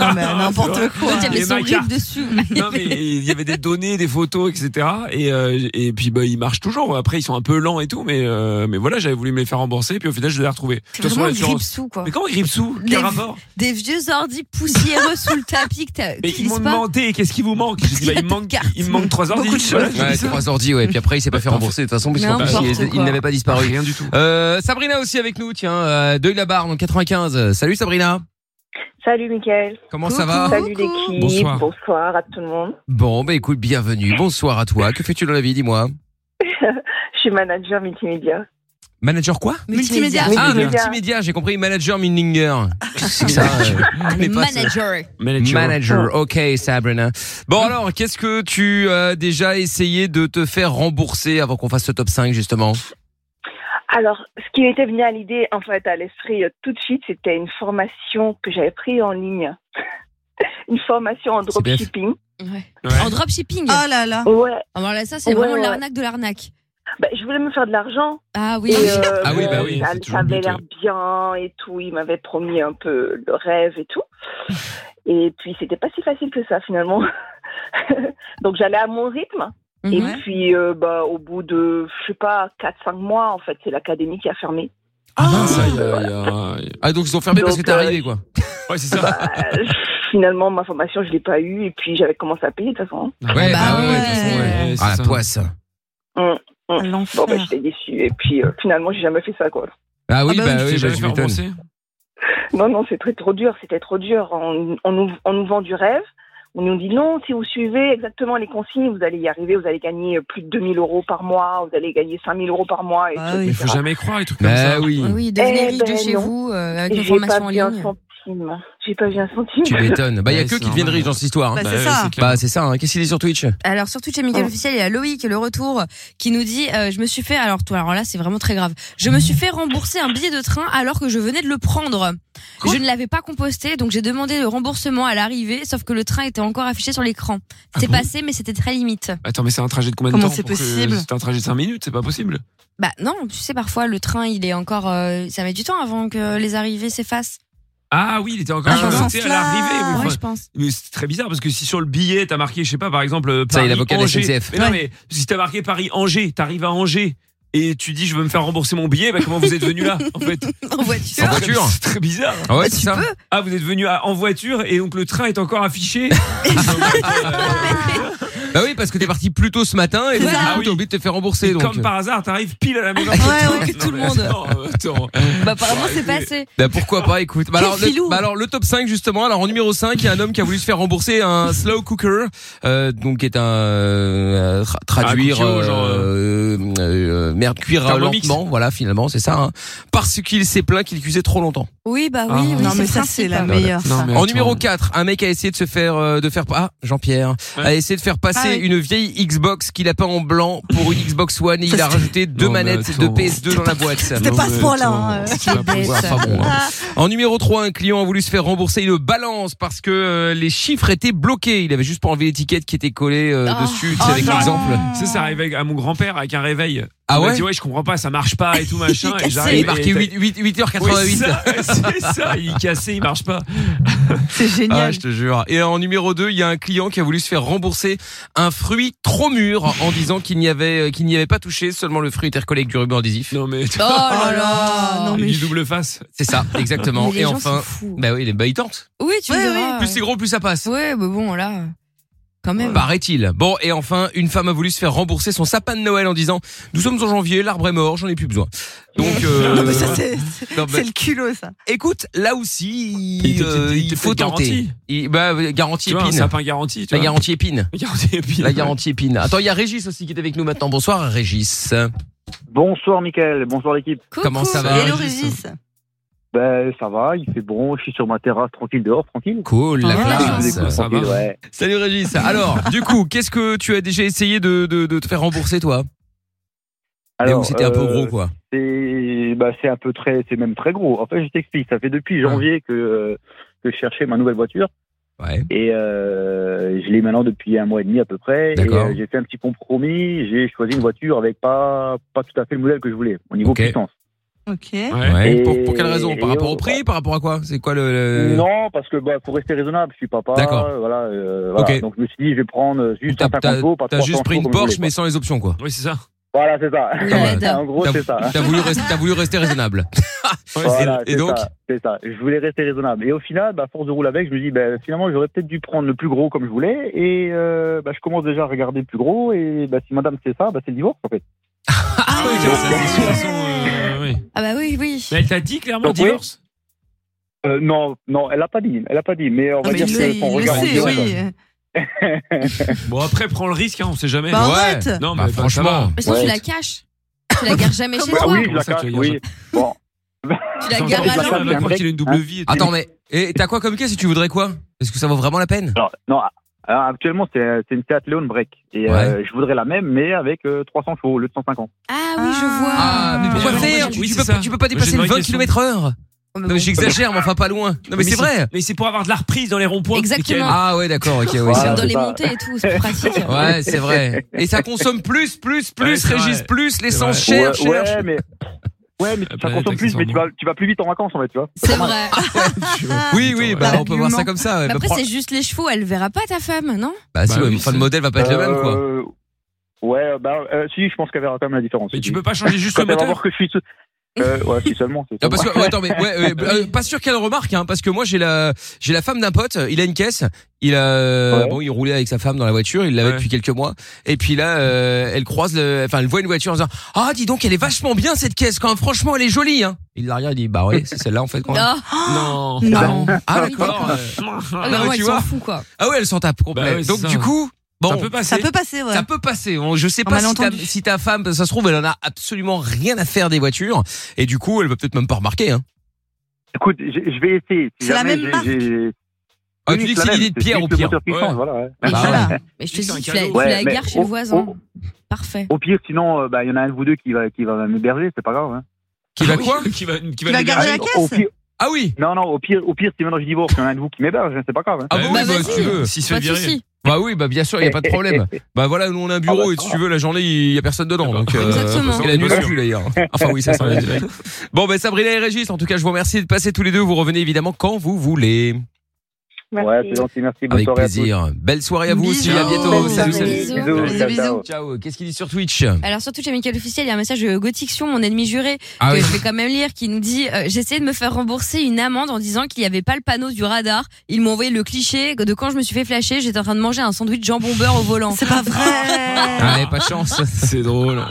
H: non,
E: [LAUGHS]
H: mais n'importe quoi.
D: Donc il y avait
E: Et
D: son
E: ma
D: rib [LAUGHS]
E: carte.
D: dessus.
E: Non, mais il y avait des données, des photos, etc. Et, euh, et puis, bah, ils marchent toujours. Après, ils sont un peu lents et tout, mais, euh, mais voilà, j'avais voulu me les faire rembourser, puis au final, je les ai retrouvés. De
D: C'est
E: toute façon,
D: vraiment grippe
E: l'assurance-
D: sous quoi.
E: Mais comment ils grippent sous
D: Les-
E: Quel
D: [LAUGHS]
E: rapport
D: Des vieux ordi poussiéreux sous le tapis que t'as.
E: Mais
D: qu'ils
E: ils m'ont
D: lisent pas.
E: demandé, qu'est-ce qui vous manque J'ai
D: [LAUGHS]
E: dit, bah, il me manque, il me manque trois ordi.
H: [LAUGHS] Beaucoup de
E: Voilà, j'ai
A: Ouais,
E: dit ça.
A: trois ordi, ouais. Puis après, il s'est pas fait rembourser de toute façon, puisqu'en plus,
D: N'importe
A: il, il
D: quoi.
A: n'avait pas disparu.
E: Rien du tout.
A: Euh, Sabrina aussi avec nous, tiens, euh, de la barre dans le 95. Salut Sabrina.
K: Salut Mickaël.
A: Comment ça va
K: Salut l'équipe.
A: Bonsoir.
K: à tout le monde. [LAUGHS]
A: Bon, bah écoute, bienvenue. Bonsoir à toi. Que fais-tu dans la vie, dis-moi
K: Je suis manager multimédia.
A: Manager quoi
D: Multimédia.
A: Ah,
K: Multimédia.
A: multimédia, j'ai compris. Manager Mininger. Qu'est-ce que c'est ça euh, [LAUGHS] je connais pas ça. [LAUGHS]
D: Manager.
A: Manager, ok Sabrina. Bon alors, qu'est-ce que tu as déjà essayé de te faire rembourser avant qu'on fasse ce top 5 justement
K: Alors, ce qui m'était venu à l'idée, en fait, à l'esprit euh, tout de suite, c'était une formation que j'avais prise en ligne. [LAUGHS] une formation en
A: C'est bien.
K: dropshipping.
D: Ouais.
E: Ouais.
D: En dropshipping.
H: Oh là là.
K: Ouais.
D: Ah, bon, là, ça, c'est
K: Ouais,
D: vraiment
K: ouais.
D: l'arnaque de l'arnaque.
K: Bah, je voulais me faire de l'argent.
D: Ah oui. [LAUGHS]
K: Et, euh,
A: Ah oui,
K: bon,
A: bah oui,
K: ça,
E: c'est toujours
K: ça
E: le
K: avait
E: but,
K: l'air bien et tout. Il m'avait promis un peu le rêve et tout. Et puis, c'était pas si facile que ça, finalement. [LAUGHS] Donc, j'allais à mon rythme. Et
D: Mhm.
K: puis, euh, bah, au bout de, je sais pas, 4-5 mois, en fait, c'est l'académie qui a fermé.
E: Ah.
A: Ah donc ils ont fermé parce que
K: Donc,
A: t'es
K: euh,
A: arrivé quoi.
E: Ouais, c'est ça.
A: Bah,
K: Euh, finalement, ma formation, je l'ai pas eue. Et puis, j'avais commencé à payer, de toute façon. hein.
A: Ouais,
H: bah ouais.
E: Ouais, c'est
A: Ah
E: ça.
A: la poisse.
K: Mm, Bon, bah,
H: L'enfer.
K: j'étais déçue. Et puis, euh, finalement, j'ai jamais fait ça, quoi.
A: Ah oui,
H: Ah bah
A: bah
H: oui,
A: oui,
E: J'ai jamais
A: bah, tu
E: fait
A: m'étonnes.
E: rembourser.
K: Non, non, c'est très trop dur. C'était trop dur. On, on nous, on nous vend du rêve. On nous dit non, si vous suivez exactement les consignes, vous allez y arriver, vous allez gagner euh, plus de 2000 euros par mois, vous allez gagner 5000 euros par mois. Et
H: Ah
K: tout,
H: oui.
E: Mais
K: etc.
E: faut jamais croire les trucs comme ça.
A: Bah oui,
D: Ah oui, Bah devenez
K: Eh
D: riche de
K: ben
D: chez
K: non.
D: vous euh, avec une
K: J'ai pas
D: formation en
K: bien un
D: ligne.
K: centime. J'ai pas vu un centime. [LAUGHS]
A: tu m'étonnes. Bah il y a
E: Ouais,
A: que
E: c'est
A: qui deviennent
E: normal.
A: riches dans cette histoire. hein.
H: Bah,
E: Bah,
H: c'est
E: ouais,
H: ça.
E: c'est clair.
A: Bah c'est ça, hein. qu'est-ce qu'il dit sur Twitch
D: Alors sur Twitch, chez Michael
K: Oh.
D: officiel, il y a Loïc le retour qui nous dit euh, je me suis fait alors toi alors là c'est vraiment très grave. Je me suis fait rembourser un billet de train alors que je venais de le prendre. je ne l'avais pas composté donc j'ai demandé le remboursement à l'arrivée sauf que le train était encore affiché sur l'écran. C'est
E: bon
D: passé mais c'était très limite.
E: Attends, mais c'est un trajet de combien de
H: Comment
E: temps
H: c'est
E: pour que-
H: possible
E: C'est un trajet de 5 minutes, c'est pas possible.
D: Bah non, tu sais parfois le train, il est encore euh, ça met du temps avant que les arrivées s'effacent.
E: Ah oui, il était encore
H: Ah, dans ce
E: arrêté à
H: sens-là.
E: l'arrivée. oui,
D: Ouais,
E: enfin,
D: je pense.
E: Mais c'est très bizarre parce que si sur le billet t'as marqué, je sais pas, par exemple
A: Ça, il est
E: Paris
A: avocat de
E: Angers.
A: SNCF.
E: Mais non, mais si t'as marqué Paris Angers, t'arrives à Angers et tu dis je veux me faire rembourser mon billet, bah comment vous êtes venu là en fait
D: [LAUGHS] En
A: En
D: voiture. Bah,
A: voiture
E: C'est très bizarre.
A: Ah ouais, c'est ça.
E: Ah, vous êtes venu à- en voiture et donc le train Ah, est encore affiché.
D: [LAUGHS]
A: Bah oui, parce que t'es parti plus tôt ce matin et donc
E: C'est ça.
A: du coup, t'as oublié de te faire rembourser
E: Et
A: donc. euh.
E: comme par hasard, t'arrives pile à la maison.
D: Ouais, ouais, que tout le
E: Non, mais
D: monde.
E: attends, [LAUGHS] attends.
D: Bah apparemment c'est
E: Ouais,
D: passé.
A: Bah pourquoi pas, écoute. Bah
H: Quel
A: alors, le,
H: filou.
A: bah alors le top 5 justement, alors en numéro 5, il y a un homme qui a voulu se faire rembourser un slow cooker, euh, donc qui est un euh, tra- traduire
E: cookio, Ah, genre,
A: euh, euh, merde cuire
E: Thermomix.
A: lentement, voilà finalement c'est ça, hein, parce qu'il s'est plaint qu'il cuisait trop longtemps.
D: Oui, bah oui,
E: Ah,
D: oui,
H: Non
D: c'est
H: mais
D: le
H: ça
D: principe.
H: c'est la meilleure.
E: Non,
H: ça.
E: mais
A: En
E: attends.
A: numéro 4, un mec a essayé de se faire euh, de faire ah Jean-Pierre
E: Ouais.
A: a essayé de faire passer
H: Ah oui.
A: une vieille Xbox qu'il a peint en blanc pour une Xbox One et
H: [LAUGHS]
A: il a rajouté deux
E: Non, mais
A: manettes
E: attends.
A: de PS2 dans la boîte.
H: C'était pas à ce
E: mais
H: point-là,
E: attends,
H: hein, Ah.
E: c'est pas
D: bête.
E: possible.
A: Ouais, enfin bon, hein. En numéro 3, un client a voulu se faire rembourser une balance parce que euh, les chiffres étaient bloqués. Il avait juste pas enlevé l'étiquette qui était collée euh,
D: Oh.
A: dessus, tu sais, avec
E: non.
A: l'exemple.
E: Ça, ça arrive avec- à mon grand-père avec un réveil.
A: Ah
E: Il m'a
A: ouais
E: dit ouais, je comprends pas, ça marche pas et tout
H: [LAUGHS]
E: machin.
D: [LAUGHS] Il est
E: et
A: Et
E: j'arrive.
A: il marquait
E: et-
A: 8, 8, 8h88.
E: Oui, ça, [LAUGHS] c'est ça, il est cassé, il marche pas.
H: C'est
A: ah,
H: génial.
A: je te jure. Et en numéro 2, il y a un client qui a voulu se faire rembourser un fruit trop mûr en disant qu'il n'y avait euh, qu'il n'y avait pas touché, seulement le fruit était recollé avec du ruban adhésif.
E: Non mais
D: Oh là là.
H: Non,
E: il
H: mais-
E: dit double face.
A: C'est ça, exactement.
D: [LAUGHS] Mais les
A: Et
D: gens
A: enfin,
D: sont fous.
A: bah oui, les bah, ils tentent.
D: Oui, tu
H: Ouais,
D: me
H: ouais.
D: diras.
A: Plus c'est gros, plus ça passe. Bah.
D: Ouais, mais bon, là, quand même.
A: Paraît-il. Bon, et enfin, une femme a voulu se faire rembourser son sapin de Noël en disant Nous sommes en janvier, l'arbre est mort, j'en ai plus besoin. Donc, euh,
H: Non mais [LAUGHS] ça c'est c'est- [LAUGHS]
A: non, mais
H: c'est le culot ça.
A: écoute, là aussi,
E: Il
A: il,
E: était peut-être-
A: euh,
E: il
A: il
E: était
A: faut
E: peut-être
A: tenter.
E: garanti.
A: Il- bah, euh, garantie
E: Tu vois, un
A: épine.
E: sapin garanti, tu
A: La
E: vois.
A: garantie épine.
E: Garantie et puis-
A: La garantie épine. Attends, il y a Régis aussi qui est avec nous maintenant. Bonsoir, Régis.
B: Bonsoir, Michael. Bonsoir, l'équipe.
D: Coucou.
A: Comment ça va
H: Hello Régis.
B: Ben, ça va, il fait bon, je suis sur ma terrasse, tranquille, dehors, tranquille.
A: Cool, la
D: Ah,
B: Je vous
A: classe.
B: écoute,
E: ça
B: tranquille,
E: va.
B: ouais.
A: Salut Régis. Alors, du coup, qu'est-ce que tu as déjà essayé de, de, de te faire rembourser, toi Mais où c'était un peu
B: euh,
A: gros, quoi.
B: C'est bah, c'est un peu très, c'est même très gros. En fait, je t'explique. Ça fait depuis janvier que, euh, que je cherchais ma nouvelle voiture
A: Ouais.
B: et euh, je l'ai maintenant depuis un mois et demi à peu près. Et
A: D'accord.
B: euh, j'ai fait un petit compromis. J'ai choisi une voiture avec pas pas tout à fait le modèle que je voulais au niveau
A: Ok.
B: puissance.
H: Ok.
E: Ouais.
A: Ouais.
B: Et-
A: Pour, pour quelle raison Par
B: et
A: rapport au
B: on-
A: prix Par rapport à quoi C'est quoi le. le-
B: Non, parce que bah, pour rester raisonnable, je suis papa.
A: D'accord.
B: Voilà, euh, voilà.
A: Ok.
B: Donc je me suis dit, je vais prendre juste
A: T'as-
B: 150 euros, pas
A: T'as
B: 300
A: juste pris
B: euros
A: une
B: comme je
A: Porsche,
B: voulais,
A: mais sans les options, quoi.
E: Oui, c'est ça.
B: quoi. Voilà, c'est ça.
D: Ouh là
B: [LAUGHS]
D: là.
B: en gros,
A: T'as-
B: c'est ça.
A: T'as voulu,
B: [LAUGHS]
A: rester- t'as voulu rester raisonnable.
B: Voilà,
A: et
B: c'est
A: donc
B: ça,
A: [LAUGHS]
B: c'est ça. Je voulais rester raisonnable. Et au final, bah, à force de rouler avec, je me dis, bah, finalement, j'aurais peut-être dû prendre le plus gros comme je voulais. Et euh, bah, je commence déjà à regarder le plus gros. Et bah, si madame sait ça, bah, c'est le divorce, en fait.
E: Ah oui,
B: donc,
E: ça, c'est sûr, de toute façon, euh, oui.
D: Ah bah oui, oui.
E: Mais elle t'a dit clairement
B: Donc,
E: divorce
B: Euh, non, non, elle a pas dit, elle a pas dit, mais
D: Ah,
B: on va
H: mais
B: dire
H: il
B: que son
H: le- il le
B: regard en
H: sait,
B: direct,
H: oui.
E: Bon, après, prends le risque, hein, on sait jamais.
H: Bah, arrête
E: Non,
A: Bah,
E: mais
A: franchement.
E: franchement.
D: Mais sinon, tu la caches. Tu la gardes jamais chez
B: Ah
D: toi.
B: oui, je
E: Comment
B: la
E: ça, tu
B: cache,
E: regardes
B: oui. Bon.
D: Tu la
B: garde
D: gardes
B: la
D: à
B: cache.
D: l'ombre.
E: va croire qu'il a une double
B: Hein
E: vie. et tout.
A: Attends, mais et t'as quoi comme cas si tu voudrais quoi Est-ce que ça vaut vraiment la peine
B: Alors, non, ah, alors, [LAUGHS] actuellement, c'est c'est une Seat Leon Break. Et euh, je voudrais la même, mais avec euh, 300 chevaux au lieu de 150.
D: Ah oui, je vois.
A: Ah, mais pourquoi
E: mais alors,
A: faire
E: moi,
A: tu,
E: oui,
A: tu
E: c'est
A: peux,
E: ça.
A: tu peux pas
E: Moi, j'ai
A: dépasser
E: une
A: les
E: vraie
A: 20 km heure
D: Oh, mais
A: Non mais
D: bon.
A: j'exagère, mais enfin pas loin. Non mais c'est vrai.
E: Mais c'est pour avoir de la reprise dans les ronds-points.
D: Exactement.
A: Ah ouais, d'accord, ok, ouais, c'est
B: Voilà.
A: vrai.
D: Dans les
B: pas-
D: montées et tout, c'est pratique.
A: Ouais, c'est vrai. Et ça consomme plus, plus,
E: Ouais,
A: plus,
E: c'est
A: Régis,
E: vrai.
A: plus,
E: vrai.
A: l'essence cher,
B: ouais, ouais,
A: cher.
B: mais. Ouais, mais
E: Ah
B: ça
E: bah,
B: consomme plus, mais tu vas, tu vas plus vite en vacances, en fait, tu vois.
D: C'est vrai.
B: [LAUGHS]
A: Oui, oui, bah, on peut voir ça
H: L'argument.
A: comme ça. ouais.
D: Mais
A: Bah,
D: après,
A: prends-
D: c'est juste les chevaux, elle verra pas ta femme, non
A: Bah, si,
E: Bah
A: ouais,
E: oui,
A: mais enfin,
E: c'est-
A: le modèle va pas être le même, quoi.
B: Euh, Ouais, bah, euh, si, je pense qu'elle verra quand même la différence.
E: Mais
B: Si.
E: tu peux pas changer juste
B: Quand
E: le
B: elle va voir
E: moteur.
B: que je suis. sou- Euh, ouais, si seulement. c'est
A: Non, parce
B: seulement.
A: que, ouais, attends, mais, ouais, ouais,
B: [LAUGHS]
A: euh, pas sûr qu'elle remarque, hein, parce que moi, j'ai la, j'ai la femme d'un pote, il a une caisse, il a,
B: Ouais.
A: bon, il roulait avec sa femme dans la voiture, il l'avait
E: Ouais.
A: depuis quelques mois, et puis là, euh, elle croise le, enfin, elle voit une voiture en disant, ah, dis donc, elle est vachement bien, cette caisse, quand même, franchement, elle est jolie, hein. Il la regarde, il dit, bah ouais, c'est celle-là, en fait, quand même.
E: Non.
D: Non.
H: Non.
A: Ah,
D: oui,
A: d'accord.
D: d'accord. Ah, bah
A: mais
D: ouais,
A: tu
D: ils s'en
A: vois.
D: foutent, quoi.
A: Ah ouais, elle s'en tape complètement.
E: Bah ouais, c'est
A: donc,
E: ça.
A: du coup, bon.
E: Ça peut
H: Ça
E: passer.
H: peut passer, ouais.
A: Ça peut passer. On- Je sais
H: Un
A: pas si ta,
H: malentendu.
A: si ta femme, ça se trouve, elle en a absolument rien à faire des voitures. Et du coup, elle va peut-être même pas remarquer. Hein.
B: Écoute, je je vais essayer. Si
H: C'est la
B: jamais
H: même
B: j'ai-
H: marque.
B: j'ai-
A: Ah,
B: Oui,
A: tu dis que
B: la
A: c'est
B: même,
A: l'idée de
B: c'est
A: Pierre au
B: juste le
A: pire.
B: moteur qui
E: Ouais.
B: change, voilà, ouais.
D: Mais
A: Bah
D: voilà.
A: ouais.
D: Mais je te
E: C'est un
D: dis, tu la,
E: cadeau.
D: tu la
B: Ouais, mais
D: gares chez
B: au-
D: le voisin.
B: au-
D: Parfait.
B: Au pire, sinon, euh, bah, il y en a un de vous deux qui va, qui va m'héberger, c'est pas grave. hein.
A: Ah Qui va quoi
E: Qui va, qui va
H: Tu vas garder la
E: dégager.
B: Au
H: caisse
B: pire,
A: Ah oui.
B: non, non, au pire, au pire, si maintenant je divorce, il y en a un de vous qui m'héberge, hein, c'est pas grave. hein.
A: Ah bah,
E: Ouais,
A: oui,
D: bah,
A: bah, si tu
D: vas-y.
A: veux.
E: S'il se
D: Pas
E: fait
D: de
E: virer.
D: souci.
A: Bah oui, bah bien sûr, il y a pas de problème. Bah voilà, nous on a un bureau
B: Ah bah,
A: et si tu veux la journée, il y a personne dedans. Donc euh,
D: Exactement.
A: Et la nuit non plus d'ailleurs. Enfin oui, ça ça va être direct. Bon ben Sabrina et Régis, en tout cas, je vous remercie de passer tous les deux. Vous revenez évidemment quand vous voulez.
B: Ouais, c'est gentil, merci, bonne
A: Avec
B: soirée
A: plaisir. Belle soirée à vous aussi. À
H: Bisous.
A: bientôt.
H: Belle
A: Salut,
D: soirée.
A: salut.
B: à tous.
H: Bisous,
B: ciao, ciao.
H: bisous.
A: Ciao. Qu'est-ce qu'il dit sur Twitch
D: Alors surtout chez Michael Officiel, il y a un message de Gothiction, mon ennemi juré,
A: Ah
D: que
A: oui.
D: je vais quand même lire, qui nous dit euh, J'essayais de me faire rembourser une amende en disant qu'il n'y avait pas le panneau du radar. Ils m'ont envoyé le cliché de quand je me suis fait flasher, j'étais en train de manger un sandwich jambon beurre au volant.
H: C'est pas
D: [LAUGHS]
H: vrai.
A: Ah, mais pas de chance.
E: [LAUGHS] C'est drôle.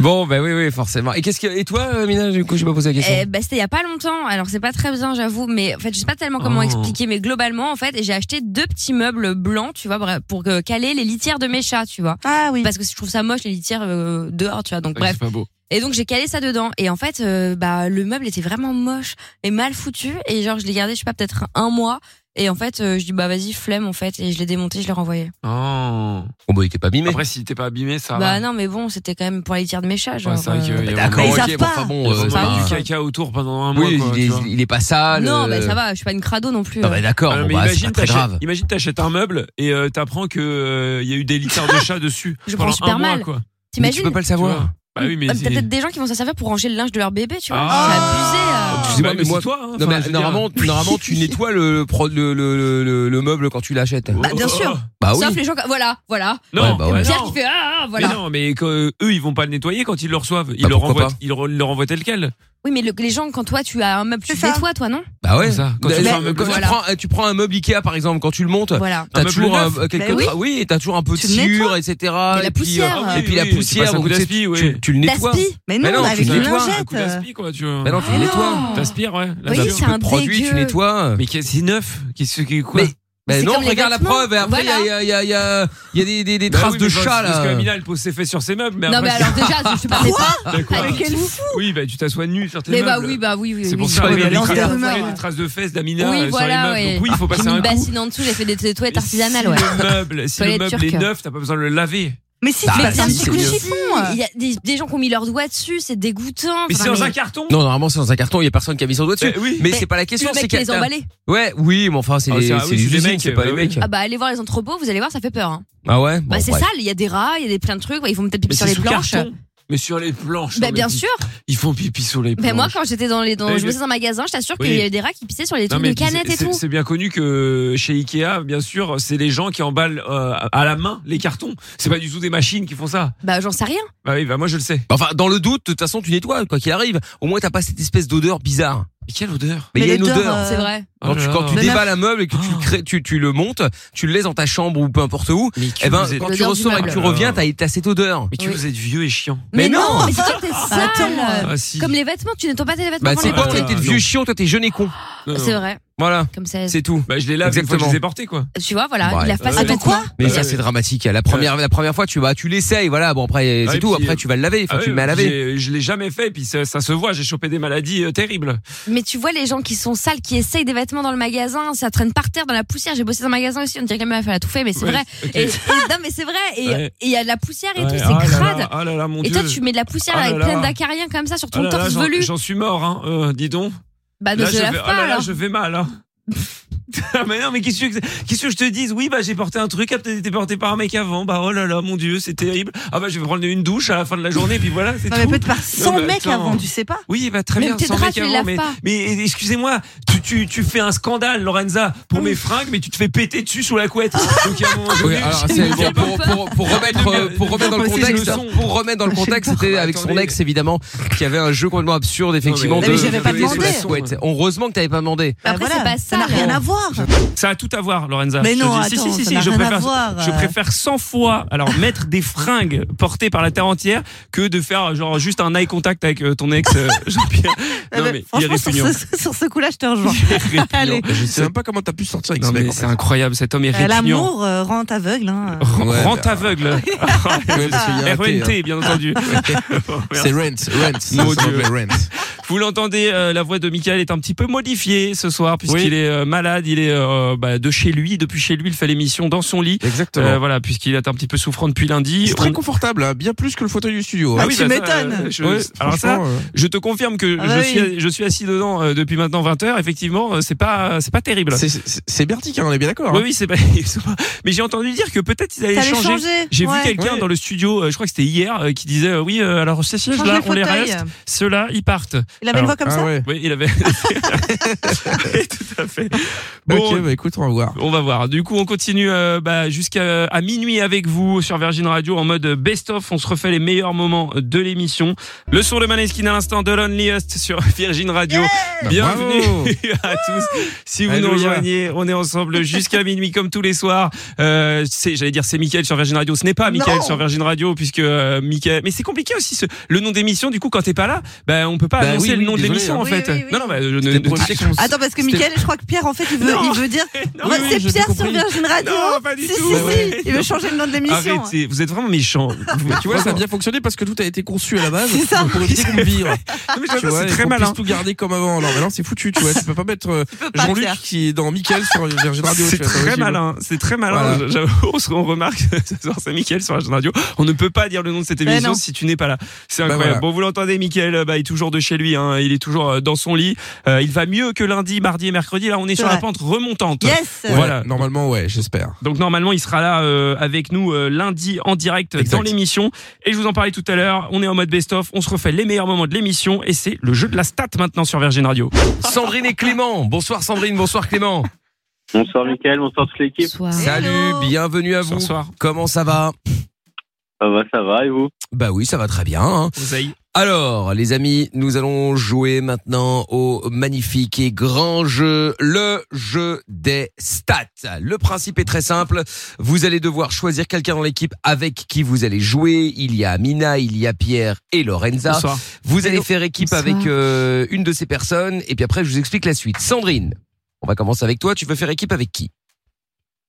A: Bon, ben oui, oui, forcément. Et qu'est-ce que et toi, euh, Mina, du coup, j'ai pas posé la question.
D: Eh ben, c'était il y a pas longtemps, alors c'est pas très bien j'avoue, mais en fait je sais pas tellement comment
E: Oh.
D: expliquer, mais globalement en fait j'ai acheté deux petits meubles blancs, tu vois, bref, pour euh, caler les litières de mes chats, tu vois,
H: Ah oui.
D: parce que je trouve ça moche les litières euh, dehors, tu vois, donc bref.
E: C'est pas beau.
D: Et donc j'ai calé ça dedans. Et en fait, euh, bah le meuble était vraiment moche et mal foutu. Et genre je l'ai gardé, je sais pas, peut-être un mois. Et en fait, euh, je dis bah vas-y flemme en fait. Et je l'ai démonté, je l'ai renvoyé.
E: Oh.
A: Oh, bah, il était pas mimé.
E: Après, si t'es pas abîmé, ça.
D: Bah non, mais bon, c'était quand même pour les tirs de mes chats. Genre,
E: Ouais, c'est vrai qu'il y a-
D: euh,
E: il y a
A: D'accord,
H: Ils
A: ok,
H: savent
A: bon,
H: pas.
A: enfin
E: Il y
A: bon,
E: a
A: euh, c'est
E: vraiment
A: pas-
E: du caca autour pendant un mois.
A: Oui,
E: quoi,
A: il,
E: tu
A: est,
E: vois.
A: il est pas sale.
D: non,
A: euh,
D: bah ça va, je suis pas une crado non plus.
A: Non, bah, d'accord,
E: Ah,
A: bon,
E: mais
A: bah, c'est
E: imagine,
A: pas très
E: t'achètes-
A: grave.
E: imagine, t'achètes un meuble et euh, t'apprends que euh, il y a eu des litards
D: [LAUGHS]
E: de chat dessus.
D: Je
E: pendant
D: prends super
E: un mois,
D: mal.
E: quoi.
A: Mais tu
D: T'imagines
A: peux pas le savoir.
E: Bah oui, mais.
D: Ah,
E: c'est-
D: T'as peut-être des gens qui vont s'en servir pour ranger le linge de leur bébé, tu vois.
E: Ah.
D: C'est abusé. euh.
A: Excusez-moi,
E: Bah,
A: mais moi-
E: c'est toi. hein,
A: Non,
E: enfin,
A: mais
E: je veux dire.
A: normalement, normalement, tu nettoies le, pro- le, le, le, le- le meuble quand tu l'achètes.
E: Oh,
H: bien
E: oh,
H: sûr.
E: oh.
A: Bah oui.
D: Sauf les gens. Voilà, voilà.
E: Non,
A: Ouais, bah ouais.
E: mais
D: Pierre
E: non.
D: qui fait ah ah,
E: Mais
D: voilà.
E: non, mais que, euh, eux, ils vont pas le nettoyer quand ils le reçoivent. Ils
A: Bah,
E: le
A: pourquoi
E: renvoient,
A: pas
E: ils le, ils le renvoient tel quel.
D: Oui, mais le- les gens quand toi tu as un meuble, tu
H: C'est ça.
D: nettoies toi non
A: Bah ouais.
E: Comme ça, quand
A: Bah,
E: tu
A: bah,
E: fais un meuble
A: quand tu
D: neuf.
A: prends- euh, tu prends un meuble Ikea par exemple, quand tu le montes,
D: Voilà.
A: t'as
E: meuble
A: toujours
E: neuf.
A: un- quelques
H: Bah oui.
A: tra- oui, t'as toujours un peu de
H: Tu le nettoies.
A: sciure, etc.
D: Et la poussière.
E: Ah
A: et puis la
E: oui, tu
A: poussière,
E: passes un
A: donc
E: coup
A: tu sais,
E: d'aspi, oui.
A: tu, tu le nettoies.
D: T'aspis.
H: Mais
A: Mais
H: non,
A: non,
H: avec
A: tu
H: une
A: nettoies.
E: Un
H: lingette.
E: coup d'aspi, quoi, tu vois.
A: Bah non, tu le
D: Ah non.
A: nettoies.
E: T'aspires, ouais. la
D: Oui,
E: nature.
D: c'est un
A: Produit,
D: dégueu.
A: tu nettoies.
E: Mais qu'est- c'est neuf. Qu'est-ce que quoi
A: Mais- Bah
D: C'est
A: non,
D: comme les
A: regarde la
D: vêtements.
A: preuve. Et après, il y a-
D: Voilà.
A: il y, a- il y a il y a des, des, des
E: Bah
A: traces
E: oui,
A: de
E: mais parce-
A: chat là.
E: Parce que Amina, elle pose ses fesses sur ses meubles. Mais
D: Non mais
E: après,
D: alors déjà, je te parlais pas.
E: c'est- d'accord.
D: Pas du tout.
E: Oui, bah tu t'assois nu sur tes
D: Mais
E: meubles.
D: bah oui, bah oui, oui.
E: C'est
D: oui.
E: pour ça
A: Oui,
E: qu'il y a
A: mais
E: des
H: lance des
E: traces-
H: rumeurs,
E: il y a
H: ouais.
E: des traces de fesses d'Amina
D: Oui,
E: euh, sur les
D: voilà,
E: meubles.
D: ouais.
E: Donc oui, il faut
D: J'ai
E: passer
D: mis
E: un
D: une
E: coup.
D: bassine en dessous, j'ai fait des, des toilettes
E: Et
D: artisanales,
E: si le
D: ouais.
E: [LAUGHS] meuble, si le
D: Toilette
E: meuble est
D: turque.
E: neuf, t'as pas besoin de le laver.
H: Mais si,
A: Bah,
H: tu
A: mais
H: passes un
A: si,
H: petit coup de
A: c'est-
H: chiffon.
D: Il y a des, des gens qui ont mis leurs doigts dessus, c'est dégoûtant.
E: Mais
D: Enfin,
E: c'est dans un carton.
A: Non, normalement, c'est dans un carton. Il y a personne qui a mis son doigt dessus.
E: Bah oui.
A: Mais
D: Mais
A: c'est pas la question.
D: le mec
A: C'est
D: qui
A: qu'il
D: les
A: y
D: a
A: a-
D: emballés.
A: Ouais, oui, mais enfin, c'est
E: Ah,
A: des,
E: c'est- ah
A: c'est
E: oui,
A: des
E: c'est des
A: usines,
E: mecs,
A: c'est pas
E: bah
A: les
E: oui.
A: mecs.
D: Ah bah allez voir les entrepôts, vous allez voir, ça fait peur. hein.
A: Ah ouais.
D: bah
A: Bon,
D: c'est
A: bref.
D: sale, il y a des rats, il y a des plein de trucs, ouais, ils vont peut-être pipi
E: Mais
D: sur
E: c'est
D: les
E: sous
D: planches.
E: carton. Mais sur les planches.
D: Bah
E: non,
D: bien
E: mais
D: sûr.
E: Ils font pipi sur les planches.
D: Mais moi quand j'étais dans les dans
E: Mais
D: je bossais
E: je-
D: dans un magasin, je t'assure
E: Oui.
D: qu'il y avait des rats qui pissaient sur les
E: Non,
D: trucs
E: mais
D: de canettes
E: c'est-
D: et
E: c'est-
D: tout.
E: C'est bien connu que euh, chez Ikea, bien sûr, c'est les gens qui emballent euh, à la main les cartons. C'est pas du tout des machines qui font ça.
D: Bah j'en sais rien.
E: Bah oui, bah moi je le sais.
A: Bah, Enfin, dans le doute, de toute façon, tu nettoies quoi qu'il arrive. Au moins, t'as pas cette espèce d'odeur bizarre.
E: Mais quelle odeur
A: Mais il y a une
H: l'odeur,
A: odeur.
H: euh,
D: C'est vrai.
A: Quand tu, quand tu
H: Le
A: déballes un meuble et que tu,
E: Oh.
A: crées, tu, tu le montes, tu le laisses dans ta chambre ou peu importe où,
E: Mais
A: eh
E: que
A: ben,
E: vous êtes-
A: quand tu
D: L'odeur du
A: ressors et que
D: meuble.
A: tu reviens, t'as t'as cette odeur.
E: mais que
D: Oui.
E: vous êtes vieux et chiant.
A: Mais non
D: mais Euh, c'est toi t'es
H: Attends.
D: sale.
E: Ah si.
D: Comme les vêtements, tu nettoies pas tes vêtements
A: Bah,
D: avant
A: c'est
D: de les
A: quoi, on
E: Ah,
D: porter.
A: était de vieux
E: Non.
A: chiant, toi t'es jeune et con.
C: Non,
D: C'est
C: non.
D: vrai.
A: Voilà.
D: Comme ça. Ah,
A: C'est tout.
C: Bah, je les lave une fois que
A: Exactement.
C: je les ai portés, quoi.
D: Tu vois, voilà,
A: Ouais.
D: il lave pas
C: Euh,
D: ses
C: attends,
D: vêtements.
H: quoi
A: Mais
C: Ah
A: ça
C: ouais.
A: c'est dramatique. La première, la première fois tu vas, tu l'essayes, voilà. Bon après
C: Ah,
A: c'est
C: et
A: tout.
C: puis,
E: euh,
A: Après tu vas le laver. Enfin
C: Ah
A: tu
C: ouais,
A: le mets à laver.
C: j'ai- Je l'ai jamais fait, puis ça, ça se voit, j'ai chopé des maladies euh, terribles.
D: Mais tu vois les gens qui sont sales, qui essayent des vêtements dans le magasin, ça traîne par terre dans la poussière. J'ai bossé dans un magasin aussi, on dirait que la meuf elle a tout fait, mais c'est
C: Ouais,
D: vrai.
C: ok.
D: Et, et- non mais c'est vrai. Et et il
C: Ouais.
D: y a de la poussière et
C: Ouais,
D: tout, c'est
C: ah là là,
D: crade.
C: Ah là là, mon
D: et
C: Dieu.
D: toi tu mets de la poussière
C: Ah là
D: avec
C: là.
D: plein d'acariens comme ça sur
C: Ah
D: ton
C: là là,
D: torse
C: j'en-
D: velu.
C: J'en suis mort, hein. euh, dis donc.
D: Bah ne
C: là,
D: se
C: je
D: lave
C: vais,
D: pas
C: ah là là,
D: alors.
C: je vais mal. hein. [LAUGHS] Ah, mais non, mais qu'est-ce que, qu'est-ce que je te dise Oui, bah j'ai porté un truc, a peut-être été porté par un mec avant. Bah oh là là, mon Dieu, c'est terrible. Ah bah je vais prendre une douche à la fin de la journée, puis voilà, c'est
H: Non,
C: tout.
H: mais peut-être par 100
C: mais
H: mecs
C: attends.
H: avant, tu sais pas.
C: Oui, bah très
D: Même
C: bien,
D: tes
C: 100 mecs
D: draps, tu les
C: avant,
D: laves
C: mais,
D: pas.
C: mais eh, excusez-moi, tu, tu, tu fais un scandale, Lorenza, pour mes fringues, mais tu te fais péter dessus sous la couette. Donc, à un moment donné,
A: Oui, alors, c'est-
D: Ça fait
A: pour,
D: peur.
A: pour- pour remettre, euh, pour remettre dans le
H: C'est
A: contexte,
C: le son.
A: pour remettre
D: Ah,
A: dans le contexte, c'était avec son
C: Attendez.
A: ex évidemment, qui avait un jeu complètement absurde effectivement.
H: Mais
A: de-
H: j'avais pas
A: de- sous la
H: demandé.
A: couette. Heureusement que t'avais pas demandé.
H: Bah
D: Après,
H: voilà,
D: c'est pas
H: ça n'a
D: sale.
H: rien à voir.
E: Ça a tout à voir, Lorenza.
H: Mais
E: Je
H: non,
E: te dis, si,
H: attends,
E: si, si,
H: ça
E: si,
H: n'a
E: je
H: rien à
E: préfère,
H: voir. euh.
E: je préfère 100 fois alors mettre des fringues portées par la terre entière que de faire genre juste un eye contact avec euh, ton ex
H: [LAUGHS]
E: euh, Jean-Pierre.
H: Ah
E: Non
H: bah,
E: mais il est
H: franchement, sur
E: répugnant.
H: ce, [LAUGHS] sur ce coup-là, je te rejoins. Allez.
F: Je sais même pas comment t'as pu sortir avec
E: Non
F: ce mec.
E: mais
F: en
E: c'est
F: fait.
E: incroyable, cet homme est
H: Euh,
E: répugnant. Oh,
H: L'amour euh, rend aveugle. Hein.
E: R-
F: Ouais, bah.
E: Rente aveugle. [LAUGHS]
F: Ouais, parce qu'il y a un T, hein.
E: RNT, bien entendu.
F: [LAUGHS] C'est Rent, Rent. Ça
E: Mon
F: s'appelle Rent.
E: Vous l'entendez, euh, la voix de Michael est un petit peu modifiée ce soir puisqu'il est euh, malade, il est euh, bah, de chez lui, depuis chez lui, il fait l'émission dans son lit.
F: Exactement.
E: Euh, voilà, puisqu'il est un petit peu souffrant depuis lundi.
F: C'est très
E: On-
F: confortable, hein, bien plus que le fauteuil du studio.
E: Ah
F: hein.
E: oui,
H: tu
E: bah ça,
H: m'étonnes.
E: euh, je-
F: Ouais,
E: alors ça,
F: franchement, euh,
E: je te confirme que
H: Ah
E: je,
H: bah
E: suis, je suis assis dedans euh, depuis maintenant 20 heures. Effectivement, euh, c'est pas, c'est pas terrible.
F: c'est- c'est c'est Bertic, hein, on est bien d'accord.
E: Oui,
F: hein.
E: oui, c'est pas. [LAUGHS] Mais j'ai entendu dire que peut-être ils allaient
H: T'allais
E: changer.
H: changer.
E: J'ai
H: ouais.
E: vu quelqu'un
F: Ouais.
E: dans le studio, euh, je crois que c'était hier, euh, qui disait euh, oui, euh, alors ces
H: Change
E: sièges-là,
H: les
E: on les
H: fauteuils.
E: reste, ceux-là, ils partent.
H: Il avait une voix comme
F: Ah
H: ça
F: ouais.
E: Oui, il avait. [LAUGHS] Oui, tout à fait. Bon,
F: Ok, bah écoute, on va voir.
E: on va voir. Du coup, on continue euh, bah, jusqu'à à minuit avec vous sur Virgin Radio en mode best-of. On se refait les meilleurs moments de l'émission. Le son de Maneskin à l'instant de Loneliest sur [LAUGHS] Virgin Radio.
F: Bah,
E: Bienvenue [LAUGHS] à tous. Si vous nous
F: Alléluia.
E: rejoignez, on est
F: [LAUGHS]
E: ensemble jusqu'à minuit comme tous les soirs. Euh, c'est- J'allais dire c'est Mickaël sur Virgin Radio. Ce n'est pas Mickaël
H: Non.
E: sur Virgin Radio puisque euh, Mickaël- Mais c'est compliqué aussi ce- le nom d'émission. Du coup, quand t'es pas là, bah, on peut pas
F: Bah
E: annoncer
F: oui,
E: le
F: oui,
E: nom de
F: désolé,
E: l'émission
F: hein.
E: en
H: Oui,
E: fait.
H: oui, oui.
E: Non, non, bah, je ne-
F: C'était pour une question.
H: Attends, parce que
F: C'était-
H: Mickaël, je crois que Pierre, en fait, il veut,
E: Non.
H: il veut dire.
E: Non,
H: Ouais,
E: oui,
H: c'est
E: oui, j'ai
H: Pierre
E: bien
H: sur
E: compris.
H: Virgin Radio. hein.
E: Non, pas du
H: si,
E: tout.
H: si,
E: Ouais,
H: si. Il veut changer le nom de l'émission.
E: Arrêtez, vous êtes
F: [LAUGHS]
E: vraiment méchant.
F: Tu vois, ça a bien fonctionné parce que tout a été conçu à la base
H: C'est ça.
F: pour éviter qu'on me
E: [LAUGHS]
F: vire. hein. Tu vois,
E: c'est
F: et
E: très
F: qu'on
E: malin.
F: puisse tout garder comme avant. Alors maintenant, c'est foutu, tu vois. Tu peux pas mettre
H: [LAUGHS]
F: euh,
H: pas
F: Jean-Luc
H: faire.
F: qui est dans Michael sur Virgin Radio.
E: C'est
F: tu vois, pas
E: très
F: possible.
E: malin, c'est très malin.
F: hein. Voilà.
E: J'avoue, On, se- on remarque [LAUGHS] ce soir, c'est Mickaël sur Virgin Radio. On ne peut pas dire le nom de cette
H: Eh
E: émission
H: non.
E: si tu n'es pas là. C'est
F: Bah
E: incroyable.
F: voilà.
E: Bon, vous l'entendez, Mickaël bah, il est toujours de chez lui, hein, il est toujours euh, dans son lit. Euh, il va mieux que lundi, mardi et mercredi. Là, on est sur
H: vrai.
E: la pente remontante.
H: Yes.
F: Ouais,
E: Voilà.
F: Normalement, ouais, j'espère.
E: Donc normalement, il sera là euh, avec nous euh, lundi en direct
F: Exact.
E: dans l'émission. Et je vous en parlais tout à l'heure, on est en mode best-of, on se refait les meilleurs moments de l'émission et c'est le jeu de la stat maintenant sur Virgin Radio.
A: Sandrine et Clément. Bonsoir Sandrine, bonsoir Clément.
B: Bonsoir, Mickaël. Bonsoir, toute l'équipe.
D: Soir.
A: Salut, bienvenue à vous.
E: Bonsoir.
A: Comment ça va
B: Ça va, ça va. Et vous
A: Bah oui, ça va très bien. hein.
E: Oseille.
A: Alors, les amis, nous allons jouer maintenant au magnifique et grand jeu, le jeu des stats. Le principe est très simple. Vous allez devoir choisir quelqu'un dans l'équipe avec qui vous allez jouer. Il y a Amina, il y a Pierre et Lorenza.
E: Bonsoir.
A: Vous allez faire équipe
D: Bonsoir.
A: avec euh, une de ces personnes et puis après, je vous explique la suite. Sandrine, on va commencer avec toi. Tu veux faire équipe avec qui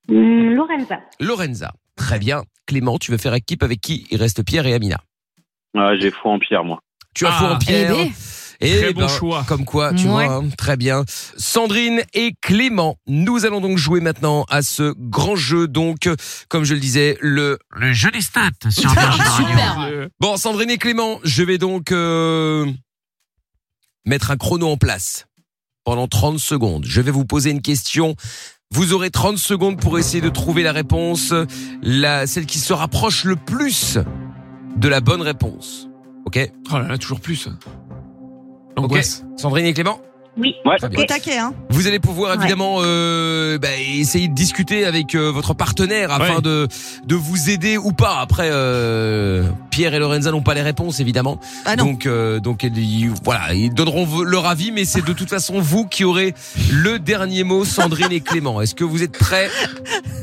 L: Lorenza.
A: Lorenza. Très bien. Clément, tu veux faire équipe avec qui Il reste Pierre et Amina.
B: ah, J'ai foi en Pierre, moi.
A: Tu as
E: Ah,
A: foi en Pierre.
D: eh ben.
A: Et
E: Très bon choix.
A: Comme quoi, tu
D: Ouais.
A: vois, hein, très bien. Sandrine et Clément, nous allons donc jouer maintenant à ce grand jeu. Donc, comme je le disais, le le jeu des stats sur
E: Ah,
D: [LAUGHS] Super.
A: [LAUGHS] Bon, Sandrine et Clément, je vais donc euh, mettre un chrono en place pendant 30 secondes. Je vais vous poser une question. Vous aurez 30 secondes pour essayer de trouver la réponse, la, celle qui se rapproche le plus de la bonne réponse. Ok
C: Oh là là, toujours plus.
A: Ok.
C: L'angoisse.
A: Sandrine et Clément
L: Oui.
B: Ouais.
A: Très bien.
H: Au taquet, hein.
A: Vous allez pouvoir
L: Ouais.
A: évidemment euh, bah, essayer de discuter avec euh, votre partenaire afin
E: Ouais.
A: de de vous aider ou pas. Après, euh, Pierre et Lorenza n'ont pas les réponses évidemment.
H: Ah
A: Donc euh, donc ils- voilà, ils donneront vo- leur avis mais c'est de toute façon vous qui aurez le dernier mot Sandrine
H: [LAUGHS]
A: et Clément. Est-ce que vous êtes prêts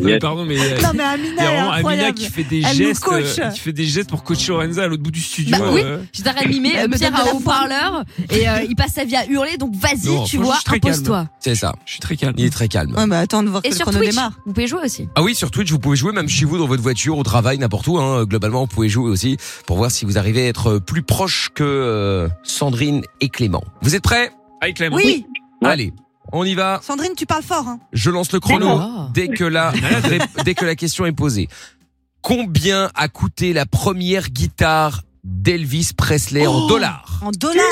E: Oui, pardon, mais, euh,
H: Non, mais Amina,
E: il y a vraiment
H: elle est
E: Amina
H: incroyable.
E: qui fait des
H: Elle nous
E: gestes,
H: coach.
E: euh, qui fait des gestes pour coacher Lorenza à l'autre bout du studio.
D: Bah oui,
E: euh.
D: je t'arrête de mimer.
H: Elle me
D: Pierre
H: donne de
D: a
H: la
D: un haut-parleur et euh, il passe sa vie à hurler. Donc vas-y,
A: Non,
D: tu
A: franchement,
D: vois,
A: je suis très calme.
D: impose-toi.
A: C'est ça. Je suis très calme. Il est très calme.
H: Ouais, bah attends de voir que
D: Et
H: le
D: sur
H: chrono
D: Twitch,
H: démarre.
D: vous pouvez jouer aussi.
A: Ah oui, sur Twitch, vous pouvez jouer même chez vous, dans votre voiture, au travail, n'importe où. Hein. Globalement, vous pouvez jouer aussi pour voir si vous arrivez à être plus proche que euh, Sandrine et Clément. Vous êtes prêts Allez, Clément.
H: Oui.
A: Allez, on y va.
H: Sandrine, tu parles fort. Hein.
A: Je lance le chrono
H: D'accord.
A: dès que [LAUGHS] la dès que la question est posée. Combien a coûté la première guitare d'Elvis Presley en
G: Oh.
A: dollars
H: En dollars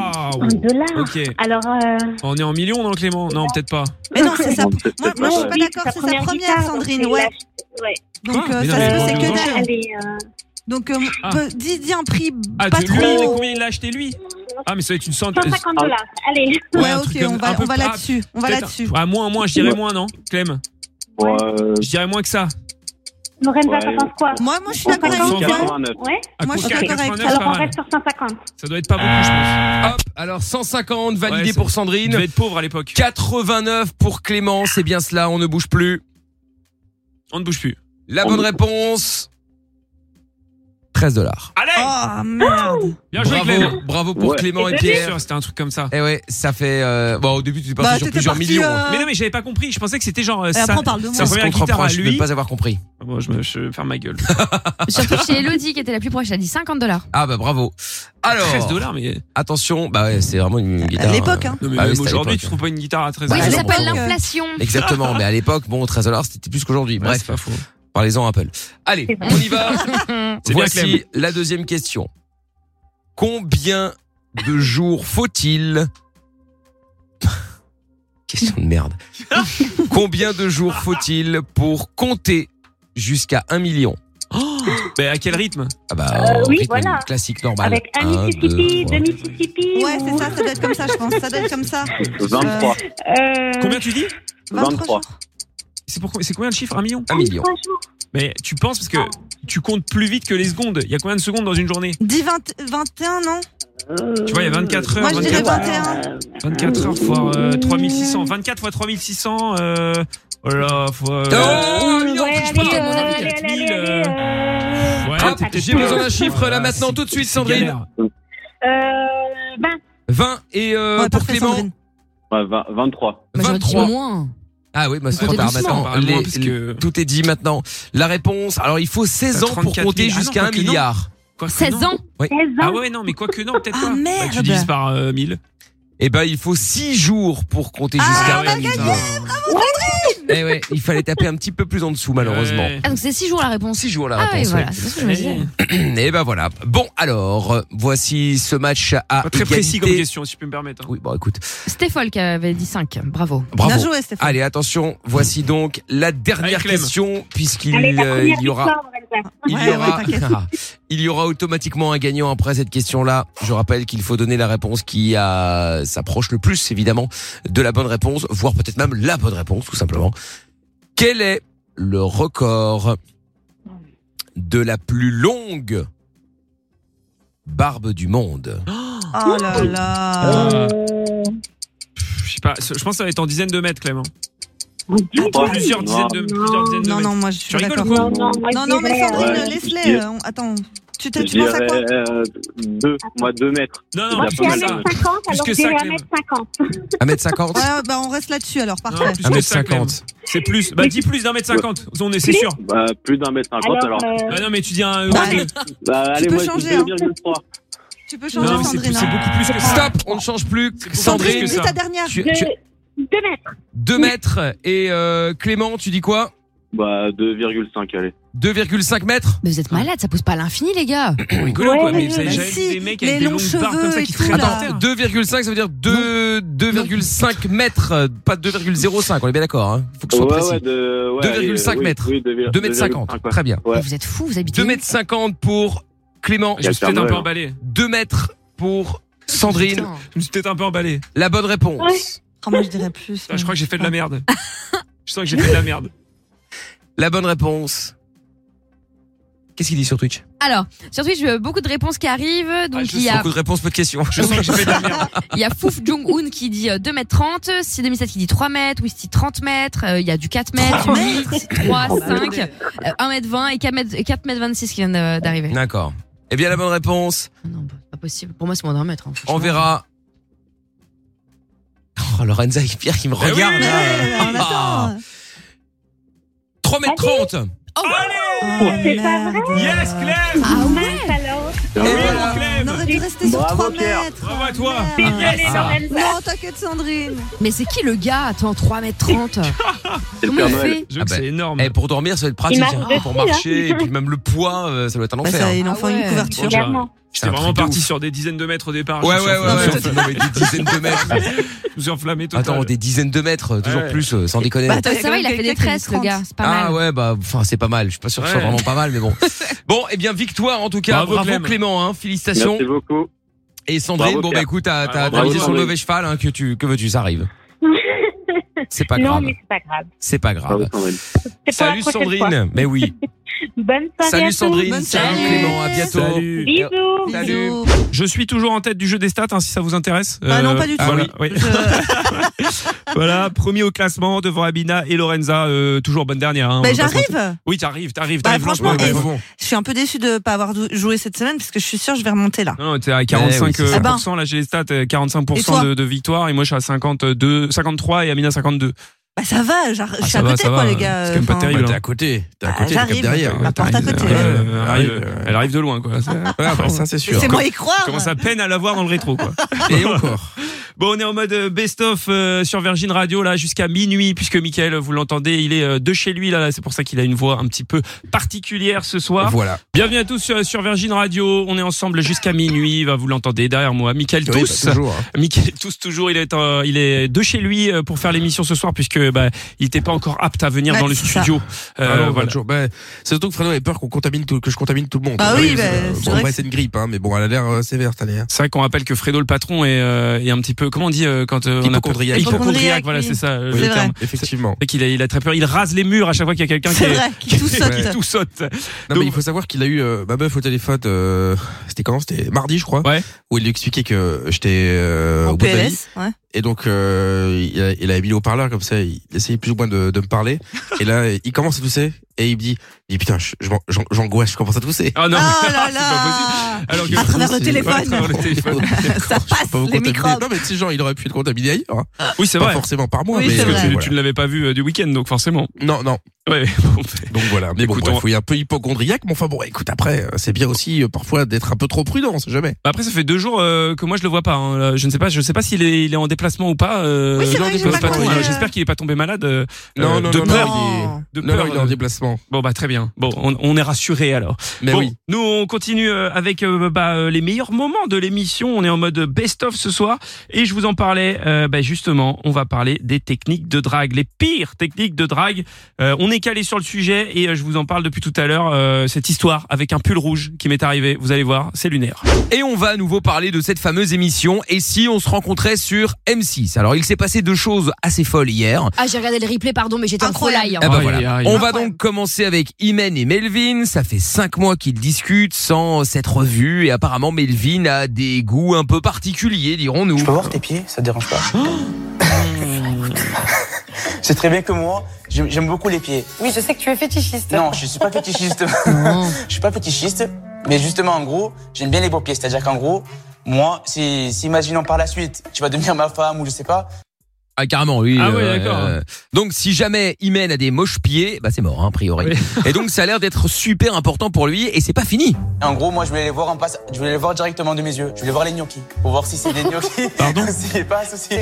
G: Ah, En dollars
E: Ah, Ok.
G: Alors, euh,
E: On est en millions, non, Clément Non, peut-être pas.
H: Mais non, c'est ça. Moi,
G: moi,
H: moi, je suis pas
G: oui,
H: d'accord, c'est sa première,
G: guitare,
H: Sandrine,
G: donc
H: ouais.
G: c'est la- ouais.
H: Donc
E: Ah,
H: euh,
E: mais
H: ça
E: non,
H: se
E: mais
H: peut,
E: bon,
H: c'est
E: bon,
H: que dalle.
G: Elle est, euh,
H: Donc euh,
E: Ah.
H: peu- dis, dis un prix
E: Ah,
H: pas
E: tu- lui, mais
H: trop.
E: combien il l'a acheté, lui Ah, mais ça va être une centaine.
G: 150 dollars. Allez.
H: Ouais,
E: un
H: ok,
E: truc comme-
H: on
E: un
H: va,
E: peu
H: on va
E: plus-
H: là-dessus. On va
E: Peut-être
H: là-dessus.
E: un- Ah, moins, moins, je dirais
B: Ouais.
E: moins, non, Clem Je dirais moins que ça.
G: Lorenza,
B: Ouais.
G: t'en penses quoi
H: Moi, moi, je suis d'accord avec
E: 150.
H: toi.
B: 89.
G: Ouais.
E: À
H: Moi, je suis d'accord avec
E: 89,
G: Alors,
E: pas
G: on
E: mal.
G: reste sur 150.
E: Ça doit être pas beaucoup, je pense.
A: Hop, alors 150 validé
E: Ah. Ouais, ça- Il
A: pour
E: devait
A: Sandrine,
E: être pauvre à l'époque.
A: 89 pour Clément, c'est bien cela, on ne bouge plus.
E: On ne bouge plus.
A: La bonne réponse 13 dollars.
E: Allez
H: Oh merde.
E: Bien joué, Clément.
A: Bravo, bravo pour
B: Ouais.
A: Clément et
G: Et
E: Bien
A: Pierre.
E: sûr, c'était un truc comme ça.
A: Eh ouais, ça fait euh, bon au début tu es parti
H: Bah,
A: sur
H: t'étais
A: plusieurs
H: parti,
A: millions.
H: euh,
E: Mais non, mais j'avais pas compris. Je pensais que c'était genre. euh,
H: Et
E: ça...
H: après, on parle de
E: ça
H: moi.
A: C'est ce
E: première
A: qu'on te
E: guitare à
A: reproche de
E: lui.
A: ne pas avoir compris.
E: Ah, Bon, je me je vais faire ma gueule.
D: Surtout que chez Elodie qui était la plus proche, elle a dit 50 dollars.
A: [LAUGHS] Ah bah bravo. Alors
E: 13 dollars, mais.
A: attention, bah ouais, c'est vraiment une guitare.
H: À l'époque, hein.
E: Non, mais
A: Ah
E: même
A: oui, c'était à
E: aujourd'hui,
A: l'époque.
E: tu trouves pas une guitare à 13
A: Bah,
D: Oui,
E: dollars.
D: ça
A: non,
D: s'appelle
A: bon.
D: l'inflation.
A: Exactement, mais à l'époque, bon, 13 dollars, c'était plus qu'aujourd'hui.
E: Ouais,
A: Bref,
E: c'est pas faux.
A: parlez-en un peu. Allez, on y va.
E: C'est bien,
A: Voici
E: Clem.
A: la deuxième question. Combien de jours faut-il [LAUGHS] Question de [LAUGHS] merde. Combien de jours faut-il pour compter jusqu'à 1 [GASPS] million
E: Oh, mais à quel rythme
A: Ah bah,
G: Euh,
A: au
G: oui,
A: rythme
G: voilà.
A: classique normal.
G: Avec un
A: Un,
E: Euh,
G: Mississippi,
A: deux,
G: deux
A: trois.
G: Mississippi.
H: Ouais,
G: ou-
H: c'est ça, ça doit être comme ça, je pense. Ça doit être comme ça.
B: 23.
G: Euh,
E: Combien tu dis
B: 23.
H: jours.
E: C'est pour- c'est combien le chiffre Un million
A: 1 million.
G: trois jours.
E: Mais tu penses parce que tu comptes plus vite que les secondes. Il y a combien de secondes dans une journée
H: 10, 20, 21, non
E: Tu vois, il y a 24 heures.
H: Moi, je dirais
E: 24 heures,
H: 21.
E: 24 heures fois euh, 3600. 24 fois 3600. Euh, oh là, fois. euh,
A: Oh, un million,
G: Ouais,
A: touche
G: allez,
A: pas.
G: euh, allez, allez, allez,
E: 4000,
G: allez, euh,
E: ouais,
A: Hop,
E: t'es peut-être
A: j'ai
E: pas-
A: besoin d'un chiffre, là,
E: Ouais,
A: maintenant,
E: c'est-
A: tout de suite,
E: c'est
A: Sandrine.
E: galère.
G: euh, ben,
A: 20 et euh,
H: Ouais,
A: pour
H: parfait,
A: Clément,
H: Sandrine.
B: Ouais, 20 23.
D: Bah, j'aurais dit
A: 23.
D: moins.
A: Ah oui, bah c'est trop
D: Comptez
A: tard
D: doucement.
A: maintenant.
E: Apparemment,
A: Les-
E: parce que-
A: Tout est dit maintenant. La réponse, alors il faut 16 ans pour
E: 34 000.
A: compter
E: Ah non,
A: jusqu'à
E: quoi
A: 1
E: que non.
A: milliard.
E: Quoi que
D: 16
E: non.
D: ans.
G: 16
E: Ah
G: ans.
E: ouais, non, mais quoi que non, peut-être
H: Ah,
E: pas. Bah, tu
H: merde.
E: divises par euh, 1000.
A: Eh ben il faut 6 jours pour compter
D: Ah,
A: jusqu'à
H: on a
A: 1 milliard. Eh ouais, il fallait taper un petit peu plus en dessous malheureusement.
E: Ouais.
D: Ah, donc c'est 6 jours la réponse.
A: 6 jours la
D: Ah oui,
A: réponse.
D: voilà, c'est ce que je me disais.
A: ouais. [CLEARS THROAT] Eh ben voilà. Bon alors, euh, voici ce match à
E: Pas très
A: égalité.
E: précis comme question, si je peux me permettre. hein.
A: Oui, bon écoute.
D: Stéphane qui avait dit 5. Bravo.
A: Bravo.
H: Bien joué, Stéphane.
A: Allez, attention, voici donc la dernière
E: Allez, Clem.
A: question puisqu'il
G: Allez, ta
A: euh,
G: première
A: il y aura
G: victoire, Lorenza.
A: Il,
H: Ouais,
A: y
H: Ah ouais,
A: aura,
H: t'inquiète.
A: [LAUGHS] il y aura automatiquement un gagnant après cette question-là. Je rappelle qu'il faut donner la réponse qui a- s'approche le plus, évidemment, de la bonne réponse, voire peut-être même la bonne réponse, tout simplement. Quel est le record de la plus longue barbe du monde
H: Oh là là.
E: Euh, pff, Je sais pas, je pense que ça va être en dizaines de mètres, Clément. Plusieurs dizaines de, plusieurs dizaines de
H: Non,
E: mètres.
H: non, moi, je suis
E: Tu rigoles ou quoi
H: d'accord.
G: Non, non, moi,
H: Non,
G: je
H: non, mais
G: dirais,
H: Sandrine,
G: euh,
B: Ouais.
H: laisse-les. euh, on- Attends, tu,
B: Je
H: te- tu penses à quoi
B: dirais, euh, deux. Moi, deux mètres.
E: Non, non,
G: Moi,
B: Il
G: je
E: plus
G: suis
E: que
B: a
G: à
E: ça.
G: 1m50, alors
E: que
G: je
E: ça,
G: dirais
E: Clément.
G: 1m50.
A: 1m50
H: Ouais, bah, on reste là-dessus alors,
E: Non,
H: parfait.
E: plus que ça, Clem.
A: 1m50
E: C'est plus. Bah, dis plus d'un mètre cinquante. On est, c'est sûr.
B: Bah, plus d'un mètre cinquante, alors.
G: euh,
E: Bah, non, mais tu dis un.
H: Bah,
E: euh,
B: Bah, allez,
H: peux
B: moi, je dis
H: changer, hein.
B: 2,3.
H: Tu peux
E: non,
H: changer,
E: mais c'est plus-
H: Sandrine.
E: c'est
H: hein.
E: beaucoup plus que ça.
A: Stop, on ne change plus.
H: Sandrine,
A: Sandrine,
H: dis ta dernière.
A: tu,
G: deux-
A: tu,
G: deux mètres.
A: 2 mètres et euh, Clément, tu dis quoi
B: Bah, 2,5, allez.
A: 2,5 mètres
D: Mais vous êtes malade, ça pousse pas à l'infini,
E: [COUGHS]
D: les gars.
E: On rigole ou quoi,
G: Ouais,
E: mais vous avez
H: mais
E: jamais vu
H: si,
E: des mecs
H: les
E: avec des
H: longs
E: longues barres comme
H: cheveux
E: ça
H: et
E: qui
H: tout,
E: traînent
H: là.
E: par terre.
A: 2,5 ça veut dire deux- 2,5 mètres, euh, pas 2,05, on est bien d'accord, hein. faut que ce soit
B: Ouais,
A: précis.
B: ouais, de, ouais,
A: 2,5
B: allez, oui,
A: mètres.
B: Oui, 2,5
A: 2 mètres 50,
B: ouais.
A: très bien.
B: Ouais.
D: Mais Vous êtes fous, vous habitez.
A: 2
D: où
A: mètres 50 pour Clément,
E: Je me suis peut-être un peu emballé.
A: 2 mètres pour Sandrine.
D: Putain.
E: Je me suis peut-être un peu emballé.
A: La bonne réponse.
H: Oh, moi, je dirais plus.
E: Ah, Je crois que j'ai fait de la merde.
D: Ah.
E: Je sens que j'ai fait de la merde.
A: La bonne réponse.
C: Qu'est-ce qu'il dit sur Twitch
D: Alors, sur Twitch, euh, beaucoup de réponses qui
E: Ah,
D: arrivent. Donc, il y a
C: Beaucoup de réponses, peu de questions. Je sens que je fais de la merde.
D: Il y a Fouf Jong-un qui dit euh, 2m30, 6,7 qui dit 3 mètres, Wisty 30 mètres, euh, il y a du 4 mètres, 8, 3, 5, Euh, 1m20 et 4m, 4m26 qui viennent euh, d'arriver.
A: D'accord. Eh bien, la bonne réponse,
D: Ah bah, Pas possible. Pour moi, c'est moins d'un mètre. hein.
A: on verra. Oh, Lorenza et Pierre qui me
D: oui,
A: regardent.
D: mais
A: là.
D: on attend.
A: Ah. 3 mètres 30
D: Oh.
L: C'est pas vrai
C: Yes,
J: [LAUGHS]
C: Claire
L: Ah ouais alors
H: On aurait dû rester sur 3 mètres.
C: Bravo à toi
L: Désolée, Lorenza.
H: Non, t'inquiète, Sandrine.
D: Ah, Mais c'est qui le gars Attends, 3m30
B: C'est le
D: Comment
B: Père
D: il
B: Noël.
D: fait
C: Je veux que
A: Ah bah,
C: c'est énorme.
A: Eh, pour dormir, ça va être pratique.
L: Il marche
A: hein,
L: dessus,
A: pour
L: hein.
A: marcher, et puis même le poids, euh, ça doit être un
H: Bah,
A: enfer.
H: ça,
A: hein.
H: il en faut
D: Ah
H: une
D: ouais.
H: couverture.
L: Clairement.
A: C'est un
C: J'étais vraiment
A: truc de
C: parti
A: ouf.
C: sur des dizaines de mètres au départ.
A: Ouais,
C: Je me suis
A: ouais,
C: enflammé.
A: ouais, ouais. Des dizaines de
E: [LAUGHS]
A: mètres.
C: Je me suis enflammé total.
A: Attends, des dizaines de mètres, toujours
C: Ouais.
A: plus, euh, sans déconner.
H: Bah, attends,
D: Ça va, il a fait des
H: quelqu'un qui a dit
D: tresses, le
H: 30.
D: gars. C'est pas mal.
A: Ah ouais, bah, enfin, c'est pas mal. Je suis pas sûr que ce soit
C: Ouais.
A: vraiment pas mal, mais bon. bon, eh bien, victoire, en tout cas. Bravo,
C: Bravo, Clem.
A: Clément, hein. Félicitations.
B: Merci beaucoup.
A: Et Sandrine,
B: Bravo,
A: bon, bah,
B: Pierre.
A: écoute, t'as, t'as,
C: Ah,
A: t'as
B: bravo,
A: misé sur le
B: Sandrine.
A: mauvais cheval, hein, que tu, que veux-tu, ça arrive. C'est pas
L: Non,
A: grave.
L: mais c'est pas grave.
A: C'est pas
B: Bravo,
A: grave.
B: Sandrine.
L: C'est pour la
A: Salut
L: prochaine fois.
A: Sandrine. Mais oui.
L: Bonne soirée. à
A: Salut
L: tous.
A: Sandrine.
H: Bonne
A: Salut
D: soirée.
A: Clément. À bientôt.
C: Salut.
L: Bisous.
A: Salut.
H: Bisous.
E: Je suis toujours en tête du jeu des stats, hein, si ça vous intéresse.
H: Ah non, pas du tout.
E: Voilà,
H: Ah
E: oui. [LAUGHS] Voilà, premier au classement devant Abina et Lorenza, euh, toujours bonne dernière. hein, on
H: Bah,
E: va pas se mentir.
H: j'arrive.
E: Oui, t'arrives, t'arrives,
H: Bah,
E: t'arrives.
H: franchement,
E: lentement,
H: et-
E: mais-
H: Je suis un peu déçue de pas avoir dou- joué cette semaine parce que je suis sûre que je vais remonter là.
E: Non, non, Hein, t'es à
A: Eh oui,
E: 45%,
A: c'est ça.
E: euh, pourcent, là j'ai les stats, euh,
H: Et toi
E: 45% de, de victoire et moi je suis à 52, 53 et Amina 52.
H: Bah ça va, j'ar- je suis à
E: ça va,
H: côté
E: ça
H: quoi
E: va,
H: les gars. euh,
E: c'est quand même pas
H: Enfin,
E: terrible.
A: Bah, t'es
E: hein.
A: à côté. T'es à
H: Bah,
A: côté. t'es
H: j'arrive.
A: cap derrière.
H: Ma porte à côté.
E: Elle arrive, elle arrive,
A: Ouais, ouais.
E: elle arrive de loin quoi. C'est-
A: Ouais, bah, ça, c'est sûr.
H: Laissez-moi y croire.
E: Commence à peine à la voir dans le rétro quoi.
A: [LAUGHS] Et encore.
E: Bon, on est en mode euh, best-of euh, sur Virgin Radio là jusqu'à minuit puisque Michael, vous l'entendez, il est euh, de chez lui là, là, c'est pour ça qu'il a une voix un petit peu particulière ce soir.
A: Voilà.
E: Bienvenue à tous sur, sur Virgin Radio, on est ensemble jusqu'à minuit, va vous l'entendez derrière moi, Michael
A: Oui,
E: tous.
A: bah, toujours, hein.
E: Michael tous toujours, il est euh, il est de chez lui euh, pour faire l'émission ce soir puisque bah, il n'était pas encore apte à venir
H: Ouais,
E: dans le
H: c'est ça.
E: studio. Euh,
F: Ah non, pas
E: voilà.
F: toujours. Bah, c'est surtout que Fredo avait peur qu'on contamine tout- que je contamine tout le monde.
H: Bah
F: Ah
H: oui, bah,
F: euh,
H: c'est
F: bon,
H: vrai
F: après,
H: que-
F: c'est une grippe, hein, mais bon, elle a l'air euh, sévère cette année. hein.
E: C'est vrai qu'on rappelle que Fredo le patron est, euh, est un petit peu comment on dit euh, quand euh, on a
F: Hypocondriaque.
E: hypocondriaque, voilà
H: oui.
E: c'est ça euh,
H: C'est
E: le
H: vrai.
E: terme.
F: Effectivement.
E: Et qu'il a, il a très peur. Il rase les murs à chaque fois qu'il y a quelqu'un qui,
H: C'est
E: est-
H: vrai, qui tout saute.
E: qui tout saute.
F: Non,
E: Donc-
F: mais il faut savoir qu'il a eu euh, ma meuf au téléphone, euh, c'était quand C'était mardi, je crois.
E: Ouais.
F: Où il lui expliquait que j'étais euh,
H: En
F: au bout de la vie.
H: PLS, ouais.
F: Et donc, euh, il, a, il a mis le haut-parleur comme ça, il essayait plus ou moins de, de me
H: [LAUGHS]
F: parler. Et là, il commence à tousser et il me dit, il dit putain, je- je m'en- j'an- j'angoisse, je commence à tousser.
E: Ah non.
F: [LAUGHS]
H: Ah
E: c'est
H: là
E: pas
H: là
E: possible. [LAUGHS] Alors que
H: À travers le
F: C'est-
E: Ouais, à
H: téléphone,
E: travers le
F: [LAUGHS]
E: téléphone.
H: ça passe
F: Pas vous
H: les
F: contaminer.
H: microbes.
F: Non, mais tu sais, genre, il aurait pu le contaminer ailleurs. hein.
E: Oui, c'est
F: Pas
E: vrai.
F: forcément par moi,
H: Oui,
F: mais euh,
H: c'est
E: Parce que
H: vrai.
E: tu, tu ne l'avais pas vu euh, du week-end, donc forcément.
F: Non, non.
E: Ouais. [LAUGHS]
F: Donc voilà. Mais bon,
E: Écoute,
F: bref,
E: on-
F: faut y un peu hypochondriaque, mais enfin bon, écoute, après, euh, c'est bien aussi euh, parfois d'être un peu trop prudent, on sait jamais.
E: Bah Après, ça fait deux jours euh, que moi je le vois pas. hein. Là, Je ne sais pas, je sais pas s'il est, il est en déplacement ou pas. euh,
H: Oui, c'est
E: il est en
H: vrai, j'ai
E: déplacement.
H: pas Oh. compris,
E: Alors,
H: euh.
E: J'espère qu'il est pas tombé malade. euh, euh, de
F: non,
E: peur. de
H: non,
F: il est- non, non,
E: peur,
F: il est en
E: euh,
F: déplacement.
E: Bon bah très bien. Bon, on, on est rassuré alors.
F: Mais
E: Bon,
F: oui.
E: Nous, on continue euh, avec euh, bah, euh, les meilleurs moments de l'émission. On est en mode best-of ce soir. Et je vous en parlais, euh, bah, justement, on va parler des techniques de drague, les pires techniques de drague. Euh, on est calé sur le sujet et euh, je vous en parle depuis tout à l'heure, euh, cette histoire avec un pull rouge qui m'est arrivé. Vous allez voir, c'est lunaire.
A: Et on va à nouveau parler de cette fameuse émission. Et si on se rencontrait sur M6 Alors, il s'est passé deux choses assez folles hier.
D: Ah, j'ai regardé le replay, pardon, mais j'étais en trop
H: Incroyable.
D: live.
A: Ah bah
E: Aïe,
A: voilà.
E: aïe, aïe.
A: On va
H: Incroyable.
A: donc commencer avec Imen et Melvin. Ça fait cinq mois qu'ils discutent sans cette revue et apparemment Melvin a des goûts un peu particuliers, dirons-nous.
M: tes pieds Ça te dérange pas C'est très bien que moi, j'aime j'aime beaucoup les pieds.
N: Oui, je sais que tu es fétichiste.
M: Non, je suis pas fétichiste. [LAUGHS] je suis pas fétichiste, mais justement, en gros, j'aime bien les beaux pieds. C'est-à-dire qu'en gros, moi, si, si imaginons par la suite, tu vas devenir ma femme ou je sais pas,
A: Ah carrément, oui. euh,
E: Ah ouais, d'accord.
A: donc si jamais Imen a des moches pieds, bah c'est mort hein, a priori. et donc ça a l'air d'être super important pour lui et c'est pas fini.
M: en gros, moi, je voulais les voir en passe, je voulais les voir directement de mes yeux. Je voulais voir les gnocchis pour voir si c'est des gnocchis. [LAUGHS]
E: Pardon
M: Si c'est pas un souci.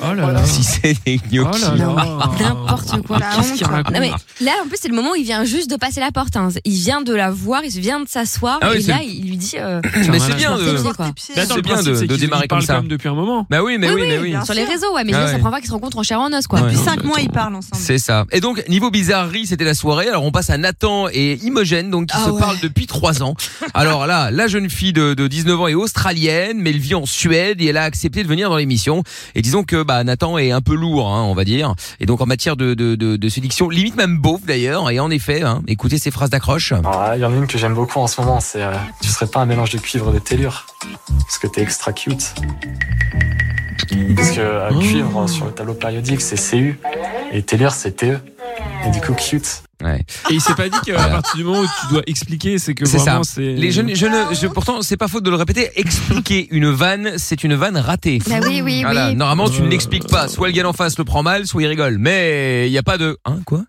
E: Oh là Oh là.
A: Si c'est des gnocchis.
D: N'importe quoi.
E: Ah,
A: Ah,
H: La honte, quoi.
D: Non, mais là, en plus, c'est le moment où il vient juste de passer la porte. hein. Il vient de la voir, il vient de s'asseoir,
A: Ah oui,
D: et
A: c'est-
D: là, il lui dit. euh,
A: [COUGHS] Mais
E: voilà,
A: c'est bien
D: je
A: de.
D: m'en fais chier, quoi.
H: Tes pieds.
E: Mais attends,
A: C'est
E: le
A: bien
E: principe,
A: de-
E: c'est
A: de
E: qu'ils-
A: démarrer
E: ils
A: comme
E: parlent
A: ça.
E: quand même depuis un moment.
A: Bah oui, mais oui, mais oui.
H: bien
D: Sur les
H: sûr.
D: réseaux réseau, ouais, mais
A: Ah
D: je veux dire,
A: ouais.
D: ça prend pas qu'ils se rencontrent en chair et en os, quoi.
A: Ouais,
D: Depuis
A: non,
D: 5 mois, ils
H: parlent ensemble.
A: C'est ça. Et donc, niveau bizarrerie, c'était la soirée. Alors, on passe à Nathan et Imogène, donc, qui se parlent depuis trois ans. Alors là, la jeune fille de, de 19 ans est australienne, mais elle vit en Suède et elle a accepté de venir dans l'émission. Et disons que, bah, Nathan est un peu lourd, hein, on va dire. Et donc, en matière de, de, de, de séduction, limite même beauf d'ailleurs. Et en effet, hein, écoutez ces phrases d'accroche.
N: Alors là, il y en a une que j'aime beaucoup en ce moment, c'est euh, Tu serais pas un mélange de cuivre et de tellure Parce que t'es extra cute. Parce que euh, cuivre euh, sur le tableau périodique, c'est CU, et tellure, c'est TE. Et du coup, cute.
E: [LAUGHS] Et il s'est pas dit euh, qu'à partir du moment où tu dois expliquer, c'est que
A: C'est ça.
E: vraiment c'est.
A: Les jeunes, je ne, je, pourtant, c'est pas faute de le répéter. Expliquer une vanne, c'est une vanne ratée.
D: Bah oui, oui,
A: Voilà.
D: oui.
A: Normalement,
E: Euh.
A: tu ne l'expliques pas. Soit le gars en face le prend mal, soit il rigole. Mais il n'y a pas de. Hein, quoi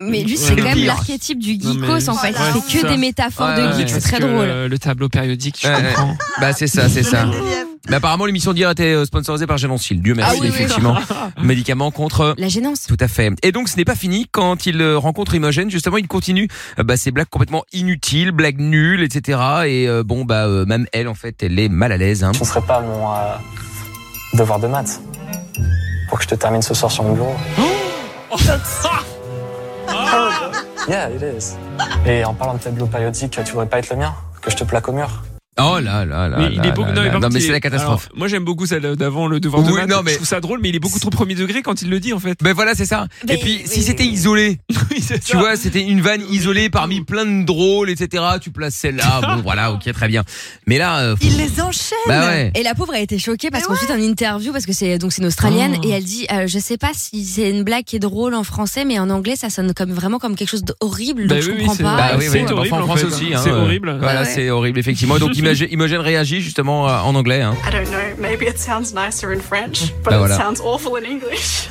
D: Mais lui,
A: C'est
D: c'est
A: le
D: quand même
A: pire.
D: l'archétype du
A: Non,
D: geekos,
A: mais-
D: en fait.
A: Ouais,
D: Il fait que
A: ça.
D: des métaphores
A: Ouais,
D: de
A: ouais,
D: geek, c'est
A: parce
D: très
A: que
D: drôle.
A: le-
E: Le tableau périodique, je
A: Ouais, ouais.
E: comprends.
A: Bah c'est ça, c'est ça. Mais apparemment l'émission d'hier était euh, sponsorisée par Génoncil. Dieu merci
D: Ah oui, oui. [LAUGHS]
A: effectivement. Médicament contre
D: la gênance.
A: Tout à fait. Et donc ce n'est pas fini quand il euh, rencontre Imogène. Justement, il continue euh, bah, ses blagues complètement inutiles, blagues nulles, etc. Et euh, bon bah euh, même elle en fait elle est mal à l'aise. Hein.
N: Ce serait pas mon euh, devoir de maths pour que je te termine ce soir sur mon bureau.
A: Oh.
N: [LAUGHS] Yeah, it is. Et en parlant de tableau périodique, tu voudrais pas être le mien Que je te plaque au mur
A: Oh là là là.
E: Mais il
A: là
E: est beaucoup.
A: là
E: non, mais,
A: là.
E: par
A: Non,
E: contre,
A: mais
E: il
A: c'est
E: est-
A: la catastrophe.
E: alors, moi, j'aime beaucoup celle d'avant, le devoir de
A: Oui,
E: maths.
A: non, mais-
E: Je trouve ça drôle, mais il est beaucoup trop premier degré quand il le dit, en fait.
A: Mais voilà, c'est ça.
E: Mais
A: et puis,
E: oui,
A: si
E: oui, [LAUGHS]
A: c'était
E: oui.
A: isolé, tu vois, c'était une vanne isolée parmi plein de drôles, etc. Tu places
E: [LAUGHS]
A: celle-là, bon, voilà, ok, très bien. Mais là, euh,
H: Il les enchaîne.
A: Bah ouais.
D: Et la pauvre a été choquée parce qu'on fait en interview parce que c'est donc c'est une australienne
A: Oh.
D: et elle dit euh, je sais pas si c'est une blague qui est drôle en français mais en anglais ça sonne comme vraiment comme quelque chose d'horrible donc
E: Bah
D: je
E: oui, oui,
D: comprends
E: c'est-
D: pas.
E: bah
A: Ah oui, oui, enfin,
E: horrible,
A: en
E: en
A: France
E: fait.
A: aussi. hein,
E: C'est
A: euh,
E: horrible.
A: Voilà,
O: Ouais, ouais.
A: c'est horrible, effectivement.
E: [LAUGHS]
A: Et Donc, Imogène, Imogène réagit justement euh, en anglais. Hein.
O: I don't know. Maybe it sounds nicer in French, but
A: Bah
O: it
A: voilà.
O: sounds awful in English.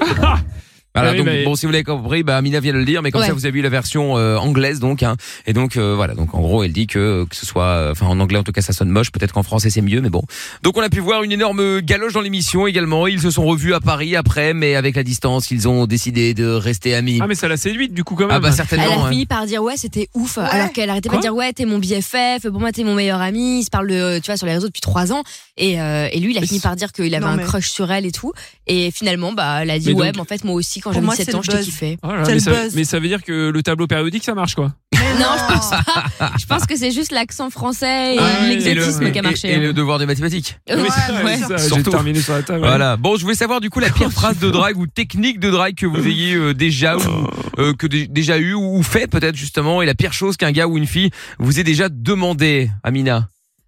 O: [LAUGHS]
A: Voilà,
E: Ah Oui,
A: donc,
E: mais-
A: bon, si vous l'avez compris, bah, Amina vient de le dire, mais comme
O: Ouais.
A: ça, vous avez eu la version euh, anglaise, donc. Hein. Et donc, euh, voilà, donc en gros, elle dit que, euh, que ce soit, euh, enfin, en anglais, en tout cas, ça sonne moche. Peut-être qu'en français, c'est mieux, mais bon. Donc, on a pu voir une énorme galoche dans l'émission également. Ils se sont revus à Paris après, mais avec la distance, ils ont décidé de rester amis. Ah,
E: mais ça l'a séduite, du coup, quand même.
A: Ah, bah,
D: Elle
A: certainement.
D: a
A: hein.
D: fini par dire ouais c'était ouf alors qu'elle arrêtait pas de dire ouais t'es mon BFF pour moi t'es mon meilleur ami ils se parlent euh, tu vois sur les réseaux depuis trois ans et, euh, et lui il a fini par dire qu'il avait
H: Non,
D: un
H: mais-
D: crush sur elle et tout et finalement bah elle a dit
E: Mais donc-
D: ouais mais en fait moi aussi quand
H: Pour
D: j'avais
H: moi,
D: 17
H: c'est
D: ans
H: le
D: je t'ai
H: buzz.
D: kiffé.
E: Oh là là, mais, ça, mais ça veut dire que le tableau périodique, ça marche, quoi.
D: Non je pense
E: [LAUGHS]
D: pas je pense que c'est juste l'accent français et
A: Ah, et le-
D: l'exotisme qui a
A: et-
D: marché. hein.
A: Et, le devoir des mathématiques.
D: Ouais, Oui, c'est vrai, ouais. c'est ça, j'ai
E: terminé sur la
D: Ah
E: table.
A: Voilà. Bon, je voulais savoir du coup la
D: [LAUGHS] Oh,
A: pire phrase de drague ou technique de drague que vous ayez euh, déjà ou
D: Oh.
A: euh, que dé- déjà eu ou fait peut-être justement et la pire chose qu'un gars ou une fille vous ait déjà demandé, Amina.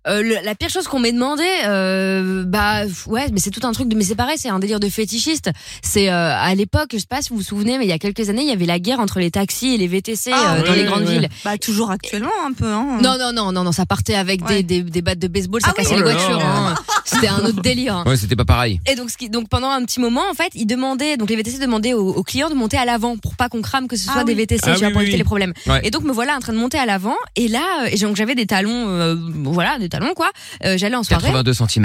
D: Euh, le- la pire chose qu'on m'ait demandé, euh, bah f- ouais, mais c'est tout un truc. De, mais c'est pareil, c'est un délire de fétichiste. C'est euh, à l'époque, je sais pas si vous vous souvenez, mais il y a quelques années, il y avait la guerre entre les taxis et les VTC
H: Ah,
D: euh, dans
H: oui,
D: les
H: oui,
D: grandes
H: oui.
D: villes.
H: Bah, toujours actuellement, un peu, hein.
D: Non, non, non, non, non, ça partait avec des, des, des battes de baseball, ça
H: Ah oui.
D: cassait
H: Oh
D: les
H: là là.
D: voitures. hein. C'était un autre délire. hein.
A: Ouais, c'était pas pareil.
D: Et donc, ce qui, donc pendant un petit moment, en fait, ils demandaient, donc les VTC demandaient aux, aux clients de monter à l'avant pour pas qu'on crame que ce soit des VTC,
I: Ah
D: tu vois,
I: oui,
D: pour
I: oui,
D: éviter
I: oui.
D: les problèmes.
I: Ouais.
D: Et donc me voilà en train de monter à l'avant, et là, euh, et donc j'avais des talons, euh, voilà, des talons quoi. Euh, J'allais en soirée.
A: 82 cm.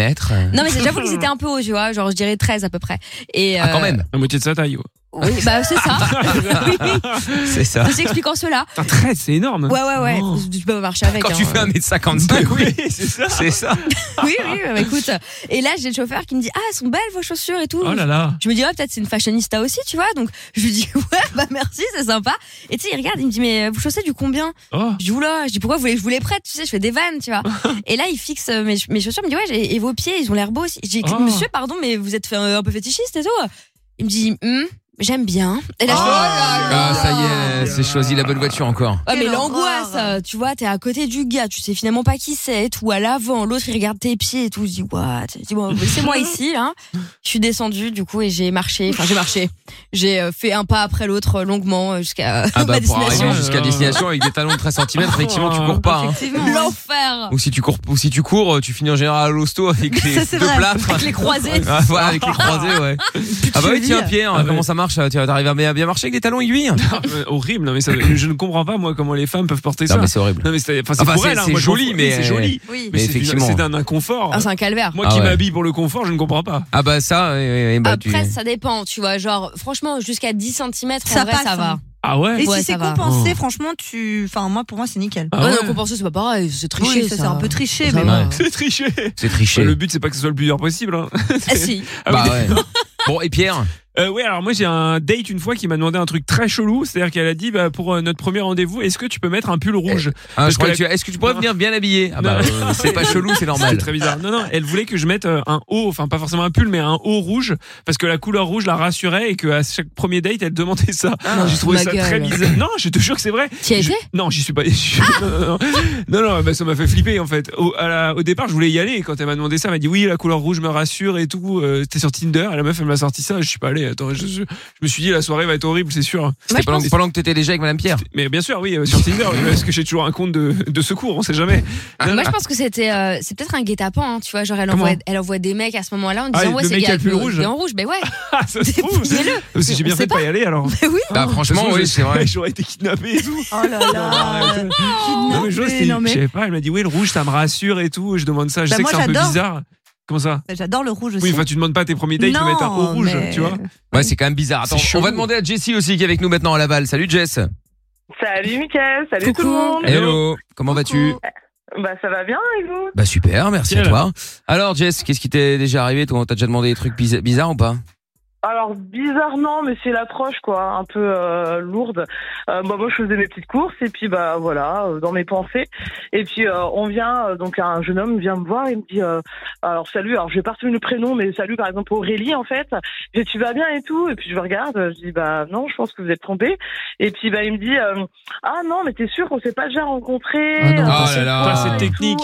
D: Non mais c'est- j'avoue qu'ils étaient un peu hauts, tu vois, genre je dirais 13 à peu près. Et
A: Ah, quand
D: euh,
A: même.
E: La moitié de sa taille.
D: Oui, bah c'est ça.
A: [LAUGHS] C'est ça.
D: C'est expliquant cela.
E: Putain, 13, c'est énorme.
D: Ouais ouais ouais,
E: Oh.
D: tu peux marcher avec.
A: Quand
D: hein.
A: tu fais 1m55, oui,
E: Bah c'est ça.
A: C'est ça.
D: [LAUGHS] oui, oui, bah, écoute. Et là, j'ai le chauffeur qui me dit Ah, elles sont belles vos chaussures et tout.
E: Oh là là.
D: Je me dis Ah, peut-être c'est une fashionista aussi, tu vois. Donc, je lui dis [LAUGHS] Ouais, bah merci, c'est sympa. Et tu sais, il regarde, il me dit Mais euh, vous chaussez du combien
E: Oh.
D: Je dis Oula, je dis Pourquoi vous les, je vous les prête Tu sais, je fais des vannes,
A: [LAUGHS]
D: tu vois. et là, il fixe euh, mes, mes chaussures, il me dit Ouais, j'ai- et vos pieds, ils ont l'air beaux aussi. Je dis
A: Ah.
I: Oh.
D: Monsieur, pardon, mais vous êtes euh, un peu fétichiste et tout. Il me dit Hum, J'aime bien. Et là, je fais, Oh là là.
A: Ah, ça y est, c'est choisi la bonne voiture encore.
D: Ouais, mais l'angoisse, euh, tu vois, t'es à côté du gars, tu sais finalement pas qui c'est, et tout à l'avant, l'autre il regarde tes pieds et tout, je dis what, je dis, bon,
A: [LAUGHS]
D: laissez-moi ici là. Je suis descendue du coup et j'ai marché, enfin j'ai marché, j'ai euh, fait un pas après l'autre euh, longuement euh, jusqu'à
A: Ah bah
D: [LAUGHS] ma
A: pour
D: destination.
A: arriver jusqu'à destination avec des talons de 13 cm, effectivement tu cours pas. hein.
D: L'enfer.
A: Ou si tu cours, ou si tu cours, euh, tu finis en général à l'hosto
D: [LAUGHS]
A: avec les
D: Ça, c'est
A: deux
D: vrai.
A: plâtres. [LAUGHS]
D: Avec les croisés.
A: Ah, voilà, avec les
D: [LAUGHS]
A: croisés, ouais. Ah bah oui, tiens Pierre, comment ça marche là Tu vas t'arriver à bien bien marcher avec des talons aiguilles
E: Euh, horrible, non, mais ça- je ne comprends pas moi comment les femmes peuvent porter ça.
A: mais c'est horrible.
E: Non mais c'est enfin, c'est
A: Enfin,
E: pour
A: Ah bah, c'est-
E: elles, hein,
A: c'est
E: moi, je
A: joli,
E: m'en fous,
A: mais-
E: c'est joli. Mais
A: Oui. Mais
E: c'est du-
A: effectivement.
E: c'est d'un inconfort.
D: Ah, c'est un calvaire.
E: Moi
A: Ah
E: qui
A: ouais.
E: m'habille pour le confort, je ne comprends pas.
A: Ah bah ça, oui, oui, oui, bah, tu-
D: Après, ça dépend, tu vois. Genre, franchement, jusqu'à 10 cm, en
H: Ça
D: vrai,
H: passe,
D: ça va.
H: hein.
E: Ah ouais
H: Et
D: Ouais,
H: si
D: ça
H: c'est
D: va.
H: compensé,
D: Oh.
H: franchement, tu. Enfin, moi, pour moi, c'est nickel.
D: Ah Ouais, ouais. non, compenser, c'est pas pareil, c'est tricher,
H: Oui, ça,
D: ça.
H: c'est un peu
A: Ah,
H: triché,
D: Ça
H: mais.
D: va.
H: bon.
E: C'est triché. [LAUGHS]
A: C'est triché.
E: le but, c'est pas que ce soit le plus dur possible. hein. [LAUGHS]
D: Ah si.
A: Bah ouais. Bon, et Pierre
E: Euh, ouais, alors moi j'ai un date une fois qui m'a demandé un truc très chelou, c'est-à-dire qu'elle a dit bah, pour euh, notre premier rendez-vous, est-ce que tu peux mettre un pull rouge
A: Ah, je
E: Parce que
A: crois
E: la-
A: que tu- Est-ce que tu pourrais venir bien habillé Ah bah,
E: Non.
A: euh, c'est pas chelou,
E: [LAUGHS]
A: c'est normal.
E: C'est très bizarre. Non, non, elle voulait que je mette euh, un haut, enfin pas forcément un pull, mais un haut rouge, parce que la couleur rouge la rassurait et qu'à chaque premier date, elle demandait ça.
D: Ah,
E: j'ai trouvé
D: ma
E: ça
D: gueule.
E: très bizarre. Non, je te jure que c'est vrai.
D: T'y as
E: Je-
D: été
E: Non, j'y suis pas. [LAUGHS] je- Non, non, non. Non, non, bah, ça m'a fait flipper en fait. Au, à la- au départ, je voulais y aller et quand elle m'a demandé ça, elle m'a dit oui, la couleur rouge me rassure et tout. euh, C'était sur Tinder et la meuf, elle m'a sorti ça. Je suis pas allé. Attends, je, je- je me suis dit la soirée va être horrible, c'est sûr.
A: C'était pendant, pendant que t'étais déjà avec Madame Pierre.
E: Mais bien sûr, oui, euh, sur Tinder, oui, parce que j'ai toujours un compte de, de secours, on sait jamais.
D: Ah,
E: Ah.
D: Moi, je pense que c'était, euh, c'est peut-être un guet-apens, hein, tu vois. Genre, elle envoie,
E: Comment
D: elle envoie des mecs à ce moment-là en
E: Ah,
D: disant,
E: le
D: ouais, c'est
E: mec
D: gars
E: a le pull
D: avec
E: rouge.
D: Ben rouge, ben ouais.
E: Ah, ça se
D: [LAUGHS]
E: trouve. Parce que j'ai bien
D: On
E: fait
D: sait
E: de pas y aller
D: [LAUGHS]
E: alors.
D: oui.
A: Bah, franchement,
E: De toute façon,
A: oui,
E: j'ai-
A: c'est
E: [LAUGHS]
A: vrai.
E: J'aurais été kidnappé et tout.
H: Oh là là.
E: Non, mais je vois, c'était-
H: Ah, non, mais-
E: je savais pas, elle m'a dit oui, le rouge, ça me rassure et tout. Je demande ça, je
H: Bah,
E: sais
H: moi,
E: que c'est un peu
H: j'adore.
E: bizarre. Comment ça
H: J'adore le rouge aussi.
E: Oui, enfin, tu demandes pas à tes premiers dates de
H: Non,
E: mettre un haut rouge,
H: mais-
E: tu vois.
A: Ouais, c'est quand même bizarre. Attends, on va demander à Jessie aussi qui est avec nous maintenant à Laval. Salut Jess.
I: Salut Mickaël, salut tout le monde.
A: Hello. Comment vas-tu
I: Bah ça va bien et vous
A: Bah super, merci à toi. Alors Jess, qu'est-ce qui t'est déjà arrivé Toi, on t'a déjà demandé des trucs biza- bizarres ou pas
I: Alors bizarre non, mais c'est l'approche quoi, un peu euh, lourde. Euh, bah, moi je faisais mes petites courses et puis bah voilà, euh, dans mes pensées. Et puis euh, on vient euh, donc un jeune homme vient me voir et me dit euh, alors salut, alors je vais pas retenu le prénom mais salut par exemple Aurélie en fait. Je dis, tu vas bien et tout et puis je le regarde, euh, je dis bah non, je pense que vous êtes trompé. Et puis bah il me dit euh, ah non mais t'es sûr qu'on s'est pas déjà Euh, rencontré
E: Ah non, Ah là là. pas cette technique.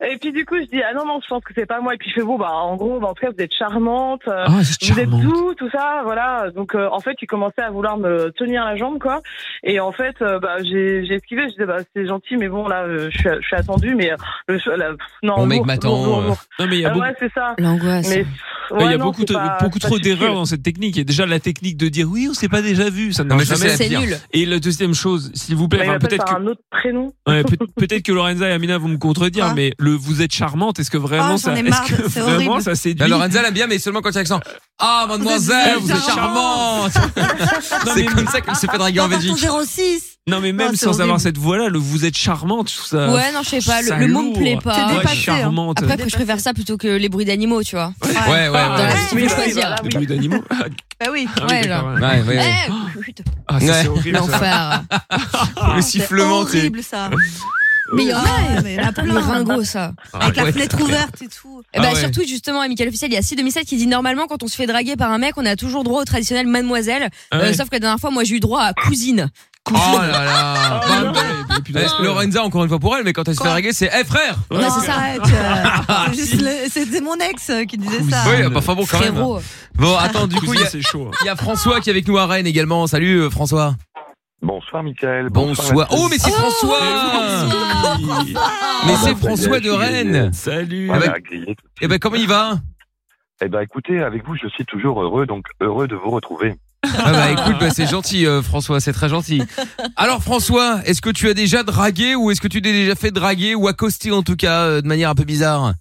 I: Et puis du coup, je dis ah non non, je pense que c'est pas moi. Et puis je fais bon bah en gros, bah, en tout cas vous êtes charmante, euh,
E: Ah, c'est
I: vous êtes
E: charmante.
I: doux, tout ça, voilà. Donc euh, en fait, il commençait à vouloir me tenir la jambe quoi. Et en fait, euh, bah j'ai j'ai esquivé. Je disais bah c'est gentil, mais bon là, euh, je suis je suis attendue, mais euh, le che- la- pff, non.
A: Mon mec
I: lourd,
A: m'attend,
I: lourd, lourd,
A: euh.
I: lourd.
E: Non, mais il y a
I: Ah
E: beaucoup-
I: ouais, c'est ça.
D: L'angoisse.
I: Mais, pff,
E: Ouais, il y
I: ouais,
E: a
I: non,
E: beaucoup,
I: c'est
E: de-
I: pas-
E: beaucoup
I: c'est pas
E: trop d'erreurs
I: subtil.
E: dans cette technique. Et déjà, la technique de dire oui, on s'est pas déjà vu, ça ne
A: Non, mais
E: marche
A: ça,
E: jamais.
A: c'est la C'est pire. nul.
E: Et la deuxième chose, s'il vous plaît,
I: Bah, il
E: enfin,
I: appelle
E: peut-être
I: par
E: que.
I: un autre prénom.
E: Ouais, peut- peut-être que Lorenza et Amina vont me contredire, mais le vous êtes charmante, est-ce que vraiment
H: Ah, j'en
E: ça,
H: ai
E: est-ce
H: marre,
E: que
H: c'est
E: vraiment
H: horrible.
E: ça séduit
A: La Bah, Lorenza l'aime bien, mais seulement quand il y a accent. Ah, mademoiselle, vous êtes [LAUGHS] charmante C'est comme ça qu'elle s'est fait draguer en Belgique.
H: 06
E: Non mais même
H: Ah, c'est
E: sans
H: horrible.
E: avoir cette voix-là, le vous êtes charmante, je trouve
A: Euh,
E: ça.
D: Ouais, non, je sais pas,
E: ça
D: le, le mot me
E: lourd.
D: plaît pas.
E: Ouais,
A: hein.
E: charmante.
D: Après, après, je préfère ça plutôt que les bruits d'animaux, tu vois.
A: Ouais, ouais,
E: Ah,
A: ouais.
D: Si tu veux choisir.
E: Le bruit d'animaux.
H: Bah oui.
E: Ah,
D: Ouais,
E: oui,
D: là.
E: d'accord,
A: Ouais, ouais, ouais.
D: Eh,
E: Ah, ça, c'est
A: Ouais.
E: horrible. ça.
D: L'enfer.
A: [LAUGHS] Le sifflement,
H: C'est
A: t'es.
H: horrible ça.
D: [LAUGHS] Mais il y en
H: Ah, mais
D: a
H: la
D: plein. Ringo, ça.
A: Ah,
H: Avec la
A: ouais.
H: fenêtre ouverte et tout.
D: Eh bah,
A: Ah ouais.
D: Sur Twitch, justement, à Michael Officiel, il y a 62007 qui dit normalement, quand on se fait draguer par un mec, on a toujours droit au traditionnel mademoiselle.
A: Ah
D: Euh,
A: ouais.
D: sauf que la dernière fois, moi, j'ai eu droit à cousine.
A: Oh là
E: Ah,
A: là Bah, en même temps, eh, Lorenza, encore une fois pour elle, mais quand elle se fait draguer, c'est Eh frère
H: Non, arrête, euh, c'est juste le- C'était mon ex euh, qui disait ça.
A: Oui, bah, enfin bon, quand même.
D: Frérot.
A: Bon, attends, du coup, il y, a-
E: c'est chaud.
A: il y a François qui est avec nous à Rennes également. Salut euh, François.
P: Bonsoir Mickaël.
A: Bonsoir. Oh, mais c'est François Mais
G: Ah,
A: c'est François de Rennes
E: Salut.
A: Eh ben- Eh ben, comment il va
P: Eh ben écoutez, avec vous, je suis toujours heureux, donc heureux de vous retrouver.
A: Ah bah écoute, bah, c'est gentil euh, François, c'est très gentil. Alors François, est-ce que tu as déjà dragué ou est-ce que tu t'es déjà fait draguer ou accoster en tout cas euh, de manière un peu bizarre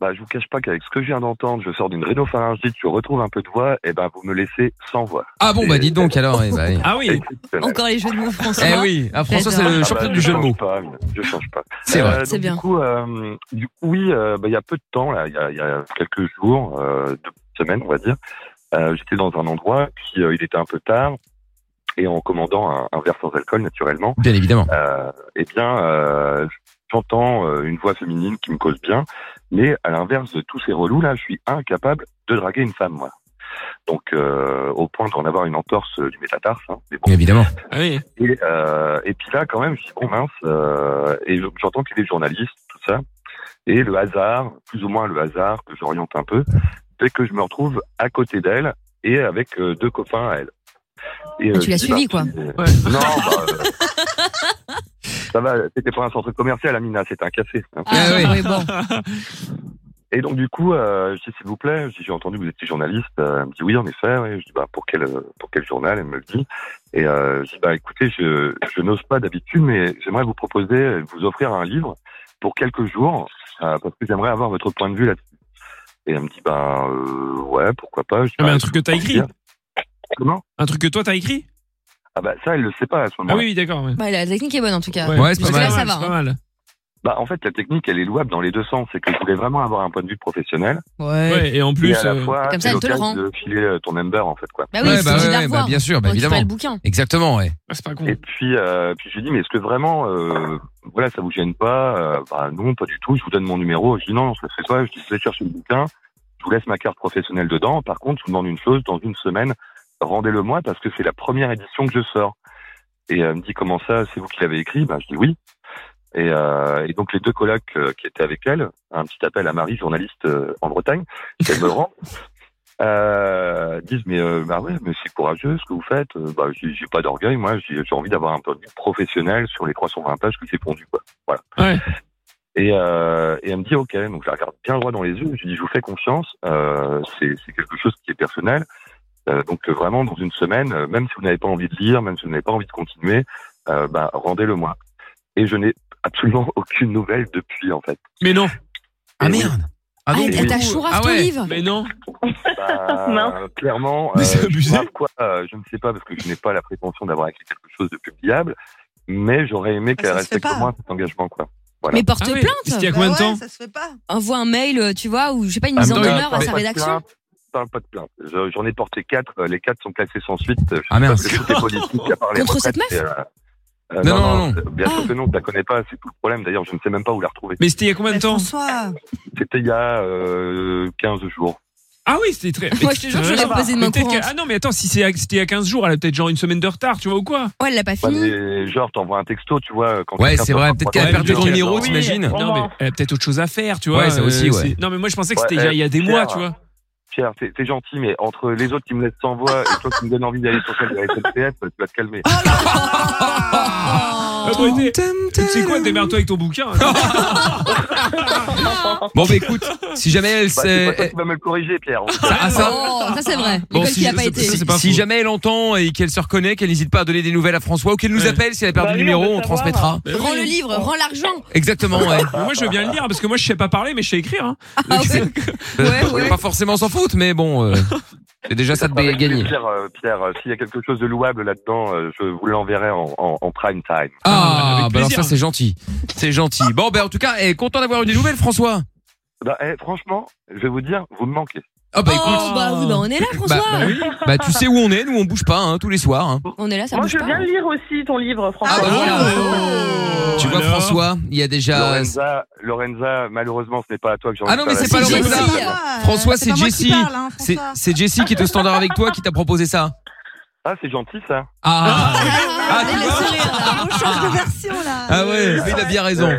P: Bah, je vous cache pas qu'avec ce que je viens d'entendre, je sors d'une rhinopharyngite, je retrouve un peu de voix, et ben vous me laissez sans voix.
A: Ah bon bah dis
P: Euh,
A: donc alors. eh bah, eh.
E: Ah oui.
D: Encore les jeux de mots François.
A: Eh oui, ah, François c'est
P: Ah
A: le
P: bah,
A: champion du
P: je
A: jeu de
P: change
A: mots.
P: pas, je change pas.
A: C'est vrai.
P: donc,
D: C'est bien.
P: Du coup, euh, du coup, oui, euh, bah, il y a peu de temps, là, il y a, il y a quelques jours, euh, deux semaines, on va dire, euh, j'étais dans un endroit, puis euh, il était un peu tard, et en commandant un, un verre sans alcool, naturellement,
A: Bien évidemment.
P: euh, eh bien, euh, j'entends euh, une voix féminine qui me cause bien, mais à l'inverse de tous ces relous là, je suis incapable de draguer une femme, moi. Donc, euh, au point d'en avoir une entorse euh, du métatarse, hein, mais bon.
A: Évidemment.
E: Ah oui.
P: Et, euh, et puis là, quand même, je suis bon mince, euh, et je- j'entends qu'il est journaliste, tout ça, et le hasard, plus ou moins le hasard, que j'oriente un peu, fait que je me retrouve à côté d'elle et avec euh, deux copains à elle. Et,
D: Ah,
P: euh,
D: tu l'as
P: je dis,
D: suivi,
P: bah,
D: quoi.
P: Non,
E: [LAUGHS]
P: bah, euh, ça va, c'était pas un centre commercial, Amina, c'était un café. hein.
A: Ah oui.
D: Oui, bon.
P: [LAUGHS] Et donc, du coup, euh, je dis, s'il vous plaît, je dis, j'ai entendu que vous étiez journaliste. Euh, elle me dit, oui, en effet. oui. Je dis, bah, pour quel, euh, pour quel journal Elle me le dit. Et euh, je dis, bah, écoutez, je, je n'ose pas d'habitude, mais j'aimerais vous proposer, euh, vous offrir un livre pour quelques jours, euh, parce que j'aimerais avoir votre point de vue là-dessus. Et elle me dit, bah, euh, ouais, pourquoi pas. Je dis,
E: Ah, mais
P: bah,
E: un truc que t'as écrit.
P: Comment
E: Un truc que toi t'as écrit. Ah
P: Ah bah ça, elle le sait pas à ce moment-là.
C: Ah d'accord.
D: Bah, la technique est bonne en tout cas.
P: Ouais, c'est
D: Parce
P: pas
D: que
P: mal.
D: là, ça va. hein.
P: Bah, en fait, la technique, elle est louable dans les deux sens. C'est que je voulais vraiment avoir un point de vue professionnel.
D: Ouais.
C: Ouais, et en plus,
P: à la
C: euh,
P: fois,
D: Comme ça,
P: t'es
D: elle te le
P: l'occasion
D: rend.
P: de filer euh, ton number, en fait, quoi.
D: Bah oui, c'est obligé de la revoir.
A: bien sûr, bah
D: Pour
A: évidemment.
D: récupérer le bouquin.
A: Exactement, ouais.
C: Ah, c'est pas con.
P: Et puis, euh, puis je lui dis, mais est-ce que vraiment, euh, voilà, ça vous gêne pas Euh, Bah non, pas du tout. Je vous donne mon numéro. Je dis non, non, ça se fait pas. Je dis, je vais chercher le bouquin. Je vous laisse ma carte professionnelle dedans. Par contre, je vous demande une chose. Dans une semaine, rendez-le-moi parce que c'est la première édition que je sors. Et elle me dit comment ça C'est vous qui l'avez écrit Ben je dis oui. Et, euh, et donc les deux colocs euh, qui étaient avec elle, un petit appel à Marie, journaliste euh, en Bretagne, qu'elle
C: [LAUGHS]
P: me rend, euh, disent mais euh, bah ouais, mais c'est courageux ce que vous faites. Euh, bah j'ai j'ai pas d'orgueil, moi j'ai j'ai envie d'avoir un point de vue professionnel sur les 320 pages que j'ai pondu quoi. Voilà. Et, euh, et elle me dit ok, donc je la regarde bien droit dans les yeux. Je lui dis je vous fais confiance, euh, c'est c'est quelque chose qui est personnel. Euh, donc euh, vraiment dans une semaine, euh, même si vous n'avez pas envie de lire, même si vous n'avez pas envie de continuer, euh, bah, rendez-le-moi. Et je n'ai absolument [LAUGHS] aucune nouvelle depuis en fait.
C: Mais non.
P: Ah merde.
A: Ah
P: donc
C: elle t'a chouraf Ah ton ouais. livre.
P: Mais
C: non.
D: [LAUGHS]
P: Bah, clairement, euh, je, sais pas quoi, euh, je ne sais pas parce que je n'ai pas la prétention d'avoir écrit quelque chose de publiable, mais j'aurais
D: Ah,
P: aimé qu'elle respecte au moins cet engagement quoi. Voilà.
D: Mais porte plainte. Envoie un mail, euh, tu vois, ou je sais
P: Hein
D: pas, une mise en demeure à sa rédaction.
P: Parle pas de plainte. Je- J'en ai porté quatre. euh, Les quatre sont classés sans suite. Je sais
A: Ah, merde.
P: Pas que tout est politique, à part les
A: Contre
P: retraites,
A: cette meuf
P: et, euh, euh,
A: Non,
P: non,
A: non,
P: non,
A: non.
P: euh, Bien
D: Ah.
P: sûr que non, tu la connais pas, c'est tout le problème. D'ailleurs, je ne sais même pas où la retrouver.
C: Mais c'était il y a
D: Bah,
C: combien de temps
P: C'était il y a euh, 15 jours.
C: Ah oui, c'était très.
D: Moi, je te jure, je l'ai
C: Ça va.
D: posé de main
C: Mais peut-être
D: courante.
C: que- Ah non, mais attends, si c'est- c'était il y a 15 jours, elle a peut-être genre une semaine de retard, tu vois, ou quoi
D: Ouais, elle l'a pas
P: Ouais,
D: fini.
P: mais genre, t'envoies un texto, tu vois. Quand
A: Ouais,
P: quelqu'un
A: c'est
P: t'envoie
A: vrai,
P: un
A: peut-être
P: problème,
A: qu'elle a perdu
P: tu
A: ton
P: vois,
A: numéro,
P: genre,
A: t'imagines
C: Non, mais elle a peut-être autre chose à faire, tu vois. euh,
A: Ouais, ça aussi, ouais.
C: c'est- Non, mais moi, je pensais que
P: Ouais,
C: c'était il y a- il y a des
P: Pierre,
C: mois, tu vois.
P: Pierre, t'es t'es gentil, mais entre les autres qui me laissent sans voix et toi qui me donnes envie d'aller sur celle de la SNCF, tu vas te calmer.
C: Ah, bon, t'es- Tu sais quoi, démerde-toi avec ton bouquin. hein. Bah,
A: Bon, bah écoute, si jamais elle
P: Bah, c'est pas
A: s'est-
P: toi qui vas me le corriger, Pierre.
A: Ah, ça-
D: Oh, ça c'est vrai.
A: Bon,
D: L'école
A: si,
D: qui a
A: je-
D: pas
A: c'est-
D: été.
A: c'est- si jamais elle entend et qu'elle se reconnaît, qu'elle n'hésite pas à donner des nouvelles à François ou qu'elle nous appelle si elle a perdu
C: Bah
A: le
C: oui,
A: numéro,
C: on veut
A: on,
C: savoir.
A: transmettra.
C: Bah
D: Rends le livre, rends l'argent.
A: Exactement, ouais.
C: [LAUGHS] Moi, je veux bien le lire parce que moi, je sais pas parler, mais je sais écrire. hein.
A: Euh, Pas forcément sans faute, mais bon,
C: [LAUGHS]
A: euh, c'est déjà ça de
P: Avec
A: gagner.
P: plaisir, euh, Pierre, euh, s'il y a quelque chose de louable là-dedans, euh, je vous l'enverrai en, en- en prime time.
A: Ah, bah alors
P: plaisir.
A: ça c'est gentil. C'est gentil. Bon, ben en tout cas, eh, content d'avoir eu des nouvelles, François.
P: Bah, eh, franchement, je vais vous dire, vous me manquez.
A: Ah bah écoute.
D: Oh, bah oui, bah, on est là, François.
A: Bah, tu sais où on est, nous on bouge pas hein, tous les soirs. hein.
D: On est là, ça
I: Moi,
D: bouge
I: je
D: pas.
I: veux bien lire aussi ton livre, François.
A: tu vois François, il y a déjà.
P: Lorenza, Lorenza, malheureusement, ce n'est pas à toi que j'ai
A: Ah non mais c'est pas Lorenza. hein, François, c'est Jessie.
D: hein,
A: C'est- c'est Jessie qui est au standard avec toi qui t'a proposé ça.
P: Ah, c'est gentil ça.
A: Ah.
H: change de version là.
A: Ah ouais, mais il a bien raison.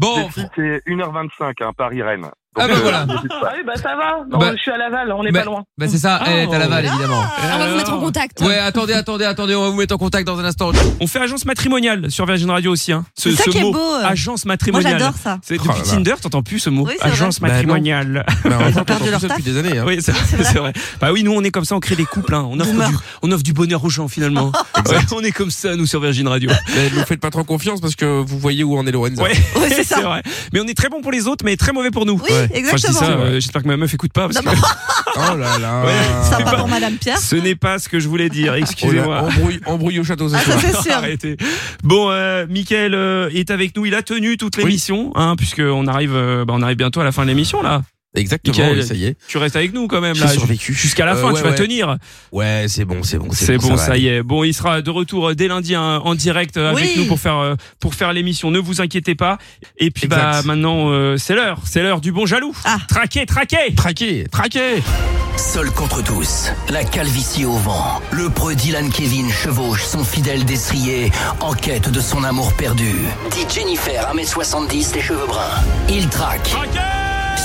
A: Bon.
P: Euh, C'est 1h25, hein, Paris-Rennes. Donc,
A: Ah bah
P: euh,
A: voilà.
P: n'hésite pas.
I: Ah oui, bah ça va. Non,
A: Bah-
I: je suis à Laval, on n'est
A: Bah-
I: pas loin.
A: Bah c'est ça,
I: Ah.
E: Oh.
A: eh, t'as Laval évidemment.
D: Ah, On va vous mettre en contact.
A: Ouais, attendez, attendez, attendez, on va vous mettre en contact dans un instant.
E: On fait agence matrimoniale sur Virgin Radio aussi. Hein. Ce,
A: C'est ça
E: ce
A: qui est
E: mot,
A: beau, euh.
E: agence matrimoniale.
A: Moi, j'adore ça.
E: C'est
A: Oh là
E: depuis
A: là.
E: Tinder, t'entends plus ce mot,
A: Oui, c'est
E: agence
A: vrai. Bah, non.
E: matrimoniale.
A: Ils ont perdu leur
F: depuis des années. hein.
E: Oui, c'est vrai, c'est vrai. Bah oui, nous on est comme ça, on crée des couples. hein. On, offre du, on offre du bonheur aux gens
A: [LAUGHS]
E: finalement. Ouais, on est comme ça, nous sur Virgin Radio.
F: Mais vous faites pas trop confiance parce que vous voyez où en est Lorenza.
E: Ouais,
F: Ouais,
E: [LAUGHS] c'est vrai. Mais on est très bon pour les autres, mais très mauvais pour nous.
F: Oui,
E: Ouais. Enfin, je dis
F: exactement.
E: ça, euh, J'espère que ma meuf écoute pas. Parce que... [LAUGHS] Bah,
F: oh là là.
E: ça va
H: pour Madame Pierre.
E: Ce n'est pas ce que je
F: [LAUGHS]
E: voulais dire, excusez-moi.
F: Oh là, embrouille, embrouille au château ce
E: Ah,
F: soir.
E: ça, c'est sûr. Arrêtez. Bon, euh, Mickaël euh, est avec nous. Il a tenu toute l'émission, hein, puisque on arrive, euh, bah, on arrive bientôt à la fin de l'émission là.
F: Exactement,
E: Mickaël,
F: oui, ça y est.
E: Tu restes avec nous quand même
F: J'ai
E: là.
F: survécu.
E: Jusqu'à la
F: Euh,
E: fin,
F: ouais,
E: tu vas
F: ouais.
E: tenir.
F: Ouais, c'est bon, c'est bon.
E: C'est bon, ça,
F: va
E: y
F: aller.
E: est. Bon, il sera de retour euh, dès lundi hein, en direct euh, avec
F: Oui.
E: nous pour faire euh, pour faire l'émission. Ne vous inquiétez pas. Et puis bah maintenant, euh, c'est l'heure, c'est l'heure du bon jaloux. Traqué, traqué,
F: traqué,
E: traqué.
Q: Seul contre tous, la calvitie au vent, le preux Dylan Kevin chevauche son fidèle destrier en quête de son amour perdu. Dit Jennifer, 1m70, les cheveux bruns. Il traque.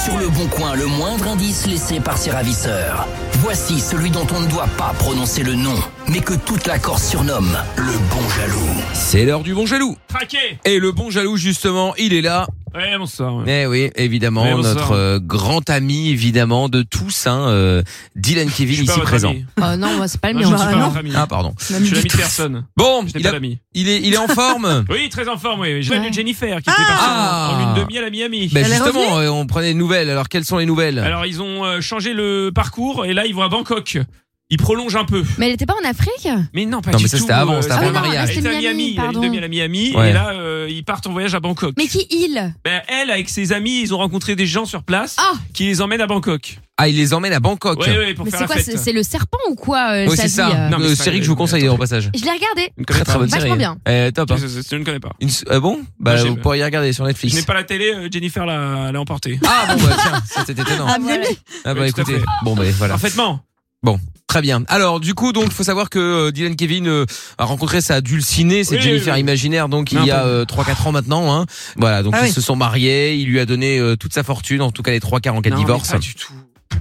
Q: Sur le bon coin, le moindre indice laissé par ses ravisseurs. Voici celui dont on ne doit pas prononcer le nom, mais que toute la Corse surnomme le bon jaloux.
A: C'est l'heure du bon jaloux.
E: Traqué.
A: Et le bon jaloux justement, il est là.
E: Ouais, bonsoir. ouais.
A: Eh oui, évidemment,
E: Ouais, bonsoir.
A: notre euh, grand ami, évidemment, de tous, hein, euh, Dylan Kevin,
E: pas
A: ici
E: votre
A: présent.
E: ami.
D: Oh non, moi, c'est pas le
E: Non,
D: mien.
E: je ne suis
D: Bah,
E: pas
D: non.
E: votre ami.
A: Ah, pardon.
E: Je suis l'ami de personne.
A: Bon,
E: Je n'ai
A: il,
E: pas
A: a-
E: d'ami.
A: il est, il est en forme.
E: [LAUGHS] Oui, très en forme, oui. Je l'ai
A: Ouais.
E: vu Jennifer qui était partie
A: Ah.
E: en- en lune de miel à Miami.
A: Ben justement, euh, on prenait des nouvelles. Alors, quelles sont les nouvelles
E: Alors ils ont euh, changé le parcours et là ils vont à Bangkok. Il prolonge un peu.
D: Mais elle était pas en Afrique
E: Mais non, pas
A: Non,
E: du
A: mais ça,
E: tout,
A: c'était
E: euh,
A: avant,
D: Ah
A: c'était avant
E: c'est-
A: le mariage.
E: Elle était à Miami, elle est
D: pardon.
E: devenue à Miami,
A: Ouais.
E: et là, euh, ils partent en voyage à Bangkok.
D: Mais qui il
E: Ben, elle, avec ses amis, ils ont rencontré des gens sur place qui les emmènent à Bangkok.
A: Ah, il les emmène à Bangkok.
E: Ouais, ouais, pour
D: Mais
E: faire
D: c'est
E: la
D: quoi
E: fête.
D: C'est c'est le serpent ou quoi euh,
A: Oui,
D: sa
A: c'est
D: vie, euh
A: ça.
E: Non, mais
A: Euh,
E: c'est
A: série
E: pas-
A: que je vous conseille au passage.
D: Je l'ai regardé.
A: Très très bonne série.
D: Vachement bien.
A: Eh, top. hein.
E: Je- je- je ne connais pas.
A: Une s- euh, bon Bah,
E: j'ai-
A: vous pourriez regarder sur
E: Je
A: Netflix.
E: n'ai pas la télé, euh, Jennifer l'a l'a emportée.
A: Ah bon, bah tiens, c'était étonnant.
G: Ah, bien mis.
A: Ah bah
E: Ouais, tout à
A: écoutez,
E: fait.
A: bon bah voilà.
E: Parfaitement.
A: Bon, très bien. Alors du coup, donc faut savoir que euh, Dylan Kevin euh, a rencontré sa dulcinée, c'est
E: Oui,
A: Jennifer
E: oui, oui.
A: imaginaire, donc il
E: Un
A: y a
E: peu.
A: euh, 3-4 ans maintenant. Hein. Voilà, donc
E: Ah
A: ils
E: oui.
A: se sont mariés, il lui a donné euh, toute sa fortune, en tout cas les trois quarts en cas de
E: Non, mais
A: divorce.
E: pas du tout.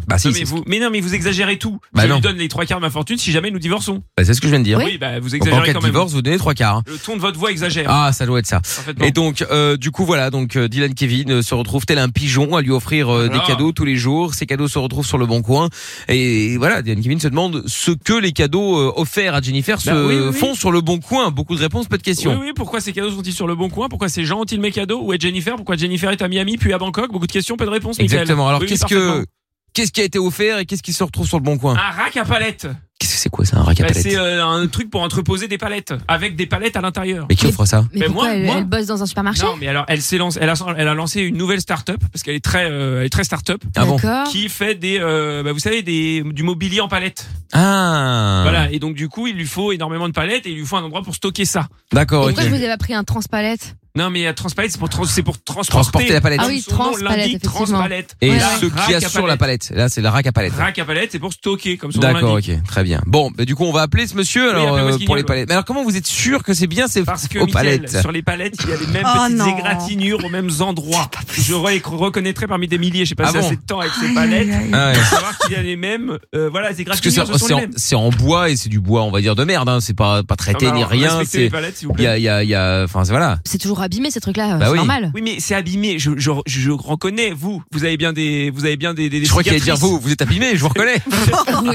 A: Bah si,
E: Non,
A: c'est
E: mais,
A: ce-
E: vous, mais non, mais vous exagérez tout.
A: Bah
E: je
A: non.
E: lui donne les trois quarts de ma fortune si jamais nous divorçons.
A: bah, c'est ce que je viens de dire.
E: Oui, bah, vous
A: Donc, en
E: exagérez
A: cas de
E: quand même.
A: divorce, vous donnez trois quarts. hein.
E: Le ton de votre voix exagère.
A: Ah, ça doit être ça.
E: Parfaitement.
A: Et donc, euh, du coup, voilà, donc euh, Dylan Kevin euh, se retrouve tel un pigeon à lui offrir euh, des
E: Voilà.
A: cadeaux tous les jours. Ces cadeaux se retrouvent sur le bon coin. Et, voilà, Dylan Kevin se demande ce que les cadeaux euh, offerts à Jennifer se
E: Bah oui, oui, oui.
A: font sur le bon coin. Beaucoup de réponses, peu de questions.
E: Oui, oui, pourquoi ces cadeaux sont-ils sur le bon coin Pourquoi ces gens ont-ils mes cadeaux Où est Jennifer Pourquoi Jennifer est à Miami puis à Bangkok Beaucoup de questions, pas de réponses. Mickaël.
A: Exactement. Alors,
E: Oui, oui,
A: qu'est-ce
E: parfaitement.
A: que qu'est-ce qui a été offert et qu'est-ce qui se retrouve sur le bon coin
E: Un rack à palettes.
A: Qu'est-ce que c'est quoi ça, un rack à
E: Bah,
A: palettes
E: c'est euh, un truc pour entreposer des palettes avec des palettes à l'intérieur.
A: Mais qui offre ça
D: Mais
E: Mais
D: pourquoi
E: moi,
D: elle,
E: moi-
D: elle bosse dans un supermarché
E: Non, mais alors elle s'est lancée, elle a, elle a lancé une nouvelle start-up parce qu'elle est très, euh, elle est très start-up.
A: Ah bon
D: D'accord.
E: Qui fait des, euh, bah, vous savez, des du mobilier en palettes.
A: Ah.
E: Voilà. Et donc du coup, il lui faut énormément de palettes et il lui faut un endroit pour stocker ça.
A: D'accord.
D: Et
A: ok.
D: pourquoi je vous ai pas pris un transpalette
E: Non, mais la transpalette, c'est pour, trans- c'est pour transporter.
A: Transporter la palette.
D: Ah oui,
E: Son nom
D: transpalette,
E: l'indique,
D: effectivement.
E: transpalette.
A: Et
D: Ouais,
E: ouais.
A: ce qu'il y a
E: Rack à
A: sur la palette. Là, c'est le rack à palette.
E: Rack à palettes, c'est pour stocker, comme son nom
A: D'accord,
E: l'indique.
A: ok, très bien. Bon, bah, du coup, on va appeler ce monsieur alors
E: appelez-moi
A: euh,
E: ce qu'il
A: pour
E: dit,
A: les
E: ouais.
A: palettes. Mais alors, comment vous êtes sûr que c'est bien ces
E: Parce que
A: aux
E: Mickaël,
A: palettes
E: sur les palettes, il y a les mêmes
G: Oh
E: petites
G: non.
E: égratignures aux mêmes endroits. Je re- reconnaîtrais parmi des milliers, je sais pas
A: Ah
E: si
A: bon
E: assez de temps avec ces palettes.
A: Ah ouais.
E: pour savoir qu'il y a les mêmes, euh, voilà, les
A: Parce que
E: égratignures, ce
A: c'est
E: sont
A: c'est
E: les
A: en,
E: mêmes.
A: c'est en bois et c'est du bois, on va dire de merde. Hein. C'est pas pas traité
E: Non, mais
A: ni
E: Ah bah alors,
A: rien.
E: respectez
A: C'est
E: les palettes, s'il vous
A: il y
E: plaît.
A: a il y a il y a. Enfin, c'est- voilà.
D: C'est toujours abîmé ces trucs-là,
A: Bah
D: c'est
A: oui.
D: normal.
E: Oui, mais c'est abîmé. Je, je, je, reconnais. Vous, vous avez
D: [LAUGHS]
E: bien des, [LAUGHS] vous avez bien des. des, des
A: Je crois qu'il allait
E: cicatrices.
A: dire vous, vous êtes abîmé, je
E: [LAUGHS]
A: vous reconnais.
E: Ah, Vous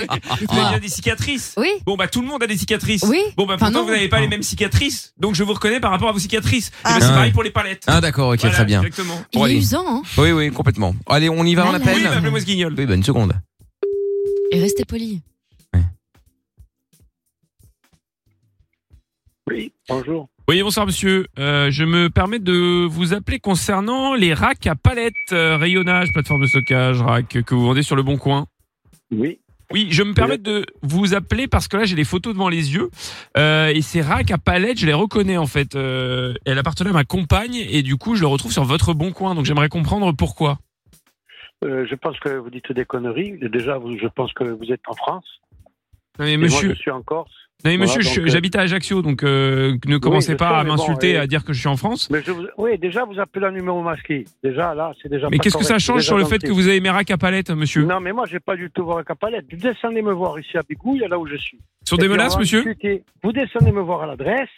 A: Ah.
E: avez bien des cicatrices.
D: Oui.
E: Bon bah tout le monde a des cicatrices.
D: Oui.
E: Bon bah
D: Enfin,
E: pourtant
D: non.
E: vous n'avez pas les mêmes cicatrices. Donc je vous reconnais par rapport à vos cicatrices. Et bah, c'est
A: Ah.
E: pareil pour les palettes.
A: Ah d'accord, ok,
E: Voilà,
A: très bien.
E: Exactement.
A: Bon,
D: Il est
A: allez.
D: usant, hein.
A: Oui, oui, complètement. Allez, on y va, on
D: Voilà.
A: appelle.
E: Oui, bah, appelez-moi ce guignol.
A: Oui, bah, une seconde.
D: Et restez poli.
C: Oui, bonjour.
E: Oui, bonsoir monsieur. Euh, je me permets de vous appeler concernant les racks à palettes, euh, rayonnage, plateforme de stockage, rack que vous vendez sur le Bon Coin.
C: Oui.
E: Oui, je me permets de vous appeler parce que là j'ai les photos devant les yeux Euh, et ces racks à palettes, je les reconnais en fait. Euh, elle appartenait à ma compagne et du coup je le retrouve sur votre Bon Coin. Donc j'aimerais comprendre pourquoi.
C: Euh, je pense que vous dites des conneries. Déjà, vous- je pense que vous êtes en France.
E: Non mais
C: Et
E: monsieur,
C: moi, je suis en Corse.
E: non, mais
C: Voilà,
E: monsieur, je
C: donc,
E: suis-
C: euh,
E: j'habite à Ajaccio, donc euh, ne commencez
C: je
E: pas
C: sais,
E: à
C: mais bon, euh,
E: m'insulter,
C: et-
E: à dire que je suis en France.
C: Mais je vous- Oui, déjà, vous appelez un numéro masqué. Déjà, là, c'est déjà
E: Mais
C: pas
E: qu'est-ce que ça
C: correct.
E: change
C: Déjà
E: sur le
C: dans
E: fait
C: tes-
E: que vous avez mes racks à palettes, monsieur
C: Non, mais moi, j'ai pas du tout voir un capalette. Vous descendez me voir ici à Bigouille, là où je suis.
E: Sur des
C: Et puis, on
E: menaces,
C: va en
E: monsieur
C: discuter. Vous descendez me voir à l'adresse,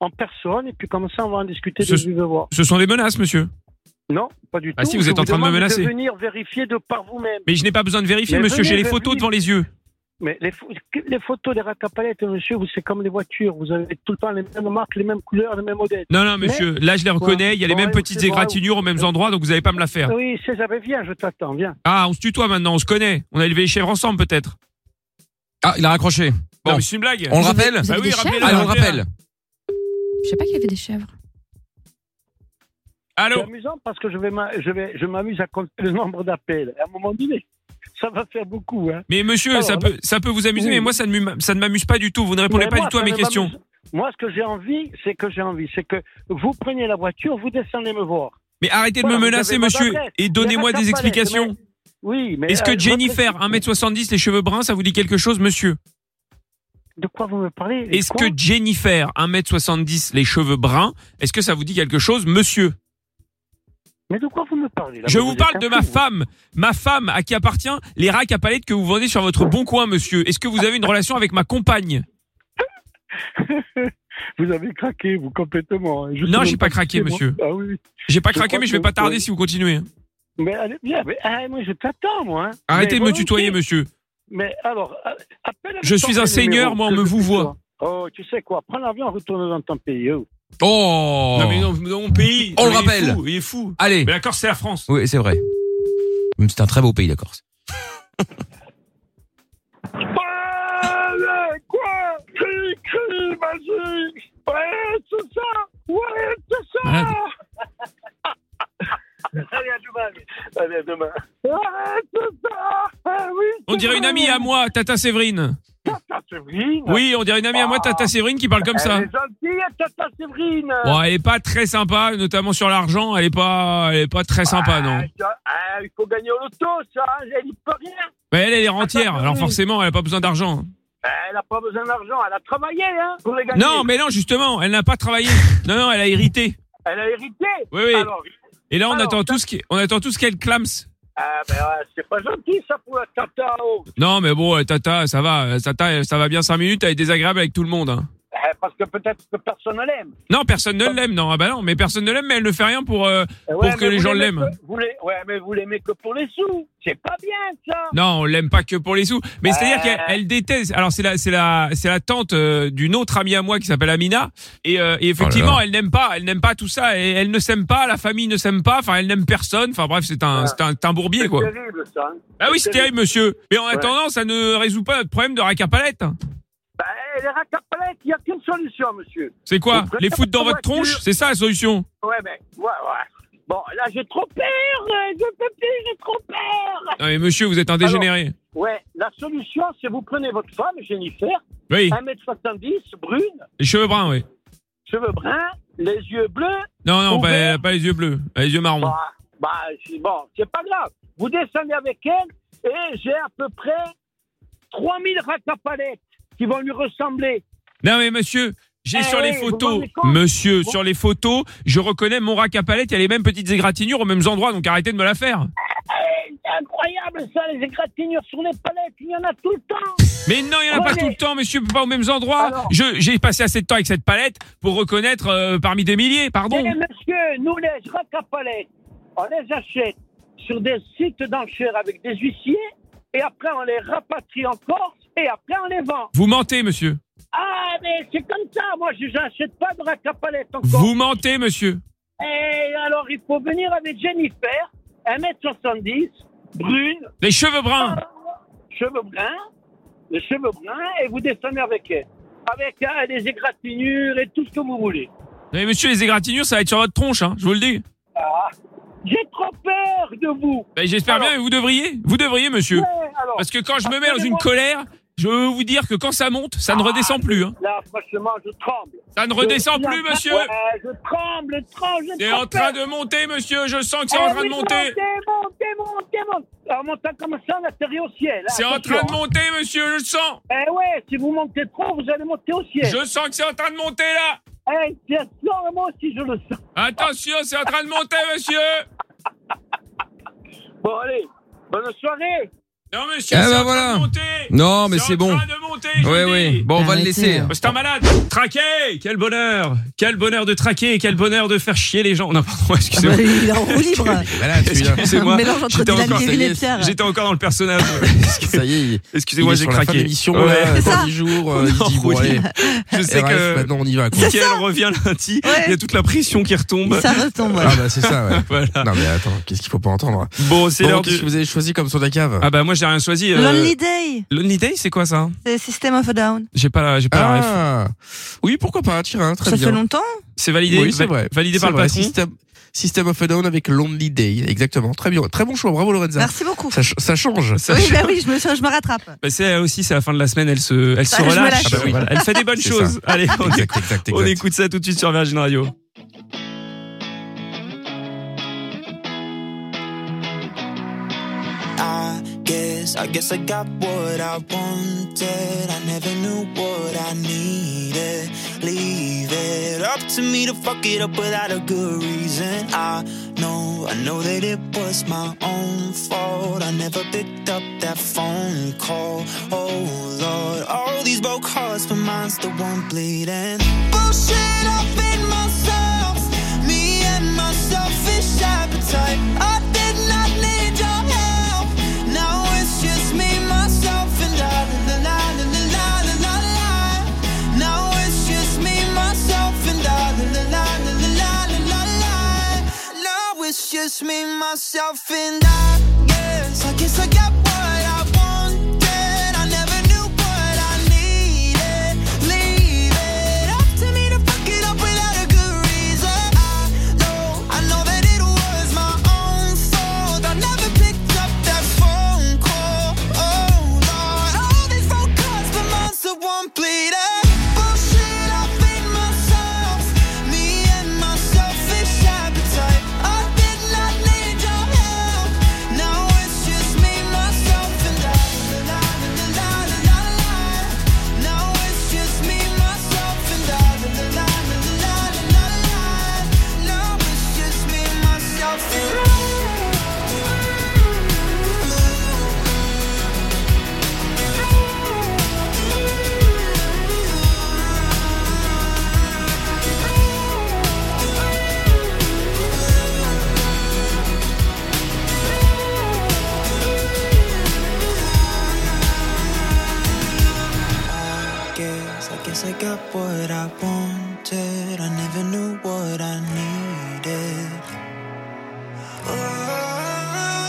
C: en personne, et puis comme ça, on va en discuter de
E: Ce-
C: vive voix.
E: Ce sont des menaces, monsieur.
C: Non, pas du tout.
E: Ah si, vous
C: Je
E: êtes en train de me
C: demande
E: menacer.
C: De venir vérifier de par vous-même.
E: Mais je n'ai pas besoin de vérifier,
C: Mais
E: monsieur.
C: venez
E: J'ai les
C: vers
E: photos
C: lui.
E: devant les yeux.
C: Mais les, pho- les photos des racapalettes, monsieur, vous, c'est comme les voitures. Vous avez tout le temps les mêmes marques, les mêmes couleurs, les mêmes modèles.
E: Non, non, monsieur. Là, je les reconnais. Il y a les
C: Bon,
E: mêmes
C: allez,
E: petites
C: c'est bon,
E: égratignures aux mêmes endroits, donc vous n'allez pas me la faire.
C: Oui, c'est ça. Mais viens, je t'attends, viens.
E: Ah, on se tutoie maintenant. On se connaît. On a élevé les chèvres ensemble, peut-être.
A: Ah, il a raccroché.
E: Bon,
A: Bon.
E: mais c'est une blague.
A: On le rappelle
D: vous
E: Bah
D: avez
E: oui,
D: des
E: rappelez-le,
D: chèvres
A: Allez, on le
E: rappelez-le.
A: rappelle.
D: Je sais pas qu'il y avait des chèvres.
E: Allô
C: C'est amusant parce que je vais, m'a- je vais, je m'amuse à compter le nombre d'appels. À un moment donné, ça va faire beaucoup, hein.
E: Mais monsieur,
C: Alors,
E: ça
C: là-
E: peut, ça peut vous amuser,
C: Oui.
E: mais moi, ça ne m'am- ça ne m'amuse pas du tout. Vous ne répondez
C: Mais
E: pas
C: moi,
E: du tout à
C: ça
E: mes
C: ne
E: questions.
C: m'amuse- Moi, ce que j'ai envie, c'est que j'ai envie, c'est que vous preniez la voiture, vous descendez me voir.
E: Mais arrêtez de me
C: Voilà, vous
E: menacer,
C: avez ma
E: monsieur,
C: adresse.
E: et donnez-moi
C: Mais
E: des
C: reste à palette,
E: explications.
C: mais- Oui, mais
E: Est-ce
C: euh,
E: que
C: votre-
E: Jennifer, 1m70, les cheveux bruns, ça vous dit quelque chose, monsieur
C: de quoi vous me parlez
E: Est-ce
C: Quoi
E: que Jennifer, 1m70, les cheveux bruns, est-ce que ça vous dit quelque chose, monsieur
C: Mais de hein. quoi vous me parlez là
E: Je
C: Mais
E: vous
C: êtes
E: parle
C: un
E: de
C: fou,
E: ma
C: vous.
E: femme, ma femme à qui appartient les racks à palettes que vous vendez sur votre bon coin, monsieur. Est-ce que vous avez une relation avec ma compagne
C: [LAUGHS] Vous avez craqué, vous complètement. hein, Je
E: Non,
C: sais
E: j'ai
C: même
E: pas craqué,
C: qui c'est, moi.
E: monsieur.
C: Ah oui. oui.
E: J'ai pas
C: Je
E: craqué,
C: crois
E: mais je vais
C: que-
E: pas tarder
C: oui.
E: si vous continuez. hein.
C: Mais allez bien, mais ah, moi je t'attends, moi. hein.
E: Arrêtez
C: Mais
E: de me
C: volontiers.
E: tutoyer, monsieur.
C: Mais alors, a- appelle.
E: Je suis un seigneur, moi, on me vous voit.
C: voit. Oh, tu sais quoi Prends l'avion, retourne dans ton pays. oh.
A: Oh.
E: Non, mais non, non, mon pays.
A: On
E: non, il
A: le
E: est
A: rappelle.
E: fou, Il est fou.
A: Allez.
E: Mais la Corse, c'est la France.
A: Oui, c'est vrai. Même si C'est un très beau pays, la Corse.
R: vas-y Ouais, c'est ça Ouais, c'est ça
G: Malade.
R: Allez, à demain. Allez, à demain. Ouais, c'est ça Ah oui,
E: On
R: c'est
E: dirait une
R: vrai.
E: amie hein, à moi, Tata Séverine.
R: Tata Séverine Ah.
E: Oui, on dirait une amie à moi, Tata Séverine, qui parle comme ça.
R: Elle est gentille, Tata Séverine
E: Bon, elle est pas très sympa, notamment sur l'argent. Elle est pas, elle est pas très sympa, non.
R: Ça, ah, il faut gagner au loto, ça hein, Elle n'y peut rien
E: Mais elle, elle est rentière, alors
R: oui.
E: forcément, elle a pas besoin d'argent.
R: Eh, Elle n'a pas besoin d'argent, elle a travaillé, hein, pour les gagner
E: Non, mais non, justement, elle n'a pas
R: [LAUGHS]
E: travaillé. Non, non, elle a hérité.
R: Elle a hérité
E: Oui, oui.
R: Alors,
E: Et là, on attend tous, qui- on attend tous qu'elle clame.
R: ah, ben, ouais, c'est pas gentil, ça, pour la Tata oh.
E: Non, mais bon, euh, Tata, ça va, euh, Tata, euh, ça va bien 5 minutes, elle est désagréable avec tout le monde. hein.
R: Eh, Parce que peut-être que personne ne l'aime
E: Non, personne ne l'aime, non, ah bah non, mais personne ne l'aime, mais elle ne fait rien pour, euh,
R: Eh ouais,
E: pour que
R: mais
E: les
R: vous
E: gens
R: l'aimez
E: l'aiment.
R: que- vous l'ai- Ouais, mais vous l'aimez que pour les sous C'est pas bien, ça
E: Non, on l'aime pas que pour les sous. Mais c'est-à-dire
R: Ouais.
E: qu'elle elle déteste. Alors c'est la c'est la c'est la tante euh, d'une autre amie à moi qui s'appelle Amina et, euh, et effectivement
A: Oh là là.
E: elle n'aime pas elle n'aime pas tout ça et elle ne s'aime pas la famille ne s'aime pas enfin elle n'aime personne enfin bref c'est un c'est un, c'est un bourbier quoi.
R: C'est terrible, ça hein.
E: Ah oui c'est terrible monsieur. Mais en
R: Ouais.
E: attendant ça ne résout pas notre problème de racapalette.
R: Bah, eh, les racapalettes, il n'y a qu'une solution, monsieur
E: C'est quoi
R: Vous prenez
E: les foutre dans votre
R: voiture.
E: tronche c'est ça la solution.
R: Ouais, mais, ouais, ouais Bon, là, j'ai trop peur euh, Je peux plus, j'ai trop peur
E: Non mais monsieur vous êtes un dégénéré.
R: Ouais, la solution, c'est vous prenez votre femme, Jennifer,
E: Oui.
R: 1m70, brune,
E: Les cheveux bruns oui.
R: cheveux bruns, les yeux bleus.
E: Non non pas,
R: ouverts.
E: elle a pas les yeux bleus elle a les yeux marrons.
R: Bah, bah, c'est- bon, c'est pas grave. Vous descendez avec elle et j'ai à peu près 3000 ratapalettes qui vont lui ressembler.
E: Non mais monsieur, j'ai
R: Eh
E: sur les
R: oui, vous vous
E: photos,
R: rendez compte
E: monsieur,
R: Vous-
E: sur les photos, je reconnais mon rack à palette, il y a les mêmes petites égratignures aux mêmes endroits, donc arrêtez de me la faire.
R: Eh, C'est incroyable ça, les égratignures sur les palettes, il y en a tout le temps.
E: Mais non, il n'y en a pas
R: Regardez.
E: tout le temps, monsieur, pas aux mêmes endroits. Je j'ai passé assez de temps avec cette palette pour reconnaître euh, parmi des milliers, pardon.
R: Eh, monsieur, nous les ratapalettes, on les achète sur des sites d'enchères avec des huissiers et après on les rapatrie en Corse et après on les vend.
E: Vous mentez, monsieur.
R: Ah, mais c'est comme ça, moi je n'achète pas de ratapalettes encore.
E: Vous mentez, monsieur.
R: Et alors, il faut venir avec Jennifer, 1m70, brune, Ah,
E: Les cheveux bruns.
R: cheveux bruns, les cheveux bruns, et vous descendez avec elle. Avec euh, des égratignures et tout ce que vous voulez.
E: Mais Eh, monsieur, les égratignures, ça va être sur votre tronche, hein, je vous le dis.
R: Ah, j'ai trop peur de vous.
E: Ben, J'espère bien, mais vous devriez, vous devriez, monsieur.
R: Ouais, alors,
E: Parce que quand je me mets dans une
R: appelez-moi.
E: colère, je veux vous dire que quand ça monte, ça ne redescend plus. hein.
R: Ah, Là, franchement, je tremble.
E: Ça ne redescend
R: Je suis
E: plus,
R: en train-
E: monsieur.
R: Ouais, je tremble, je tremble, Eh je
E: C'est en train de monter, monsieur. Je sens que c'est en train de monter.
R: Montez, montez, montez. En montant comme ça, on atterrit au ciel. hein,
E: C'est en
R: attention,
E: train de
R: hein.
E: monter, monsieur. Je le sens.
R: Eh ouais, si vous montez trop, vous allez monter au ciel.
E: Je sens que c'est en train de monter là.
R: Eh, bien sûr, moi aussi je le sens.
E: Attention, c'est en train de monter, monsieur.
R: Bon, allez, bonne soirée.
E: Non, monsieur,
A: Eh
E: c'est en
A: ben
E: train
A: voilà.
E: de monter.
A: Non, mais
E: en
A: c'est bon.
E: train de monter, je
A: Oui,
E: vous
A: oui.
E: dis. Bah,
A: Bon, on va le laisser.
H: hein.
E: C'est un malade. Traquer. Quel bonheur. Quel bonheur de traquer. Quel bonheur de faire chier les gens. Non, pardon, [LAUGHS] excusez-moi.
H: Ah bah, il est en roue libre.
A: Malade, celui-là.
E: Excusez-moi.
H: Un mélange entre
E: J'étais
H: Dylan
E: encore-
H: Kevin et Pierre.
E: J'étais encore dans
F: [LAUGHS]
E: le personnage.
F: Ça y est, il- il
E: Excusez-moi,
F: est
E: j'ai
F: sur la fin
E: craqué.
F: d'émission,
E: Ouais.
F: là,
E: C'est
F: dans
E: ça.
F: 10 jours, euh, il
E: [LAUGHS] Non,
F: dit, bon,
E: oui.
F: allez,
E: Je sais
F: RF,
E: que-
F: maintenant, on y va, quoi.
E: Mickaël revient lundi, il y a toute la pression qui retombe.
H: Ça retombe.
F: Ah, bah, c'est ça, ouais.
E: [LAUGHS] Voilà.
F: Non, mais attends, qu'est-ce qu'il faut pas entendre?
E: Bon, c'est l'heure
F: qu'est-ce
E: du-
F: que vous avez choisi comme son de la cave?
E: Ah bah moi j'ai rien choisi. euh,
H: Lonely Day,
E: Lonely Day, c'est quoi ça
H: c'est System of a Down.
E: J'ai pas la, j'ai pas la ref.
F: Ah. Oui, pourquoi pas, tiens, hein, très
H: Ça
F: bien.
H: fait longtemps
E: C'est validé,
F: Oui, c'est
E: va-
F: vrai.
E: validé
F: C'est
E: par le
F: vrai,
E: patron.
F: System, System of a Down avec Lonely Day, exactement. Très bien, très bon choix, bravo Lorenza.
H: Merci beaucoup.
F: Ça, ch- ça change.
E: Ça
H: oui,
E: change.
H: bah oui, je me, je me rattrape.
E: Bah, c'est elle aussi, c'est la fin de la semaine, elle se, elle se
H: Ah, je me
E: relâche.
H: lâche. Ah bah oui.
E: Voilà, Elle fait des bonnes
F: C'est
E: choses.
F: ça.
E: Allez, on,
F: Exact,
E: écoute,
F: exact,
E: on
F: exact.
E: écoute ça tout de suite sur Virgin Radio.
S: I guess, I guess I got what I wanted. I never knew what I needed. Leave it up to me to fuck it up without a good reason. I know, I know that it was my own fault. I never picked up that phone call. Oh Lord, all these broke hearts, but mine's the one bleeding.
G: Bullshit, I've been myself, me and my selfish appetite. I did not need your help. Now it's just me, myself, and I. La la la la la la la la. Now it's just me, myself, and I. La la la la la la la la. Now it's just me, myself, and I. Yes, I guess I got what I wanted. I never knew what I needed. Leave it
S: Oh, Oh,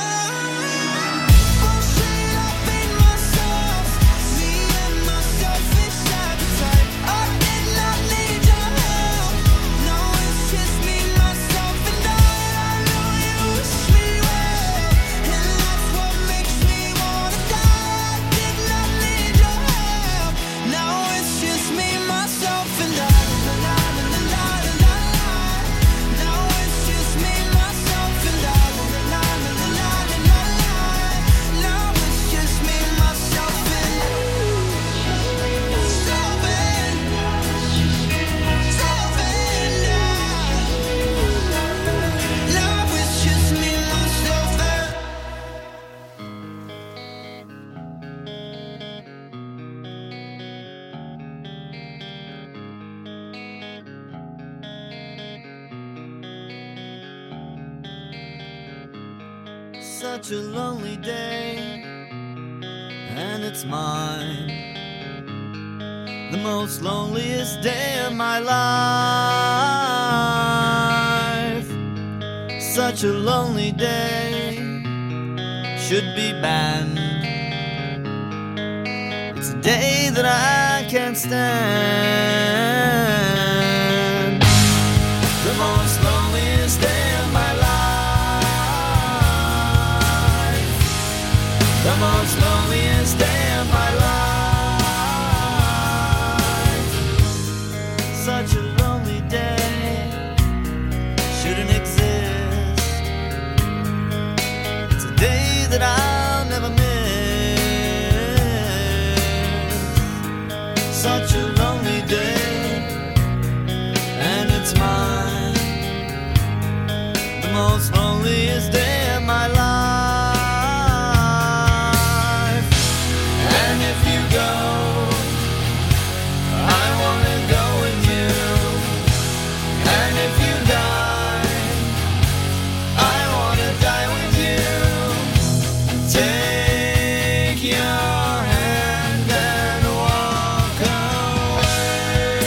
T: such a lonely day, and it's mine. The most loneliest day of my life. Such a lonely day should be banned. It's a day that I can't stand. The most loneliest day of my life. The most loneliest day of my life. Such a lonely day shouldn't exist. It's a day that I'll never miss. Such a lonely day and it's mine. The most loneliest day of my life. And if you go, I wanna go with you. And if you die, I wanna die with you. Take your hand and walk away.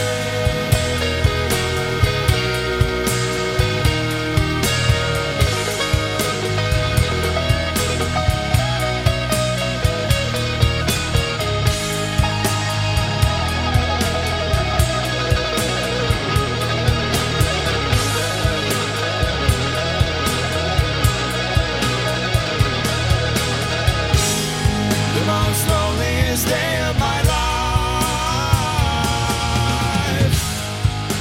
T: The most loneliest day of my life.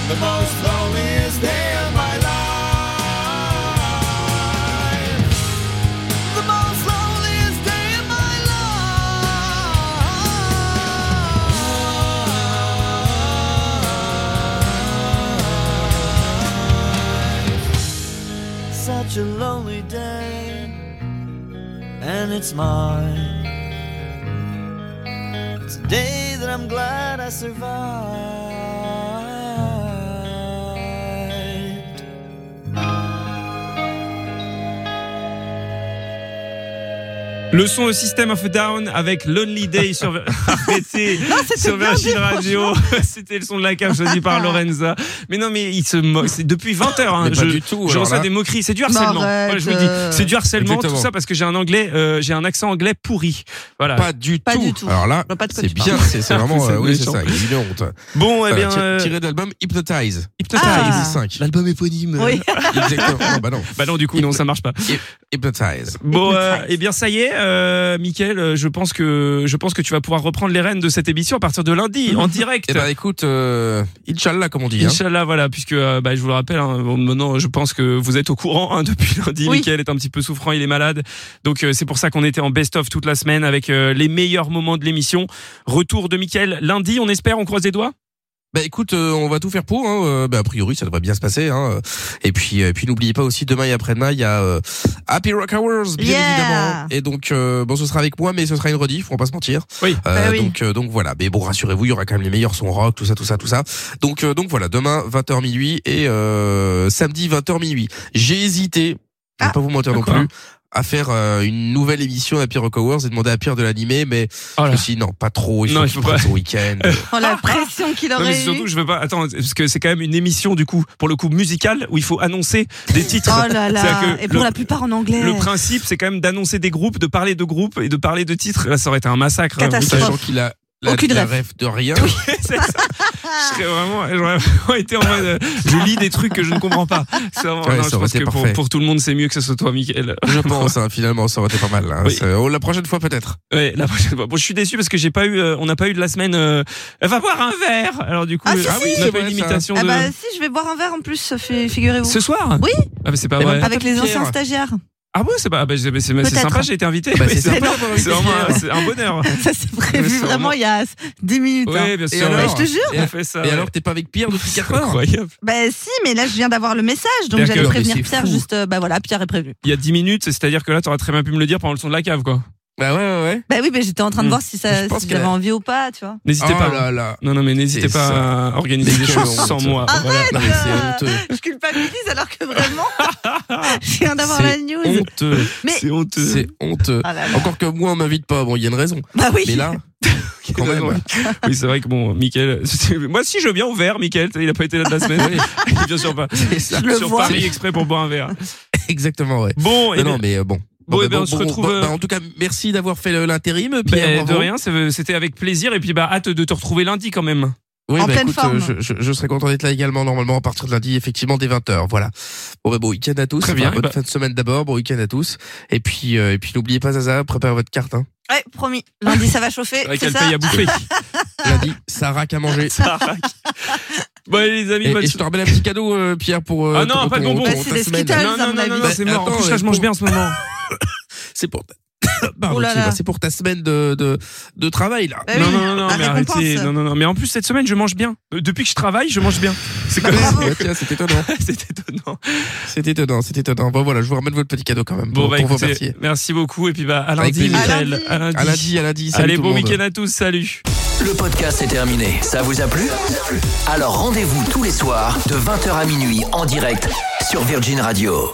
T: The most loneliest day of my life. The most loneliest day of my life. Such a lonely day, and it's mine. It's a day that I'm glad I survived.
E: Le son, le système of a Down avec Lonely Day sur,
F: [LAUGHS]
E: arrêtez,
C: c'était
E: sur
C: bien
E: Virgin
C: dit,
E: Radio. [LAUGHS] C'était le son de la cave choisi
F: Ah.
E: par Lorenza. Mais non, mais il se moque. C'est depuis 20 heures. Hein,
C: Mais
E: je,
C: pas du tout,
E: je
C: alors
E: reçois
C: là.
E: des moqueries. C'est du
C: Bah,
E: harcèlement.
C: arrête,
E: Voilà, je vous le dis. C'est du harcèlement.
F: Exactement.
E: Tout ça parce que j'ai un anglais, euh, j'ai un accent anglais pourri. Voilà.
F: Pas du tout. Alors là, c'est bien, c'est [LAUGHS]
E: [LAUGHS]
F: c'est vraiment, euh, oui, c'est ça, il y a une honte.
E: Bon, eh
F: Voilà,
E: bien,
F: ti-
E: euh,
F: tiré de l'album Hypnotize.
E: Hypnotize.
F: Ah. 5. L'album éponyme.
E: Oui.
F: Exactement. Non, bah non.
E: Bah non, du coup, non, ça marche pas.
F: Hypnotize.
E: Bon, euh, eh bien, ça y est, euh, Mickaël, euh, je pense que je pense que tu vas pouvoir reprendre les rênes de cette émission à partir de lundi en direct.
F: [LAUGHS] Eh ben, écoute, euh, Inch'Allah, comme on dit. hein.
E: Inch'Allah, voilà, puisque euh, bah, je vous le rappelle, hein, bon, maintenant je pense que vous êtes au courant hein, depuis lundi.
F: Oui.
E: Mickaël est un petit peu souffrant, il est malade. Donc euh, c'est pour ça qu'on était en best-of toute la semaine avec euh, les meilleurs moments de l'émission. Retour de Mickaël lundi, on espère, on croise les doigts.
F: Bah écoute, euh, on va tout faire pour. Hein. euh, bah, a priori, ça devrait bien se passer. Hein. Et puis, euh, et puis n'oubliez pas aussi demain et après-demain, il y a euh, Happy Rock Hours, bien
A: Yeah.
F: évidemment. Et donc, euh, bon, ce sera avec moi, mais ce sera une rediff, on va pas se mentir.
E: Oui.
A: Bah oui.
F: Donc, euh, donc voilà. Mais bon, rassurez-vous, il y aura quand même les meilleurs sons rock, tout ça, tout ça, tout ça. Donc, euh, donc voilà, demain 20h minuit et euh, samedi 20h minuit. J'ai hésité, je
A: Ah.
F: vais pas vous mentir non plus à faire euh, une nouvelle émission Happy Rock Hours et demander à Pierre de l'animer mais je me suis dit, non pas trop il faut
E: Oh Non, il
F: qu'il
E: faut pas.
F: prenne son week-end
E: [LAUGHS]
H: Oh, la pression qu'il
E: Ah, Non, mais
H: aurait
E: surtout,
H: eue.
E: je veux pas. Attends, parce que c'est quand même une émission du coup, pour le coup musicale, où il faut annoncer des titres.
H: Oh là
E: [LAUGHS] C'est-à-dire
H: là.
E: que
H: Et pour
E: le-
H: la plupart en anglais.
E: Le principe, c'est quand même d'annoncer des groupes, de parler de groupes et de parler de titres. Là, ça aurait été un massacre. hein,
H: Catastrophe.
F: Sachant qu'il a la,
E: Aucune
F: la
E: ref.
F: ref de
E: [LAUGHS]
F: rien.
E: Je serais vraiment, j'aurais vraiment été en mode, euh, je lis des trucs que je ne comprends pas. C'est vraiment-
F: Ouais,
E: non,
F: ça
E: je
F: aurait
E: pense
F: été
E: que pour,
F: parfait.
E: pour tout le monde, c'est mieux que ce soit toi, Mickaël.
F: Je pense, hein, finalement, ça aurait été pas mal. hein. C'est- oh, la prochaine fois, peut-être.
E: Ouais, la prochaine fois. Bon, je suis déçu parce que j'ai pas eu, euh, on n'a pas eu de la semaine. euh, va boire un verre. Alors du coup, euh,
H: Ah, si,
E: oui,
H: si.
E: on a pas eu une imitation
H: Ah
E: de.
H: bah si, je vais boire un verre en plus, fi- figurez-vous.
E: Ce soir
H: Oui, Eh ben,
E: Ah, mais c'est pas vrai.
H: avec les anciens stagiaires. [LAUGHS]
E: Ah bon, c'est pas, ah bah, c'est c'est- c'est
H: Peut-être.
E: sympa, j'ai été invité.
F: Bah, [LAUGHS]
E: Oui,
F: c'est sympa
E: vraiment-
F: d'avoir
E: [LAUGHS] C'est
F: été
E: vraiment un-
F: invité. hein.
E: c'est un bonheur.
H: Ça c'est prévu vraiment il y a 10 minutes. hein.
E: Oui, bien sûr.
H: Bah, je te jure.
E: On fait ça.
F: Et
E: ouais.
F: alors, t'es pas avec Pierre depuis 4 heures
E: Incroyable.
H: Bah si, mais là je viens d'avoir le message, donc
E: D'accord,
H: j'allais
E: mais
H: prévenir
E: c'est
H: Pierre
E: fou.
H: juste. euh, Bah voilà, Pierre est prévenu.
E: Il y a 10 minutes, c'est-à-dire que là, t'aurais très bien pu me le dire pendant le son de la cave, quoi.
F: Bah ouais, ouais, ouais.
H: Bah oui, mais j'étais en train de
E: Mm.
H: voir si, ça,
E: Je pense
H: si
E: qu'elle
H: j'avais
E: a-
H: envie ou pas, tu vois.
E: N'hésitez
F: Oh
E: pas.
F: là
E: hein.
F: là.
E: Non, non, mais n'hésitez
F: C'est
E: pas
F: ça.
E: à organiser
F: Mais
E: des
F: quelle
E: choses
F: honte.
E: sans moi.
F: Arrête,
E: Voilà.
F: Non, mais c'est honteux.
H: euh, Je culpabilise alors que vraiment, [LAUGHS] je viens d'avoir la
F: C'est
H: news.
F: honteux.
H: Mais-
F: C'est honteux. honteux.
H: Ah là là.
F: Encore que moi, on m'invite pas. Bon, il y a une raison.
H: Bah oui.
F: Mais là, quand même.
E: Oui, c'est vrai que bon, Michael. [LAUGHS] Moi, si je viens au verre, Michael, il a pas été là de la semaine. [LAUGHS] il vient sur, pas,
F: ça. Je le
E: sur
F: vois.
E: Paris exprès pour boire un verre.
F: [LAUGHS] Exactement, ouais. Non,
E: Bon, et
F: non,
E: bien-
F: mais euh, bon.
E: Bon,
F: Non,
E: eh
F: mais
E: ben, on se retrouve,
F: bah,
E: euh,
F: en tout cas, merci d'avoir fait le- l'intérim, Pierre.
E: Ben, de
F: bravo.
E: rien, c'est- c'était avec plaisir. Et puis, bah, hâte de te retrouver lundi quand même.
F: Oui, bah, écoute, euh, je, je, je serai content d'être là également, normalement, à partir de lundi, effectivement, dès 20h. Voilà. Bon, bah, bon week-end à tous.
E: Très
F: Enfin,
E: bien,
F: Bonne
E: bah-
F: fin de semaine d'abord. Bon week-end à tous. Et puis, euh, et puis, n'oubliez pas, Zaza, préparez votre carte, hein.
H: Ouais, promis. Lundi, ça va chauffer.
F: Avec
H: c'est
F: elle
H: ça
F: paye à
H: [LAUGHS]
F: bouffer. Lundi, ça raque à
E: [LAUGHS]
F: manger. Ça raque.
E: Bon, allez, les amis,
F: et, et je te remets un petit cadeau, euh, Pierre, pour. euh,
E: Ah non,
F: ton-
E: pas de
F: ton-
E: bonbons.
F: ton-
E: Bah, c'est
F: ta
E: des
F: semaine.
E: Skittles, à mon avis.
F: bah,
E: C'est mort. En
F: attends,
E: plus, là,
F: euh,
E: je mange
F: pour-
E: bien en ce moment.
F: [LAUGHS] c'est pour. Pardon,
E: Oh là
F: Thibaut,
E: là. Bah
F: c'est pour ta semaine de, de, de travail, là.
E: non, non, non, mais arrêtez. Non, non, non. Mais en plus, cette semaine, je mange bien. Euh, Depuis que je travaille, je mange bien. C'est comme ça.
F: Ah, Ouais, tiens, c'est
E: [LAUGHS]
F: étonnant.
E: c'est étonnant.
F: C'est étonnant, c'est étonnant. Bon, voilà, je vous ramène votre petit cadeau quand même.
E: Bon,
F: pour,
E: bah,
F: pour vous
E: écoutez,
F: remercier.
E: merci beaucoup. Et puis, bah, à
F: Avec
E: lundi,
F: plaisir.
E: Michael. À lundi.
F: À lundi, à lundi, salut
E: Allez,
F: tout le
E: bon
F: monde.
E: week-end à tous. Salut.
Q: Le podcast est terminé. Ça vous a plu Alors rendez-vous tous les soirs de 20h à minuit en direct sur Virgin Radio.